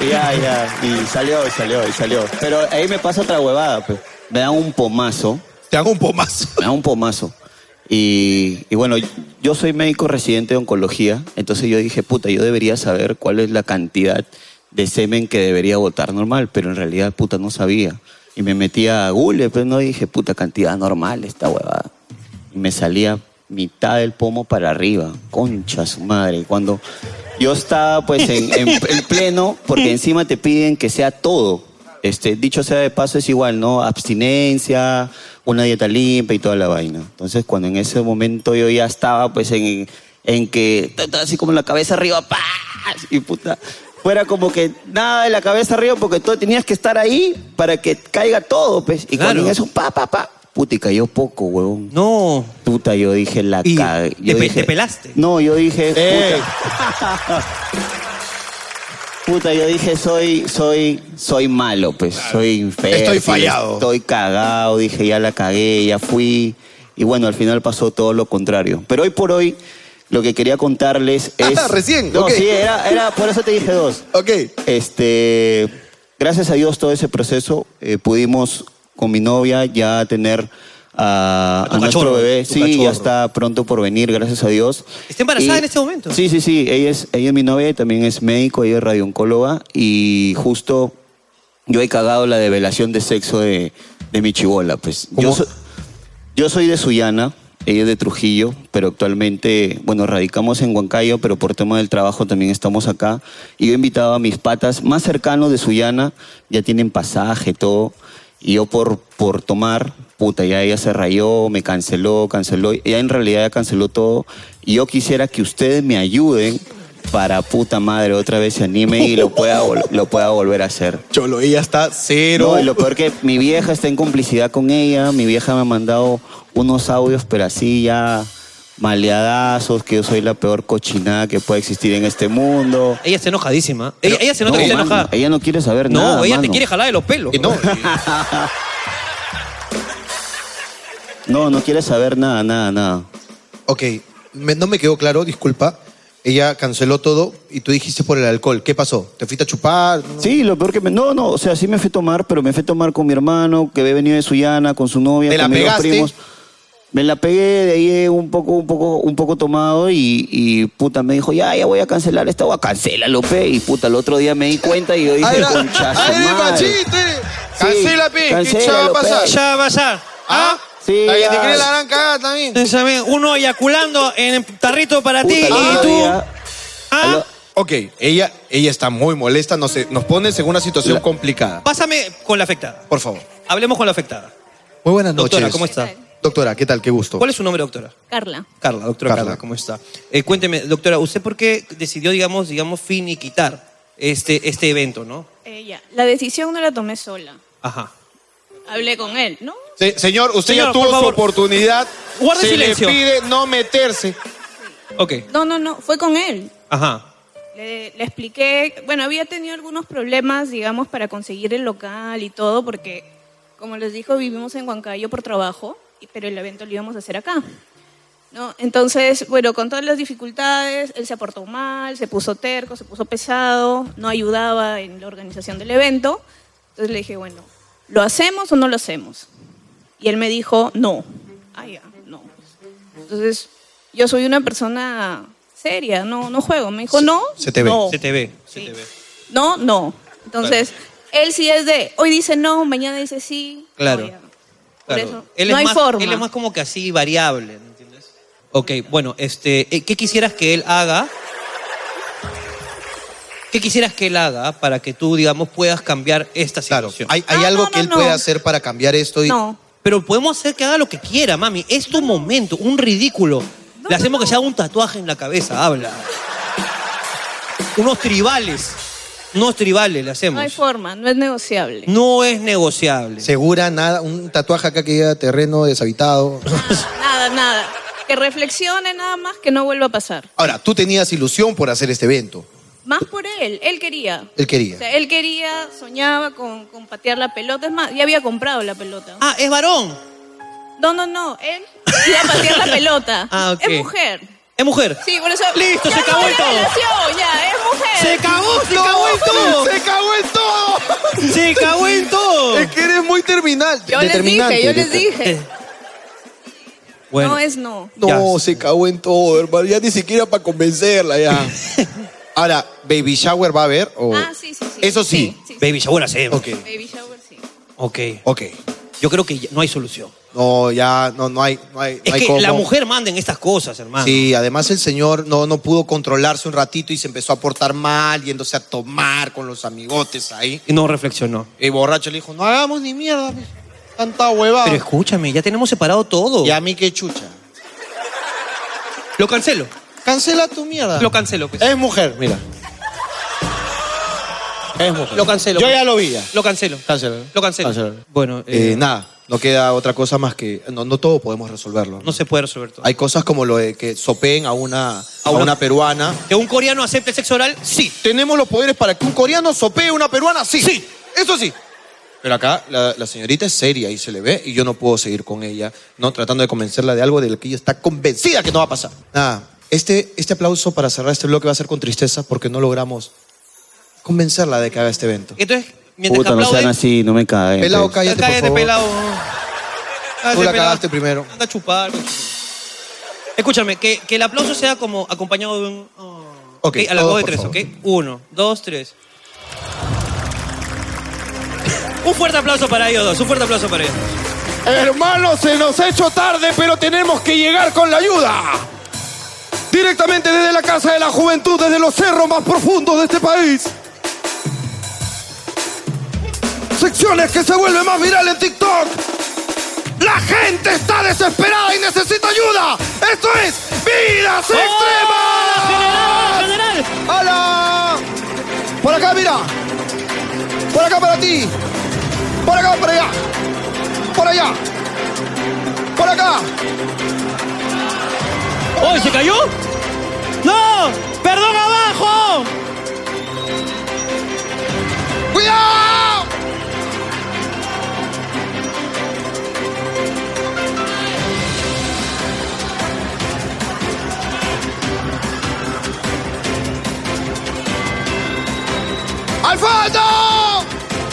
[SPEAKER 17] Y ya, ya, y salió, y salió, y salió. Pero ahí me pasa otra huevada, pues. Me dan un pomazo.
[SPEAKER 12] Te hago un pomazo.
[SPEAKER 17] Me dan un pomazo. Y, y bueno, yo soy médico residente de oncología, entonces yo dije, puta, yo debería saber cuál es la cantidad de semen que debería votar normal, pero en realidad, puta, no sabía. Y me metía a Google, pero no dije, puta, cantidad normal esta huevada. Y me salía mitad del pomo para arriba, concha su madre. Y cuando yo estaba pues en, en- en pleno, porque encima te piden que sea todo. Este, dicho sea de paso, es igual, ¿no? Abstinencia, una dieta limpia y toda la vaina. Entonces, cuando en ese momento yo ya estaba, pues, en, en que, ta, ta, así como la cabeza arriba, ¡pah! Y puta, fuera como que nada de la cabeza arriba, porque tú tenías que estar ahí para que caiga todo, pues. Y
[SPEAKER 1] Claro.
[SPEAKER 17] cuando en eso, pa, pa, pa, puta, y cayó poco, huevón.
[SPEAKER 1] No.
[SPEAKER 17] Puta, yo dije la
[SPEAKER 1] Y
[SPEAKER 17] cagué. Yo
[SPEAKER 1] te pe-
[SPEAKER 17] dije-
[SPEAKER 1] te pelaste.
[SPEAKER 17] No, yo dije,
[SPEAKER 1] ¡Ey!
[SPEAKER 17] puta. Puta, yo dije, soy, soy, soy malo, pues, soy infértil.
[SPEAKER 12] Estoy fallado.
[SPEAKER 17] Estoy cagado, dije, ya la cagué, ya fui. Y bueno, al final pasó todo lo contrario. Pero hoy por hoy, lo que quería contarles es.
[SPEAKER 2] Ah, recién,
[SPEAKER 17] No,
[SPEAKER 2] ok.
[SPEAKER 17] sí, era, era- por eso te dije dos.
[SPEAKER 2] Ok.
[SPEAKER 17] Este, gracias a Dios, todo ese proceso eh, pudimos con mi novia ya tener a, a nuestro
[SPEAKER 1] cachorro,
[SPEAKER 17] bebé.
[SPEAKER 1] tu
[SPEAKER 17] Sí,
[SPEAKER 1] cachorro.
[SPEAKER 17] ya está pronto por venir, gracias a Dios.
[SPEAKER 1] ¿Está embarazada
[SPEAKER 17] Y-
[SPEAKER 1] en este momento?
[SPEAKER 17] Sí, sí, sí. Ella es, ella es mi novia y también es médico, ella es radiooncóloga. Y justo yo he cagado la develación de sexo de, de mi chibola. Pues yo, so- yo soy de Sullana, ella es de Trujillo, pero actualmente, bueno, radicamos en Huancayo, pero por tema del trabajo también estamos acá. Y yo he invitado a mis patas más cercanos de Sullana, ya tienen pasaje, todo. Y yo por, por tomar, puta, ya ella se rayó, me canceló, canceló. Ella en realidad ya canceló todo. Y yo quisiera que ustedes me ayuden para puta madre otra vez se anime y lo pueda, vol- lo pueda volver a hacer.
[SPEAKER 2] Cholo, ella está cero.
[SPEAKER 17] No, y lo peor que mi vieja está en complicidad con ella. Mi vieja me ha mandado unos audios, pero así ya maleadazos, que yo soy la peor cochinada que puede existir en este mundo.
[SPEAKER 1] Ella está enojadísima. Ella, ella se nota
[SPEAKER 17] No,
[SPEAKER 1] que está
[SPEAKER 17] mano,
[SPEAKER 1] enojada.
[SPEAKER 17] Ella no quiere saber
[SPEAKER 1] No,
[SPEAKER 17] nada.
[SPEAKER 1] ella te
[SPEAKER 17] mano.
[SPEAKER 1] quiere jalar de los pelos.
[SPEAKER 2] no.
[SPEAKER 17] No, no quiere saber nada, nada, nada.
[SPEAKER 2] Ok, me- no me quedó claro, disculpa. Ella canceló todo y tú dijiste por el alcohol. ¿Qué pasó? ¿Te fuiste a chupar?
[SPEAKER 17] Sí, lo peor que me. No, no, o sea, sí me fui a tomar, pero me fui a tomar con mi hermano, que había venido de Sullana, con su novia,
[SPEAKER 2] ¿Te la
[SPEAKER 17] con mis dos
[SPEAKER 2] pegaste?
[SPEAKER 17] primos. Me la pegué, de ahí eh, un poco, un poco, un poco tomado y, y, puta me dijo, ya, ya voy a cancelar esta agua, cancela López. Y puta, el otro día me di cuenta y yo dije,
[SPEAKER 12] Ahora-
[SPEAKER 17] concha su
[SPEAKER 12] ahora el
[SPEAKER 17] madre".
[SPEAKER 12] machete.
[SPEAKER 17] Sí,
[SPEAKER 12] Cancela, pe, que
[SPEAKER 17] cancela,
[SPEAKER 12] ya va a
[SPEAKER 17] López.
[SPEAKER 12] pasar.
[SPEAKER 17] Ya-
[SPEAKER 1] va a pasar. ¿Ah?
[SPEAKER 17] Sí,
[SPEAKER 12] La que te
[SPEAKER 17] ya.
[SPEAKER 12] cree la
[SPEAKER 2] gran cagada también.
[SPEAKER 1] Uno eyaculando en el tarrito para ti
[SPEAKER 17] Puta, el
[SPEAKER 1] y
[SPEAKER 17] otro
[SPEAKER 1] tú.
[SPEAKER 17] día-
[SPEAKER 2] Ok, ella, ella está muy molesta, nos, eh, nos pone en una situación complicada.
[SPEAKER 1] Pásame con la afectada.
[SPEAKER 2] Por favor.
[SPEAKER 1] Hablemos con la afectada.
[SPEAKER 2] Muy buenas noches.
[SPEAKER 1] Doctora, ¿cómo está?
[SPEAKER 2] Doctora, ¿qué tal? Qué gusto.
[SPEAKER 1] ¿Cuál es su nombre, doctora?
[SPEAKER 18] Carla.
[SPEAKER 1] Carla, doctora Carla,
[SPEAKER 2] Carla.
[SPEAKER 1] ¿cómo está? Eh, cuénteme, doctora, ¿usted por qué decidió, digamos, digamos, finiquitar este, este evento, no?
[SPEAKER 18] Eh, ya. La decisión no la tomé sola.
[SPEAKER 1] Ajá.
[SPEAKER 18] Hablé con él, ¿no?
[SPEAKER 2] Se- señor, usted
[SPEAKER 1] Señor,
[SPEAKER 2] ya tuvo
[SPEAKER 1] por
[SPEAKER 2] su
[SPEAKER 1] favor.
[SPEAKER 2] oportunidad.
[SPEAKER 1] Guarde
[SPEAKER 2] Se
[SPEAKER 1] silencio.
[SPEAKER 2] le pide no meterse.
[SPEAKER 1] Ok,
[SPEAKER 18] No, no, no. Fue con él.
[SPEAKER 1] ajá.
[SPEAKER 18] Le, le expliqué. Bueno, había tenido algunos problemas, digamos, para conseguir el local y todo, porque, como les dijo, vivimos en Huancayo por trabajo, y- pero el evento lo íbamos a hacer acá. ¿no? Entonces, bueno, con todas las dificultades, él se portó mal, se puso terco, se puso pesado, no ayudaba en la organización del evento. Entonces le dije, bueno, ¿lo hacemos o no lo hacemos? Y él me dijo, no. Ah, ya, no. Entonces, yo soy una persona seria, no, no juego. Me dijo, no.
[SPEAKER 1] Se te ve.
[SPEAKER 18] No,
[SPEAKER 1] Se te ve.
[SPEAKER 18] no. no. Entonces, él sí es de, hoy dice no, mañana dice sí.
[SPEAKER 1] Claro.
[SPEAKER 18] Por
[SPEAKER 1] claro.
[SPEAKER 18] eso, no hay
[SPEAKER 1] más,
[SPEAKER 18] forma.
[SPEAKER 1] Él es más como que así variable, ¿me entiendes? Ok, bueno, este, eh, ¿qué quisieras que él haga? ¿Qué quisieras que él haga para que tú, digamos, puedas cambiar esta situación?
[SPEAKER 2] ¿Hay, hay algo que él puede hacer para cambiar esto? Y...
[SPEAKER 1] Pero podemos hacer que haga lo que quiera, mami. Es tu momento, un ridículo. Le hacemos que se haga un tatuaje en la cabeza, habla. Unos tribales. Unos tribales le
[SPEAKER 18] No
[SPEAKER 1] hacemos.
[SPEAKER 18] hay forma, no es negociable.
[SPEAKER 1] No es negociable.
[SPEAKER 2] Segura, nada, un tatuaje acá que llega a terreno deshabitado.
[SPEAKER 18] Nada, nada. Que reflexione nada más que no vuelva a pasar.
[SPEAKER 2] Ahora, tú tenías ilusión por hacer este evento.
[SPEAKER 18] Más por él, él quería.
[SPEAKER 2] Él
[SPEAKER 18] O
[SPEAKER 2] quería.
[SPEAKER 18] sea, él quería, soñaba con, con patear la pelota. Es más, ya había comprado la pelota.
[SPEAKER 1] Ah, ¿es varón?
[SPEAKER 18] No, no, no. Él iba a patear la pelota.
[SPEAKER 1] Ah, ok.
[SPEAKER 18] Es mujer.
[SPEAKER 1] Es mujer.
[SPEAKER 18] Sí, por eso.
[SPEAKER 1] Listo,
[SPEAKER 18] Ya
[SPEAKER 1] se
[SPEAKER 18] no
[SPEAKER 1] acabó
[SPEAKER 18] hay
[SPEAKER 1] el todo.
[SPEAKER 18] relación, ya, es mujer.
[SPEAKER 1] Se cagó, se cagó el todo.
[SPEAKER 12] Se
[SPEAKER 2] cagó en todo.
[SPEAKER 1] Se cagó en todo.
[SPEAKER 2] Es que eres muy terminal.
[SPEAKER 18] Yo les dije, yo les dije.
[SPEAKER 1] Bueno.
[SPEAKER 18] No es no.
[SPEAKER 2] No, se cagó en todo, hermano. Ya ni siquiera para convencerla, ya. Ahora, ¿baby shower va a haber? o-
[SPEAKER 18] Ah, sí, sí, sí.
[SPEAKER 2] Eso sí.
[SPEAKER 1] Baby shower hacemos.
[SPEAKER 2] Ok.
[SPEAKER 18] Baby shower, sí.
[SPEAKER 1] Ok.
[SPEAKER 2] Ok.
[SPEAKER 1] Yo creo que ya- no hay solución.
[SPEAKER 2] No, ya, no, no hay, no hay, no
[SPEAKER 1] Es
[SPEAKER 2] hay
[SPEAKER 1] que
[SPEAKER 2] cómo.
[SPEAKER 1] la mujer manda en estas cosas, hermano.
[SPEAKER 2] Sí, además el señor no, no pudo controlarse un ratito y se empezó a portar mal, yéndose a tomar con los amigotes ahí.
[SPEAKER 1] Y no reflexionó.
[SPEAKER 2] Y borracho le dijo, no hagamos ni mierda, pe. tanta Ah, huevada.
[SPEAKER 1] Pero escúchame, ya tenemos separado todo.
[SPEAKER 2] Y a mí qué chucha.
[SPEAKER 1] Lo cancelo.
[SPEAKER 2] Cancela tu mierda.
[SPEAKER 1] Lo cancelo. pues.
[SPEAKER 2] Es mujer, mira. Es mujer.
[SPEAKER 1] Lo cancelo.
[SPEAKER 2] Yo
[SPEAKER 1] pues.
[SPEAKER 2] ya lo vi. ya.
[SPEAKER 1] Lo cancelo.
[SPEAKER 2] Cancela.
[SPEAKER 1] Lo cancelo.
[SPEAKER 2] Cancela.
[SPEAKER 1] Bueno, eh,
[SPEAKER 2] Eh, nada, no queda otra cosa más que no, no todo podemos resolverlo.
[SPEAKER 1] no se puede resolver todo.
[SPEAKER 2] Hay cosas como lo de que sopeen a una, a una peruana.
[SPEAKER 1] ¿Que un coreano acepte sexo oral?
[SPEAKER 2] Sí, tenemos los poderes para que un coreano sopee a una peruana, sí. Sí, eso sí. Pero acá la, la señorita es seria y se le ve y yo no puedo seguir con ella, no tratando de convencerla de algo de lo que ella está convencida que no va a pasar. Nada, este, este aplauso para cerrar este bloque va a ser con tristeza porque no logramos convencerla de que haga este evento.
[SPEAKER 1] Entonces, mientras
[SPEAKER 17] Puta,
[SPEAKER 1] que
[SPEAKER 17] no sean
[SPEAKER 1] aplauden,
[SPEAKER 17] así, no me caen.
[SPEAKER 2] Pelado,
[SPEAKER 17] pues.
[SPEAKER 2] cállate, por
[SPEAKER 1] cállate,
[SPEAKER 2] favor.
[SPEAKER 1] pelado.
[SPEAKER 2] Tú la
[SPEAKER 1] Cállate, pelado.
[SPEAKER 2] cagaste primero.
[SPEAKER 1] Anda a chupar. Escúchame, que, que el aplauso sea como acompañado de un... oh.
[SPEAKER 2] Ok,
[SPEAKER 1] a la
[SPEAKER 2] todos,
[SPEAKER 1] voz de
[SPEAKER 2] por
[SPEAKER 1] tres,
[SPEAKER 2] favor.
[SPEAKER 1] ¿ok? Uno, dos, tres. un fuerte aplauso para ellos dos, un fuerte aplauso para ellos.
[SPEAKER 12] Hermano, se nos ha hecho tarde, pero tenemos que llegar con la ayuda. Directamente desde la Casa de la Juventud, desde los cerros más profundos de este país. Secciones que se vuelven más viral en TikTok. La gente está desesperada y necesita ayuda. Esto es Vidas Extremas.
[SPEAKER 1] ¡Oh! ¡General!
[SPEAKER 12] ¡Hala! Por acá, mira. Por acá para ti. Por acá, para allá. Por allá. Por acá.
[SPEAKER 1] ¡Oh, se cayó! ¡No! ¡Perdón abajo!
[SPEAKER 12] ¡Cuidado! ¡Al fondo!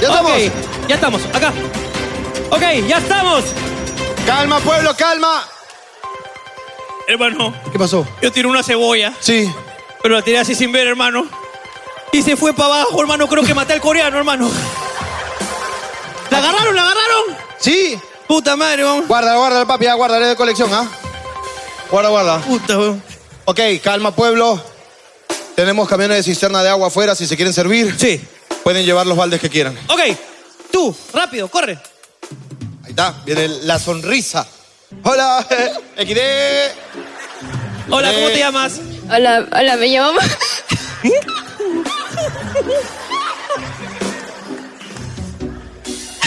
[SPEAKER 1] ¡Ya estamos! ya estamos, acá. Ok, ya estamos.
[SPEAKER 2] Calma, pueblo, calma.
[SPEAKER 1] Eh, Hermano,
[SPEAKER 2] ¿Qué pasó?
[SPEAKER 1] yo tiré una cebolla.
[SPEAKER 2] Sí.
[SPEAKER 1] Pero la tiré así sin ver, hermano. Y se fue para abajo, hermano. Creo que maté al coreano, hermano. ¿La agarraron, la agarraron?
[SPEAKER 2] Sí.
[SPEAKER 1] Puta madre, vamos.
[SPEAKER 2] Guárdalo, guárdalo, papi, ya, guárdalo, es de colección, ¿ah? Guarda, guarda.
[SPEAKER 1] Puta, weón.
[SPEAKER 2] Ok, calma, pueblo. Tenemos camiones de cisterna de agua afuera, si se quieren servir.
[SPEAKER 1] Sí.
[SPEAKER 2] Pueden llevar los baldes que quieran.
[SPEAKER 1] Ok, tú, rápido, corre.
[SPEAKER 2] Ahí está, viene la sonrisa. Hola, XD.
[SPEAKER 1] Hola, ¿cómo te llamas?
[SPEAKER 19] Eh. Hola, hola, me llamo.
[SPEAKER 1] ¿Eh?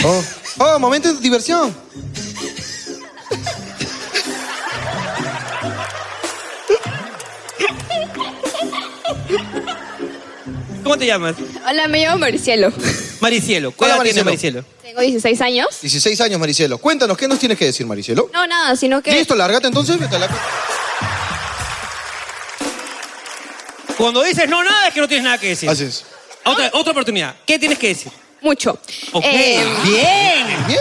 [SPEAKER 2] Oh, oh, momento de diversión.
[SPEAKER 1] ¿Cómo te llamas?
[SPEAKER 19] Hola, me llamo Maricielo.
[SPEAKER 1] Maricielo. ¿Cuál
[SPEAKER 2] Hola,
[SPEAKER 1] edad tiene
[SPEAKER 2] Maricielo.
[SPEAKER 1] Maricielo?
[SPEAKER 19] Tengo 16 años.
[SPEAKER 2] 16 años, Maricielo. Cuéntanos, ¿qué nos tienes que decir, Maricielo?
[SPEAKER 19] No, nada, sino que.
[SPEAKER 2] Listo, lárgate entonces. vete a la-
[SPEAKER 1] Cuando dices no nada es que no tienes nada que decir. Así
[SPEAKER 2] es.
[SPEAKER 1] Otra, otra oportunidad. ¿Qué tienes que decir?
[SPEAKER 19] Mucho.
[SPEAKER 1] Ok.
[SPEAKER 19] Eh,
[SPEAKER 1] bien.
[SPEAKER 2] Bien.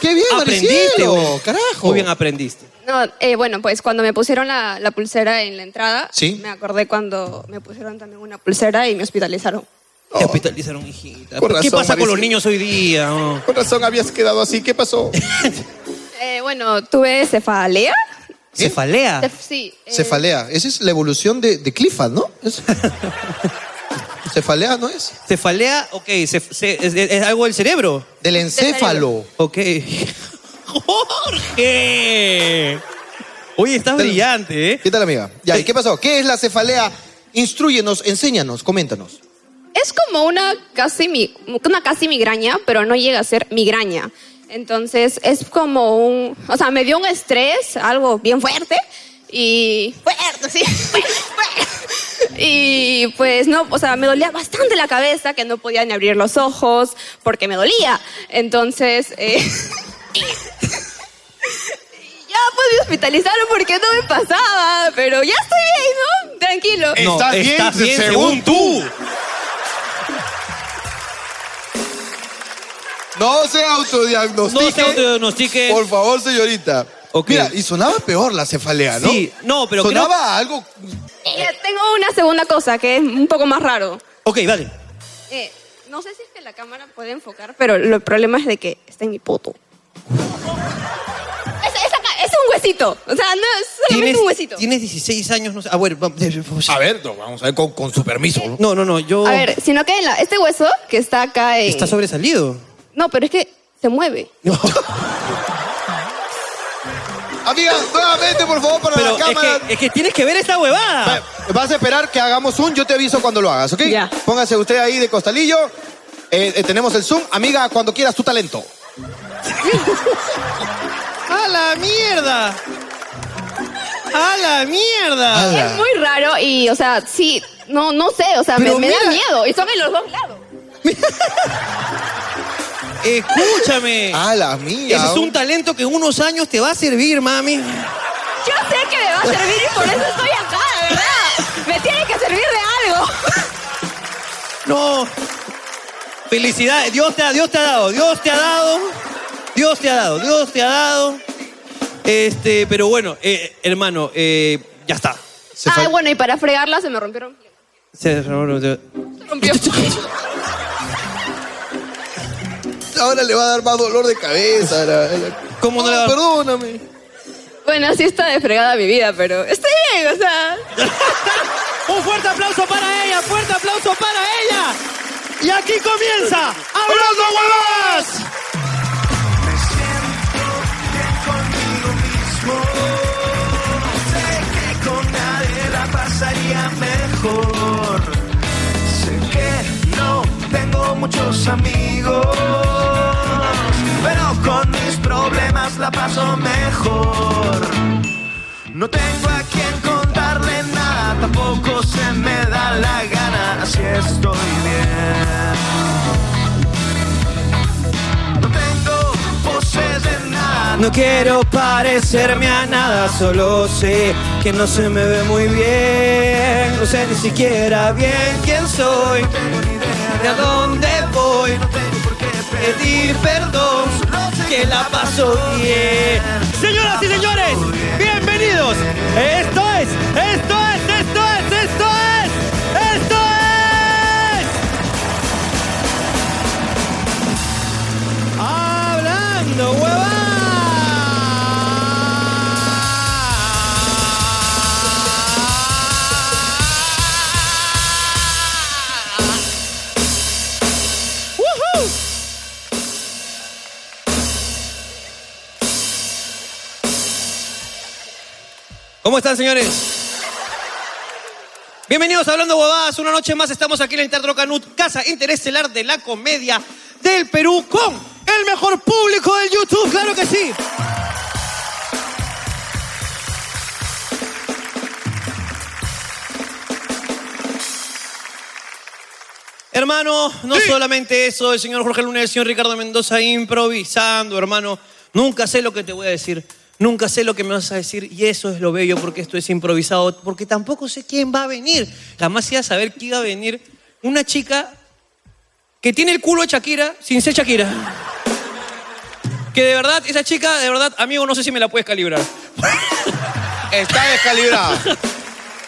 [SPEAKER 2] Qué bien,
[SPEAKER 1] Aprendiste,
[SPEAKER 2] Maricielo.
[SPEAKER 1] weón.
[SPEAKER 2] Carajo.
[SPEAKER 1] Muy bien aprendiste.
[SPEAKER 19] No, eh, bueno, pues cuando me pusieron la, la pulsera en la entrada,
[SPEAKER 1] Sí.
[SPEAKER 19] me acordé cuando me pusieron también una pulsera y me hospitalizaron.
[SPEAKER 1] Te hospitalizaron, hijita.
[SPEAKER 2] Oh. Con
[SPEAKER 1] ¿Qué
[SPEAKER 2] razón,
[SPEAKER 1] pasa con los
[SPEAKER 2] Maricielo.
[SPEAKER 1] niños hoy día? oh?
[SPEAKER 2] Con razón habías quedado así. ¿Qué pasó?
[SPEAKER 19] Eh, bueno, tuve cefalea.
[SPEAKER 1] Cefalea.
[SPEAKER 19] Cef- sí. eh,
[SPEAKER 2] Cefalea. Esa es la evolución de, de Clifford, ¿no? Es- Cefalea no es.
[SPEAKER 1] Cefalea, ok, ce- ce- es, es- es algo del cerebro.
[SPEAKER 2] Del encéfalo.
[SPEAKER 1] Ok. ¡Jorge! Oye, Eh, estás brillante, ¿eh?
[SPEAKER 2] ¿Qué tal, amiga? Ya, ¿y qué pasó? ¿Qué es la cefalea? Instruyenos, enséñanos, coméntanos.
[SPEAKER 19] Es como una casi, mi- una casi migraña, pero no llega a ser migraña. Entonces es como un, o sea, me dio un estrés, algo bien fuerte y fuerte, sí. y pues no, o sea, me dolía bastante la cabeza, que no podía ni abrir los ojos porque me dolía. Entonces eh, y ya pues me hospitalizaron porque no me pasaba, pero ya estoy bien, ¿no? Tranquilo.
[SPEAKER 1] No, estás bien según
[SPEAKER 2] tú. No se autodiagnostique.
[SPEAKER 1] No se autodiagnostique.
[SPEAKER 2] Por favor, señorita. Mira, y sonaba peor la cefalea, ¿no?
[SPEAKER 1] Sí, no, pero
[SPEAKER 2] Sonaba
[SPEAKER 1] creo-
[SPEAKER 2] a algo.
[SPEAKER 19] Y tengo una segunda cosa que es un poco más raro.
[SPEAKER 1] Ok, vale.
[SPEAKER 19] Eh, no sé si es que la cámara puede enfocar, pero lo- el problema es de que está en mi poto. Es, es acá, es un huesito. O sea, no es solamente un huesito.
[SPEAKER 1] tienes 16 años, no sé. A ver, vamos a ver.
[SPEAKER 2] Vamos a ver con, con su permiso.
[SPEAKER 1] No, no, no, yo.
[SPEAKER 19] A ver, sino que en la- este hueso que está acá en...
[SPEAKER 1] Está sobresalido.
[SPEAKER 19] No, pero es que se mueve.
[SPEAKER 2] Amiga, nuevamente, por favor, para
[SPEAKER 1] Pero
[SPEAKER 2] la
[SPEAKER 1] es
[SPEAKER 2] cámara.
[SPEAKER 1] que, es que tienes que ver esta huevada.
[SPEAKER 2] Vas a esperar que hagamos zoom, yo te aviso cuando lo hagas, ¿ok? Póngase usted ahí de costalillo. Eh, eh, tenemos el zoom. Amiga, cuando quieras, tu talento.
[SPEAKER 1] ¡A la mierda! ¡A la mierda!
[SPEAKER 19] Es muy raro y, o sea, sí, No, no sé, o sea, me,
[SPEAKER 1] Pero
[SPEAKER 19] me da
[SPEAKER 1] mira-
[SPEAKER 19] miedo. Y son en los dos lados.
[SPEAKER 1] Escúchame.
[SPEAKER 2] A la mía.
[SPEAKER 1] Ese es un talento que en unos años te va a servir, mami.
[SPEAKER 19] Yo sé que me va a servir y por eso estoy acá, de verdad. Me tiene que servir de algo.
[SPEAKER 1] No. Felicidades. Dios te, ha, Dios te ha dado. Dios te ha dado. Dios te ha dado. Dios te ha dado. Este, pero bueno, eh, hermano, eh, ya está. Se
[SPEAKER 19] Ay,
[SPEAKER 1] fal-
[SPEAKER 19] Ah, bueno, y para fregarla se me rompieron.
[SPEAKER 1] se- se-
[SPEAKER 19] Se rompió.
[SPEAKER 2] Ahora le va a dar más dolor de cabeza.
[SPEAKER 1] ¿Cómo
[SPEAKER 2] no le va Perdóname.
[SPEAKER 19] bueno, así está de fregada mi vida, pero estoy bien, o sea.
[SPEAKER 1] Un fuerte aplauso para ella, fuerte aplauso para ella.
[SPEAKER 20] Y aquí comienza Hablando Huevadas.
[SPEAKER 12] Sé que con nadie la pasaría mejor. Sé que no tengo muchos amigos, pero con mis problemas la paso mejor. No tengo a quien contarle nada, tampoco se me da la gana, así estoy bien. No tengo poses de nada.
[SPEAKER 1] No quiero parecerme a nada, solo sé que no se me ve muy bien. No sé ni siquiera bien quién soy, ni a dónde voy. Pedir perdón, que la paso bien. Señoras y señores, bienvenidos. Esto es, esto es, esto es, esto es, esto es. Hablando, huevada. ¿Cómo están, señores? Bienvenidos a Hablando Bobadas. Una noche más estamos aquí en el Teatro Canut, casa interestelar de la comedia del Perú, con el mejor público del YouTube, claro que sí. Hermano, no solamente eso, el señor Jorge Luna y el señor Ricardo Mendoza improvisando, hermano. Nunca sé lo que te voy a decir, nunca sé lo que me vas a decir y eso es lo bello porque esto es improvisado, porque tampoco sé quién va a venir. Jamás iba a saber quién iba a venir. Una chica que tiene el culo de Shakira sin ser Shakira. Que de verdad, esa chica, de verdad, amigo, no sé si me la puedes calibrar. Está descalibrada.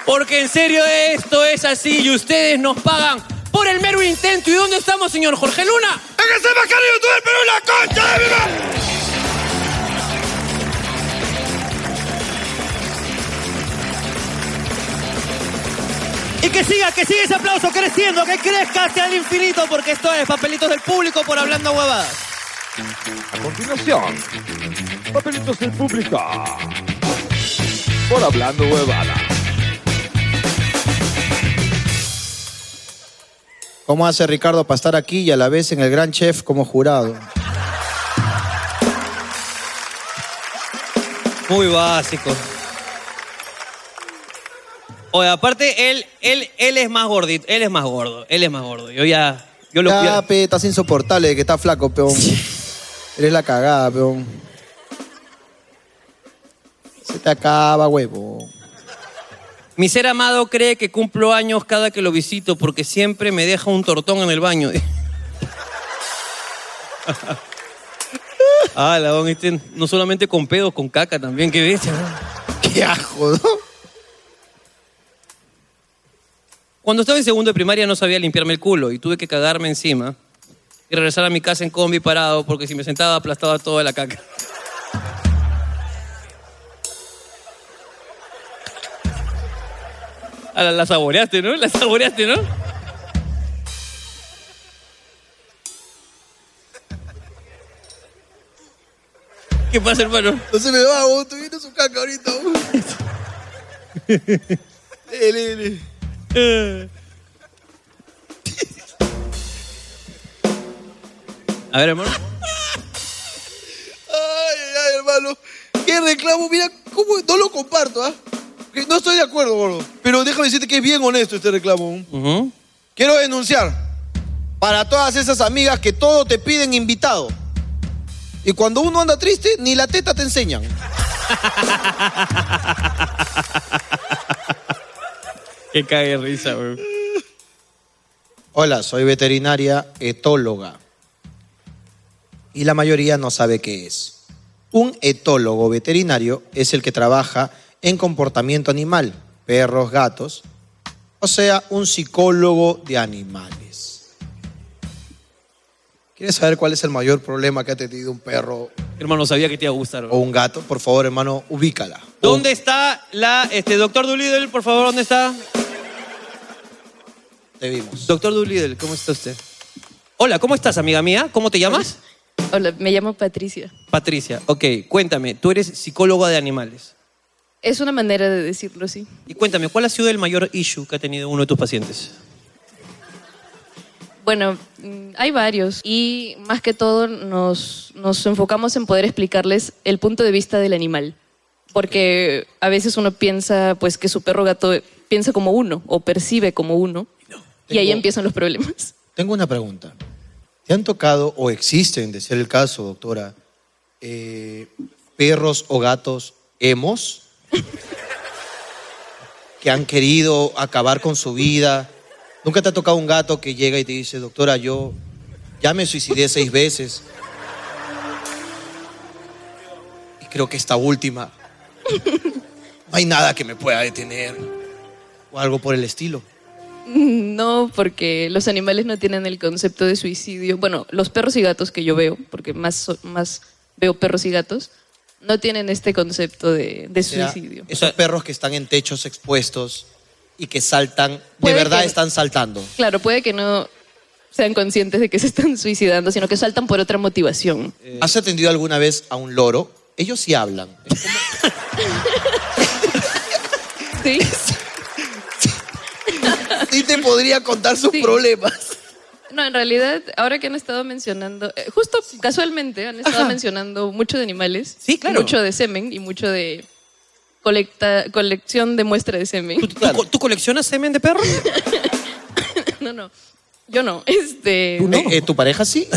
[SPEAKER 1] Porque en serio esto es así y ustedes nos pagan por el mero intento. ¿Y dónde estamos, señor Jorge Luna? ¡En ese bacario tú del Perú, la concha de mi Y que siga, que siga ese aplauso creciendo, que crezca hacia el infinito, porque esto es Papelitos del Público por Hablando Huevadas.
[SPEAKER 20] A continuación, papelitos del público. Por hablando huevada.
[SPEAKER 2] ¿Cómo hace Ricardo para estar aquí y a la vez en el Gran Chef como jurado?
[SPEAKER 1] Muy básico. Oye, aparte, él, él, él es más gordito, él es más gordo, él es más gordo. Yo ya, yo lo
[SPEAKER 2] Ya,
[SPEAKER 1] ya,
[SPEAKER 2] pe, estás insoportable de que estás flaco, peón. Eres la cagada, peón. Se te acaba, huevo.
[SPEAKER 1] Mi ser amado cree que cumplo años cada que lo visito porque siempre me deja un tortón en el baño. ah, la don, este no solamente con pedos, con caca también, qué bestia. Qué ajo, Cuando estaba en segundo de primaria no sabía limpiarme el culo y tuve que cagarme encima y regresar a mi casa en combi parado porque si me sentaba aplastaba toda la caca. Ah, La, la saboreaste, ¿no? La saboreaste, ¿no? ¿Qué pasa, hermano?
[SPEAKER 2] No se me va, vos. Tú vienes un caca ahorita, vos. Dele, dele.
[SPEAKER 1] A ver, hermano.
[SPEAKER 2] Ay, ay, ay, hermano. Qué reclamo. Mira, cómo no lo comparto, ¿ah? Que No estoy de acuerdo, gordo. Pero déjame decirte que es bien honesto este reclamo. Quiero denunciar para todas esas amigas que todo te piden invitado. Y cuando uno anda triste, ni la teta te enseñan.
[SPEAKER 1] Que cague de risa, güey.
[SPEAKER 2] Hola, soy veterinaria etóloga. Y la mayoría no sabe qué es. Un etólogo veterinario es el que trabaja en comportamiento animal, perros, gatos, o sea, un psicólogo de animales. ¿Quieres saber cuál es el mayor problema que ha tenido un perro
[SPEAKER 1] Hermano, sabía que te iba a gustar.
[SPEAKER 2] o un gato? Por favor, hermano, ubícala.
[SPEAKER 1] ¿Dónde está la. Este, doctor Doolittle, por favor, ¿dónde está?
[SPEAKER 2] Te vimos.
[SPEAKER 1] Doctor Doolittle, ¿cómo está usted? Hola, ¿cómo estás, amiga mía? ¿Cómo te llamas?
[SPEAKER 21] Hola, me llamo Patricia.
[SPEAKER 1] Patricia. Ok, cuéntame, tú eres psicóloga de animales.
[SPEAKER 21] Es una manera de decirlo, sí.
[SPEAKER 1] Y cuéntame, ¿cuál ha sido el mayor issue que ha tenido uno de tus pacientes?
[SPEAKER 21] Bueno, mm, hay varios y más que todo nos, nos enfocamos en poder explicarles el punto de vista del animal. Porque a veces uno piensa pues que su perro gato piensa como uno o percibe como uno y ahí
[SPEAKER 2] Tengo-
[SPEAKER 21] empiezan los problemas.
[SPEAKER 2] Tengo una pregunta. ¿Te han tocado o existen, de ser el caso, doctora, eh, perros o gatos hemos que han querido acabar con su vida? ¿Nunca te ha tocado un gato que llega y te dice, doctora, yo ya me suicidé seis veces? Y creo que esta última, no hay nada que me pueda detener. O algo por el estilo.
[SPEAKER 21] No, porque los animales no tienen el concepto de suicidio. Bueno, los perros y gatos que yo veo, porque más, so- más veo perros y gatos, no tienen este concepto de, de
[SPEAKER 2] O sea,
[SPEAKER 21] suicidio.
[SPEAKER 2] Esos perros que están en techos expuestos y que saltan, de
[SPEAKER 21] Puede
[SPEAKER 2] verdad
[SPEAKER 21] que-
[SPEAKER 2] están saltando.
[SPEAKER 21] Claro, puede que no sean conscientes de que se están suicidando, sino que saltan por otra motivación.
[SPEAKER 2] ¿Has atendido alguna vez a un loro? Ellos sí hablan.
[SPEAKER 21] ¿Sí?
[SPEAKER 2] Sí te podría contar sus problemas.
[SPEAKER 21] No, en realidad, ahora que han estado mencionando, eh, justo casualmente han estado mencionando mucho de animales, sí,
[SPEAKER 1] claro.
[SPEAKER 21] mucho de semen y mucho de colecta, colección de muestra de semen.
[SPEAKER 1] ¿Tú, co- tú coleccionas semen de perro?
[SPEAKER 21] No, no. Yo no. Este.
[SPEAKER 2] Eh, eh, ¿Tu pareja sí?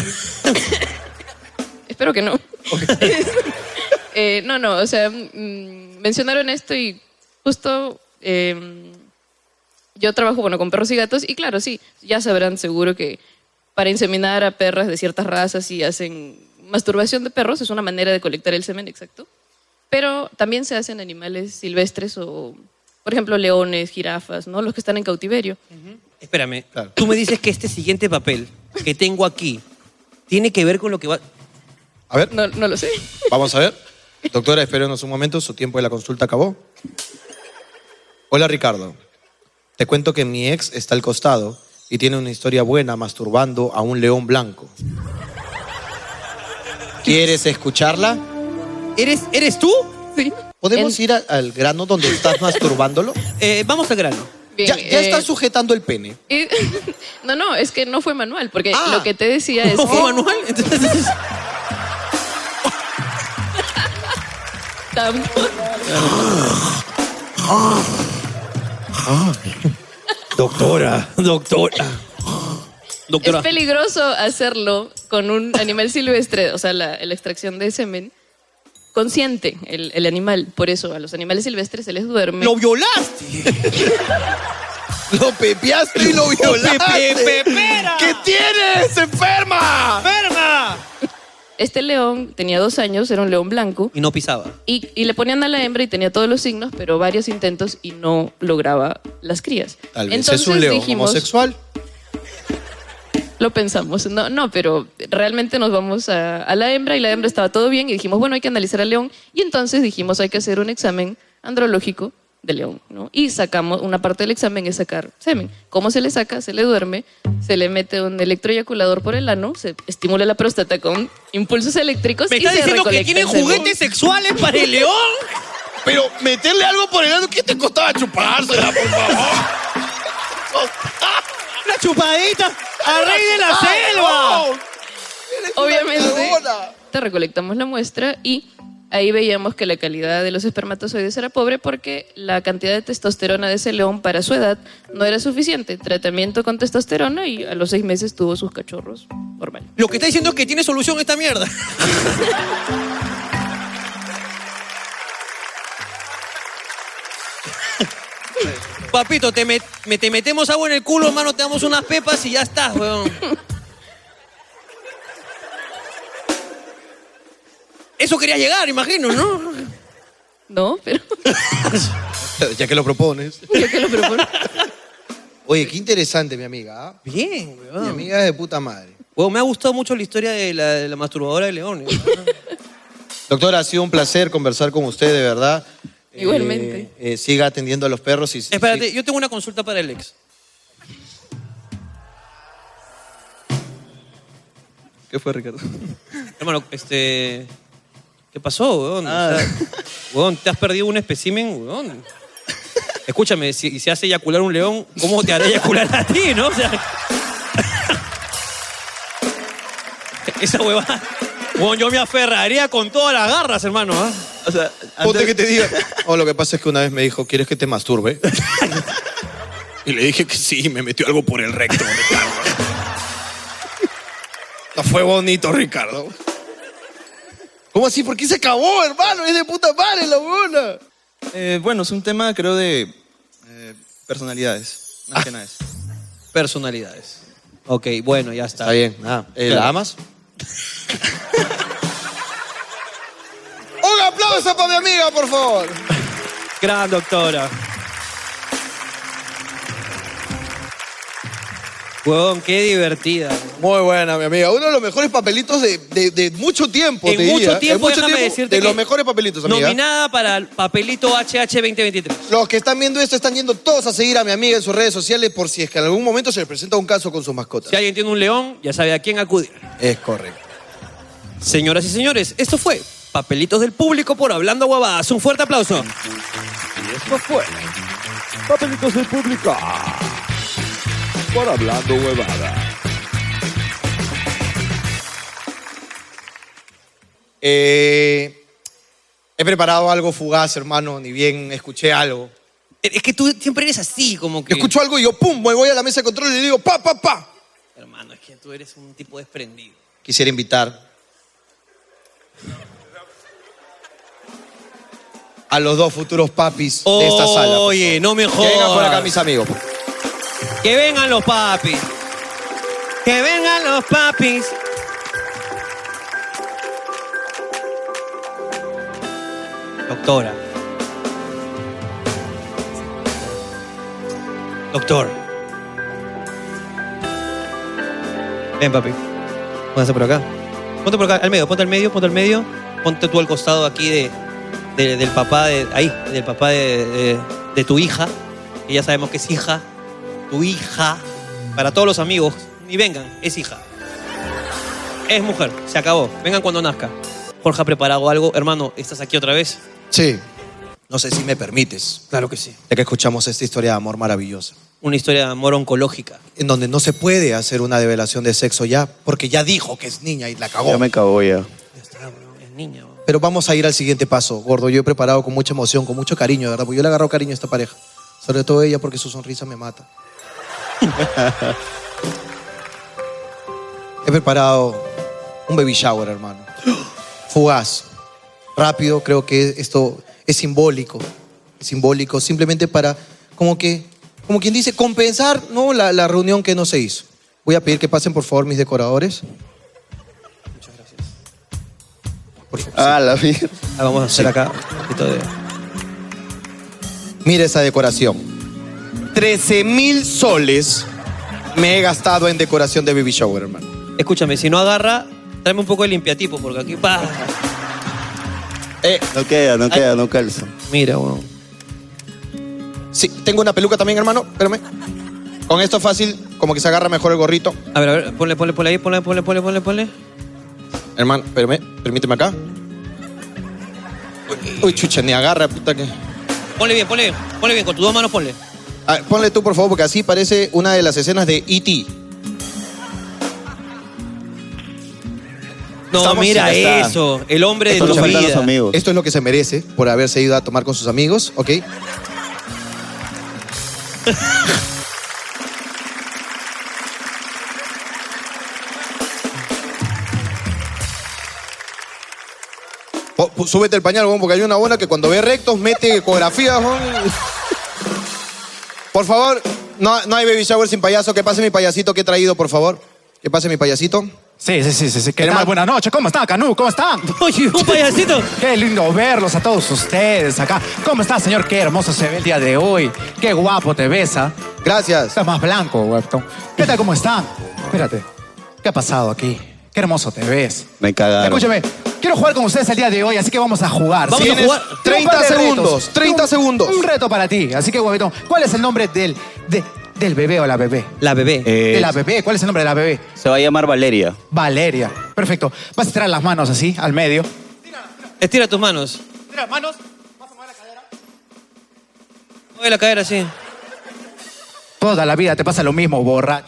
[SPEAKER 21] Espero que no. Eh, no, no. O sea, mm, mencionaron esto y justo. eh, yo trabajo, bueno, con perros y gatos y claro, sí, ya sabrán seguro que para inseminar a perras de ciertas razas y hacen masturbación de perros es una manera de colectar el semen, exacto. Pero también se hacen animales silvestres o, por ejemplo, leones, jirafas, ¿no? Los que están en cautiverio.
[SPEAKER 1] Espérame, tú me dices que este siguiente papel que tengo aquí tiene que ver con lo que va.
[SPEAKER 2] A ver.
[SPEAKER 21] No, no lo sé.
[SPEAKER 2] Vamos a ver. Doctora, espérenos un momento, su tiempo de la consulta acabó. Hola Ricardo. Te cuento que mi ex está al costado y tiene una historia buena masturbando a un león blanco. ¿Quieres escucharla?
[SPEAKER 1] ¿Eres, eres tú?
[SPEAKER 21] Sí.
[SPEAKER 2] ¿Podemos ir a- al grano donde estás masturbándolo?
[SPEAKER 1] vamos al grano.
[SPEAKER 21] Bien,
[SPEAKER 2] ya ya
[SPEAKER 21] eh,
[SPEAKER 2] estás sujetando el pene.
[SPEAKER 21] Y- no, no, es que no fue manual, porque lo que te decía es.
[SPEAKER 1] Ah. ¿No fue
[SPEAKER 21] que-
[SPEAKER 1] manual? Entonces-
[SPEAKER 21] Tampoco-
[SPEAKER 8] Doctora, doctora.
[SPEAKER 21] es peligroso hacerlo con un animal silvestre, o sea, la, la extracción de semen. Consciente el, el animal, por eso a los animales silvestres se les duerme.
[SPEAKER 2] ¡Lo violaste! Lo pepeaste y lo violaste. ¿Qué tienes, enferma?
[SPEAKER 1] ¡Enferma!
[SPEAKER 21] Este león tenía dos años, era un león blanco,
[SPEAKER 1] Y no pisaba.
[SPEAKER 21] y, y le ponían a la hembra y tenía todos los signos, pero varios intentos y no lograba las crías.
[SPEAKER 2] Tal vez es un león
[SPEAKER 21] dijimos-
[SPEAKER 2] homosexual.
[SPEAKER 21] Lo pensamos, no, no, pero realmente nos vamos a, a la hembra y la hembra estaba todo bien y dijimos, bueno, hay que analizar al león y entonces dijimos, hay que hacer un examen andrológico de león, ¿no? Y sacamos, una parte del examen es sacar semen. ¿Cómo se le saca? Se le duerme, se le mete un electroeyaculador por el ano, se estimula la próstata con impulsos eléctricos
[SPEAKER 1] ¿Me
[SPEAKER 21] y
[SPEAKER 1] estás
[SPEAKER 21] se
[SPEAKER 1] diciendo que
[SPEAKER 21] recolecta
[SPEAKER 1] tienen
[SPEAKER 21] el semen.
[SPEAKER 1] juguetes sexuales para el león?
[SPEAKER 2] Pero meterle algo por el ano, ¿qué te costaba chupársela, por favor?
[SPEAKER 1] ¡La chupadita! ¡Al rey de la
[SPEAKER 21] ¡Ay,
[SPEAKER 1] selva!
[SPEAKER 21] Obviamente, te recolectamos la muestra y Ahí veíamos que la calidad de los espermatozoides era pobre porque la cantidad de testosterona de ese león para su edad no era suficiente. Tratamiento con testosterona y a los seis meses tuvo sus cachorros.
[SPEAKER 22] Lo que está diciendo es que tiene solución esta mierda.
[SPEAKER 3] Papito, te, met- me- te metemos agua en el culo, hermano, te damos unas pepas y ya estás, weón. Eso quería llegar, imagino, ¿no?
[SPEAKER 21] No, pero
[SPEAKER 2] ya que lo propones.
[SPEAKER 21] ya que lo propongo.
[SPEAKER 2] Oye, qué interesante, mi amiga. ¿ah?
[SPEAKER 3] Bien, weón.
[SPEAKER 2] Mi amiga es de puta madre.
[SPEAKER 1] Bueno, me ha gustado mucho la historia de la, de la masturbadora de León.
[SPEAKER 2] Doctora, ha sido un placer conversar con usted, de verdad.
[SPEAKER 1] Igualmente.
[SPEAKER 2] Eh, eh, siga atendiendo a los perros y...
[SPEAKER 1] Espérate, yo tengo una consulta para el ex.
[SPEAKER 14] ¿Qué fue, Ricardo?
[SPEAKER 1] Hermano, este. ¿Qué pasó, weón? O
[SPEAKER 14] Ah.
[SPEAKER 1] sea, weón, te has perdido un espécimen, weón. Escúchame, si se hace eyacular un león, ¿cómo te hará eyacular a ti, no? O sea. Esa huevada. Weón, yo me aferraría con todas las garras, hermano. ¿ah?
[SPEAKER 14] O sea,
[SPEAKER 2] Ponte que te diga. Oh, lo que pasa es que una vez me dijo, ¿quieres que te masturbe? y le dije que sí, y me metió algo por el recto. me cago. No fue bonito, Ricardo.
[SPEAKER 12] ¿Cómo así? ¿Por qué se acabó, hermano? Es de puta madre la buena.
[SPEAKER 14] Eh, bueno, es un tema, creo, de eh, personalidades. Más que nada eso.
[SPEAKER 1] Ah. Personalidades. Ok, bueno, ya está.
[SPEAKER 2] Está bien, nada. Eh, ¿La amas?
[SPEAKER 12] Un aplauso para mi amiga, por favor.
[SPEAKER 1] Gran doctora. Huevón, qué divertida.
[SPEAKER 2] Muy buena, mi amiga. Uno de los mejores papelitos de, de- de mucho tiempo,
[SPEAKER 1] En
[SPEAKER 2] Pues te
[SPEAKER 1] mucho
[SPEAKER 2] diría. ¿eh?
[SPEAKER 1] tiempo,
[SPEAKER 2] en mucho
[SPEAKER 1] déjame
[SPEAKER 2] tiempo,
[SPEAKER 1] decirte
[SPEAKER 2] De
[SPEAKER 1] que
[SPEAKER 2] los mejores papelitos, amiga.
[SPEAKER 1] Nominada para el papelito HH 2023.
[SPEAKER 2] Los que están viendo esto están yendo todos a seguir a mi amiga en sus redes sociales por si es que en algún momento se le presenta un caso con sus mascotas.
[SPEAKER 1] Si alguien tiene un león, ya sabe a quién acudir.
[SPEAKER 2] Es correcto.
[SPEAKER 1] Señoras y señores, esto fue Papelitos del Público por Hablando Guabadas. Un fuerte aplauso.
[SPEAKER 16] Y esto fue Papelitos del Público por Hablando Huevada.
[SPEAKER 2] Eh, he preparado algo fugaz, hermano, ni bien escuché algo.
[SPEAKER 1] Es que tú siempre eres así, como que...
[SPEAKER 2] Escucho algo y yo, pum, me voy a la mesa de control y le digo, pa, pa, pa.
[SPEAKER 1] Hermano, es que tú eres un tipo desprendido.
[SPEAKER 2] Quisiera invitar a los dos futuros papis de esta sala. por
[SPEAKER 1] Oye,
[SPEAKER 2] favor.
[SPEAKER 1] no me
[SPEAKER 2] Que vengan por acá
[SPEAKER 1] jodas.
[SPEAKER 2] mis amigos. pues.
[SPEAKER 1] Que vengan los papis. Que vengan los papis. Doctora. Doctor. Ven, papi. Pónganse por acá. Ponte por acá, al medio, ponte al medio, ponte al medio. Ponte tú al costado aquí de, de- del papá de. Ahí, del papá de, de- de tu hija. Que ya sabemos que es hija. Tu hija. Para todos los amigos. Y vengan, es hija. Es mujer, se acabó. Vengan cuando nazca. Jorge ha preparado algo. Hermano, ¿estás aquí otra vez?
[SPEAKER 2] Sí. No sé si me permites.
[SPEAKER 1] Claro que sí.
[SPEAKER 2] Ya que escuchamos esta historia de amor maravillosa.
[SPEAKER 1] Una historia de amor oncológica.
[SPEAKER 2] En donde no se puede hacer una develación de sexo ya, porque ya dijo que es niña y la cagó.
[SPEAKER 17] Ya me cagó ya.
[SPEAKER 2] Pero vamos a ir al siguiente paso, gordo. Yo he preparado con mucha emoción, con mucho cariño, de verdad, porque yo le agarro cariño a esta pareja. Sobre todo ella, porque su sonrisa me mata. he preparado un baby shower, hermano. Fugaz, rápido, creo que esto es simbólico. Simbólico, simplemente para, como que, como quien dice, compensar ¿no? la, la reunión que no se hizo. Voy a pedir que pasen, por favor, mis decoradores.
[SPEAKER 17] Ah, la mierda.
[SPEAKER 1] vamos a hacer acá.
[SPEAKER 2] Mira esa decoración. 13 mil soles me he gastado en decoración de baby shower, hermano.
[SPEAKER 1] Escúchame, si no agarra, tráeme un poco de limpiatipo, porque aquí pa.
[SPEAKER 17] No queda, no queda, no calza.
[SPEAKER 1] Mira, weón.
[SPEAKER 2] Sí, tengo una peluca también, hermano. Espérame. Con esto fácil, como que se agarra mejor el gorrito.
[SPEAKER 1] A ver, a ver, ponle, ponle, ponle ahí, ponle, ponle, ponle, ponle, ponle.
[SPEAKER 2] Hermano, espérame, permíteme acá. Uy, chucha, ni agarra, puta que.
[SPEAKER 1] Ponle bien, ponle bien, ponle bien, con tus dos manos ponle.
[SPEAKER 2] A ver, ponle tú, por favor, porque así parece una E de las escenas de E.T.
[SPEAKER 1] No,
[SPEAKER 12] Estamos-
[SPEAKER 1] mira
[SPEAKER 12] Ya está.
[SPEAKER 1] eso. El hombre de
[SPEAKER 12] Esto
[SPEAKER 1] tu
[SPEAKER 12] le faltan a
[SPEAKER 1] vida.
[SPEAKER 12] los amigos. Esto es lo que se merece por haberse ido a tomar con sus amigos, ¿ok? Po- pu- Oh, pues, Súbete el pañal, huevón, porque hay una buena que cuando ve rectos mete ecografías. huevón. Por favor, no, no hay baby shower sin payaso. Que pase mi payasito que he traído, por favor. Que pase mi payasito.
[SPEAKER 2] Sí, sí, sí, sí, sí. Queremos buenas noches. ¿Cómo están, Canú? ¿Cómo están? Oye, un payasito. Qué lindo verlos a todos ustedes acá. ¿Cómo está, señor? Qué hermoso se ve el día de hoy. Qué guapo te besa.
[SPEAKER 12] Gracias.
[SPEAKER 2] Estás más blanco, Webton. ¿Qué tal, cómo están? Espérate. ¿Qué ha pasado aquí? Qué hermoso te ves.
[SPEAKER 17] Me cagaron.
[SPEAKER 2] Escúchame, quiero jugar con ustedes el día de hoy, así que vamos a jugar.
[SPEAKER 17] Vamos a
[SPEAKER 2] Tienes
[SPEAKER 17] jugar.
[SPEAKER 2] un
[SPEAKER 17] 30
[SPEAKER 2] par de
[SPEAKER 17] segundos,
[SPEAKER 2] retos. Un- Un reto para ti, así que huevito, ¿cuál es el nombre del, de- del bebé o la bebé?
[SPEAKER 1] La bebé.
[SPEAKER 12] Eh,
[SPEAKER 2] De la bebé, ¿cuál es el nombre de la bebé?
[SPEAKER 17] Eh, Se va a llamar Valeria.
[SPEAKER 2] Valeria. Perfecto. Vas a tirar las manos así, al medio.
[SPEAKER 1] Estira tus manos.
[SPEAKER 2] Mira, manos.
[SPEAKER 1] Mueve la cadera así.
[SPEAKER 2] Toda la vida te pasa lo mismo, borracho.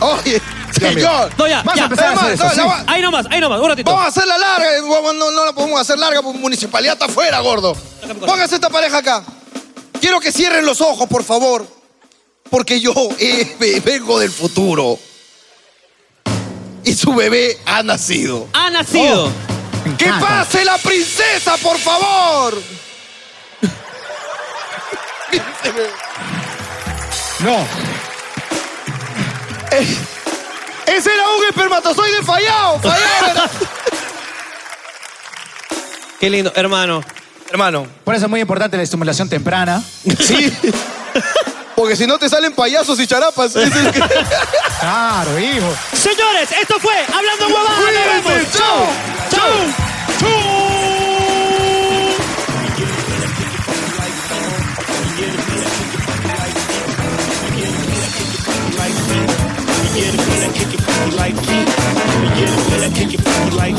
[SPEAKER 12] Oye, señor.
[SPEAKER 1] No, ya,
[SPEAKER 12] Vas a
[SPEAKER 1] ya.
[SPEAKER 12] empezar a hacer eso, sí.
[SPEAKER 1] Ahí nomás, ahí nomás, un ratito.
[SPEAKER 12] Vamos a hacerla larga, huevón, no, no la podemos hacer larga porque municipalidad está afuera, gordo. Póngase esta pareja acá. Quiero que cierren los ojos, por favor. Porque yo eh, ve- vengo del futuro. Y su bebé ha nacido.
[SPEAKER 1] ¡Ha nacido!
[SPEAKER 12] ¡Que pase la princesa, por favor!
[SPEAKER 2] No.
[SPEAKER 12] Eh, ese era un espermatozoide fallado, fallado. era.
[SPEAKER 1] Qué lindo, hermano.
[SPEAKER 2] Hermano. Por eso es muy importante la estimulación temprana.
[SPEAKER 12] Sí. Porque si no te salen payasos y charapas.
[SPEAKER 2] claro, hijo.
[SPEAKER 1] Señores, esto fue Hablando Huevadas. Nos vemos.
[SPEAKER 12] ¡Chao!
[SPEAKER 1] ¡Chao!
[SPEAKER 23] Like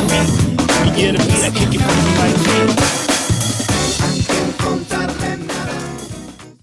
[SPEAKER 23] me.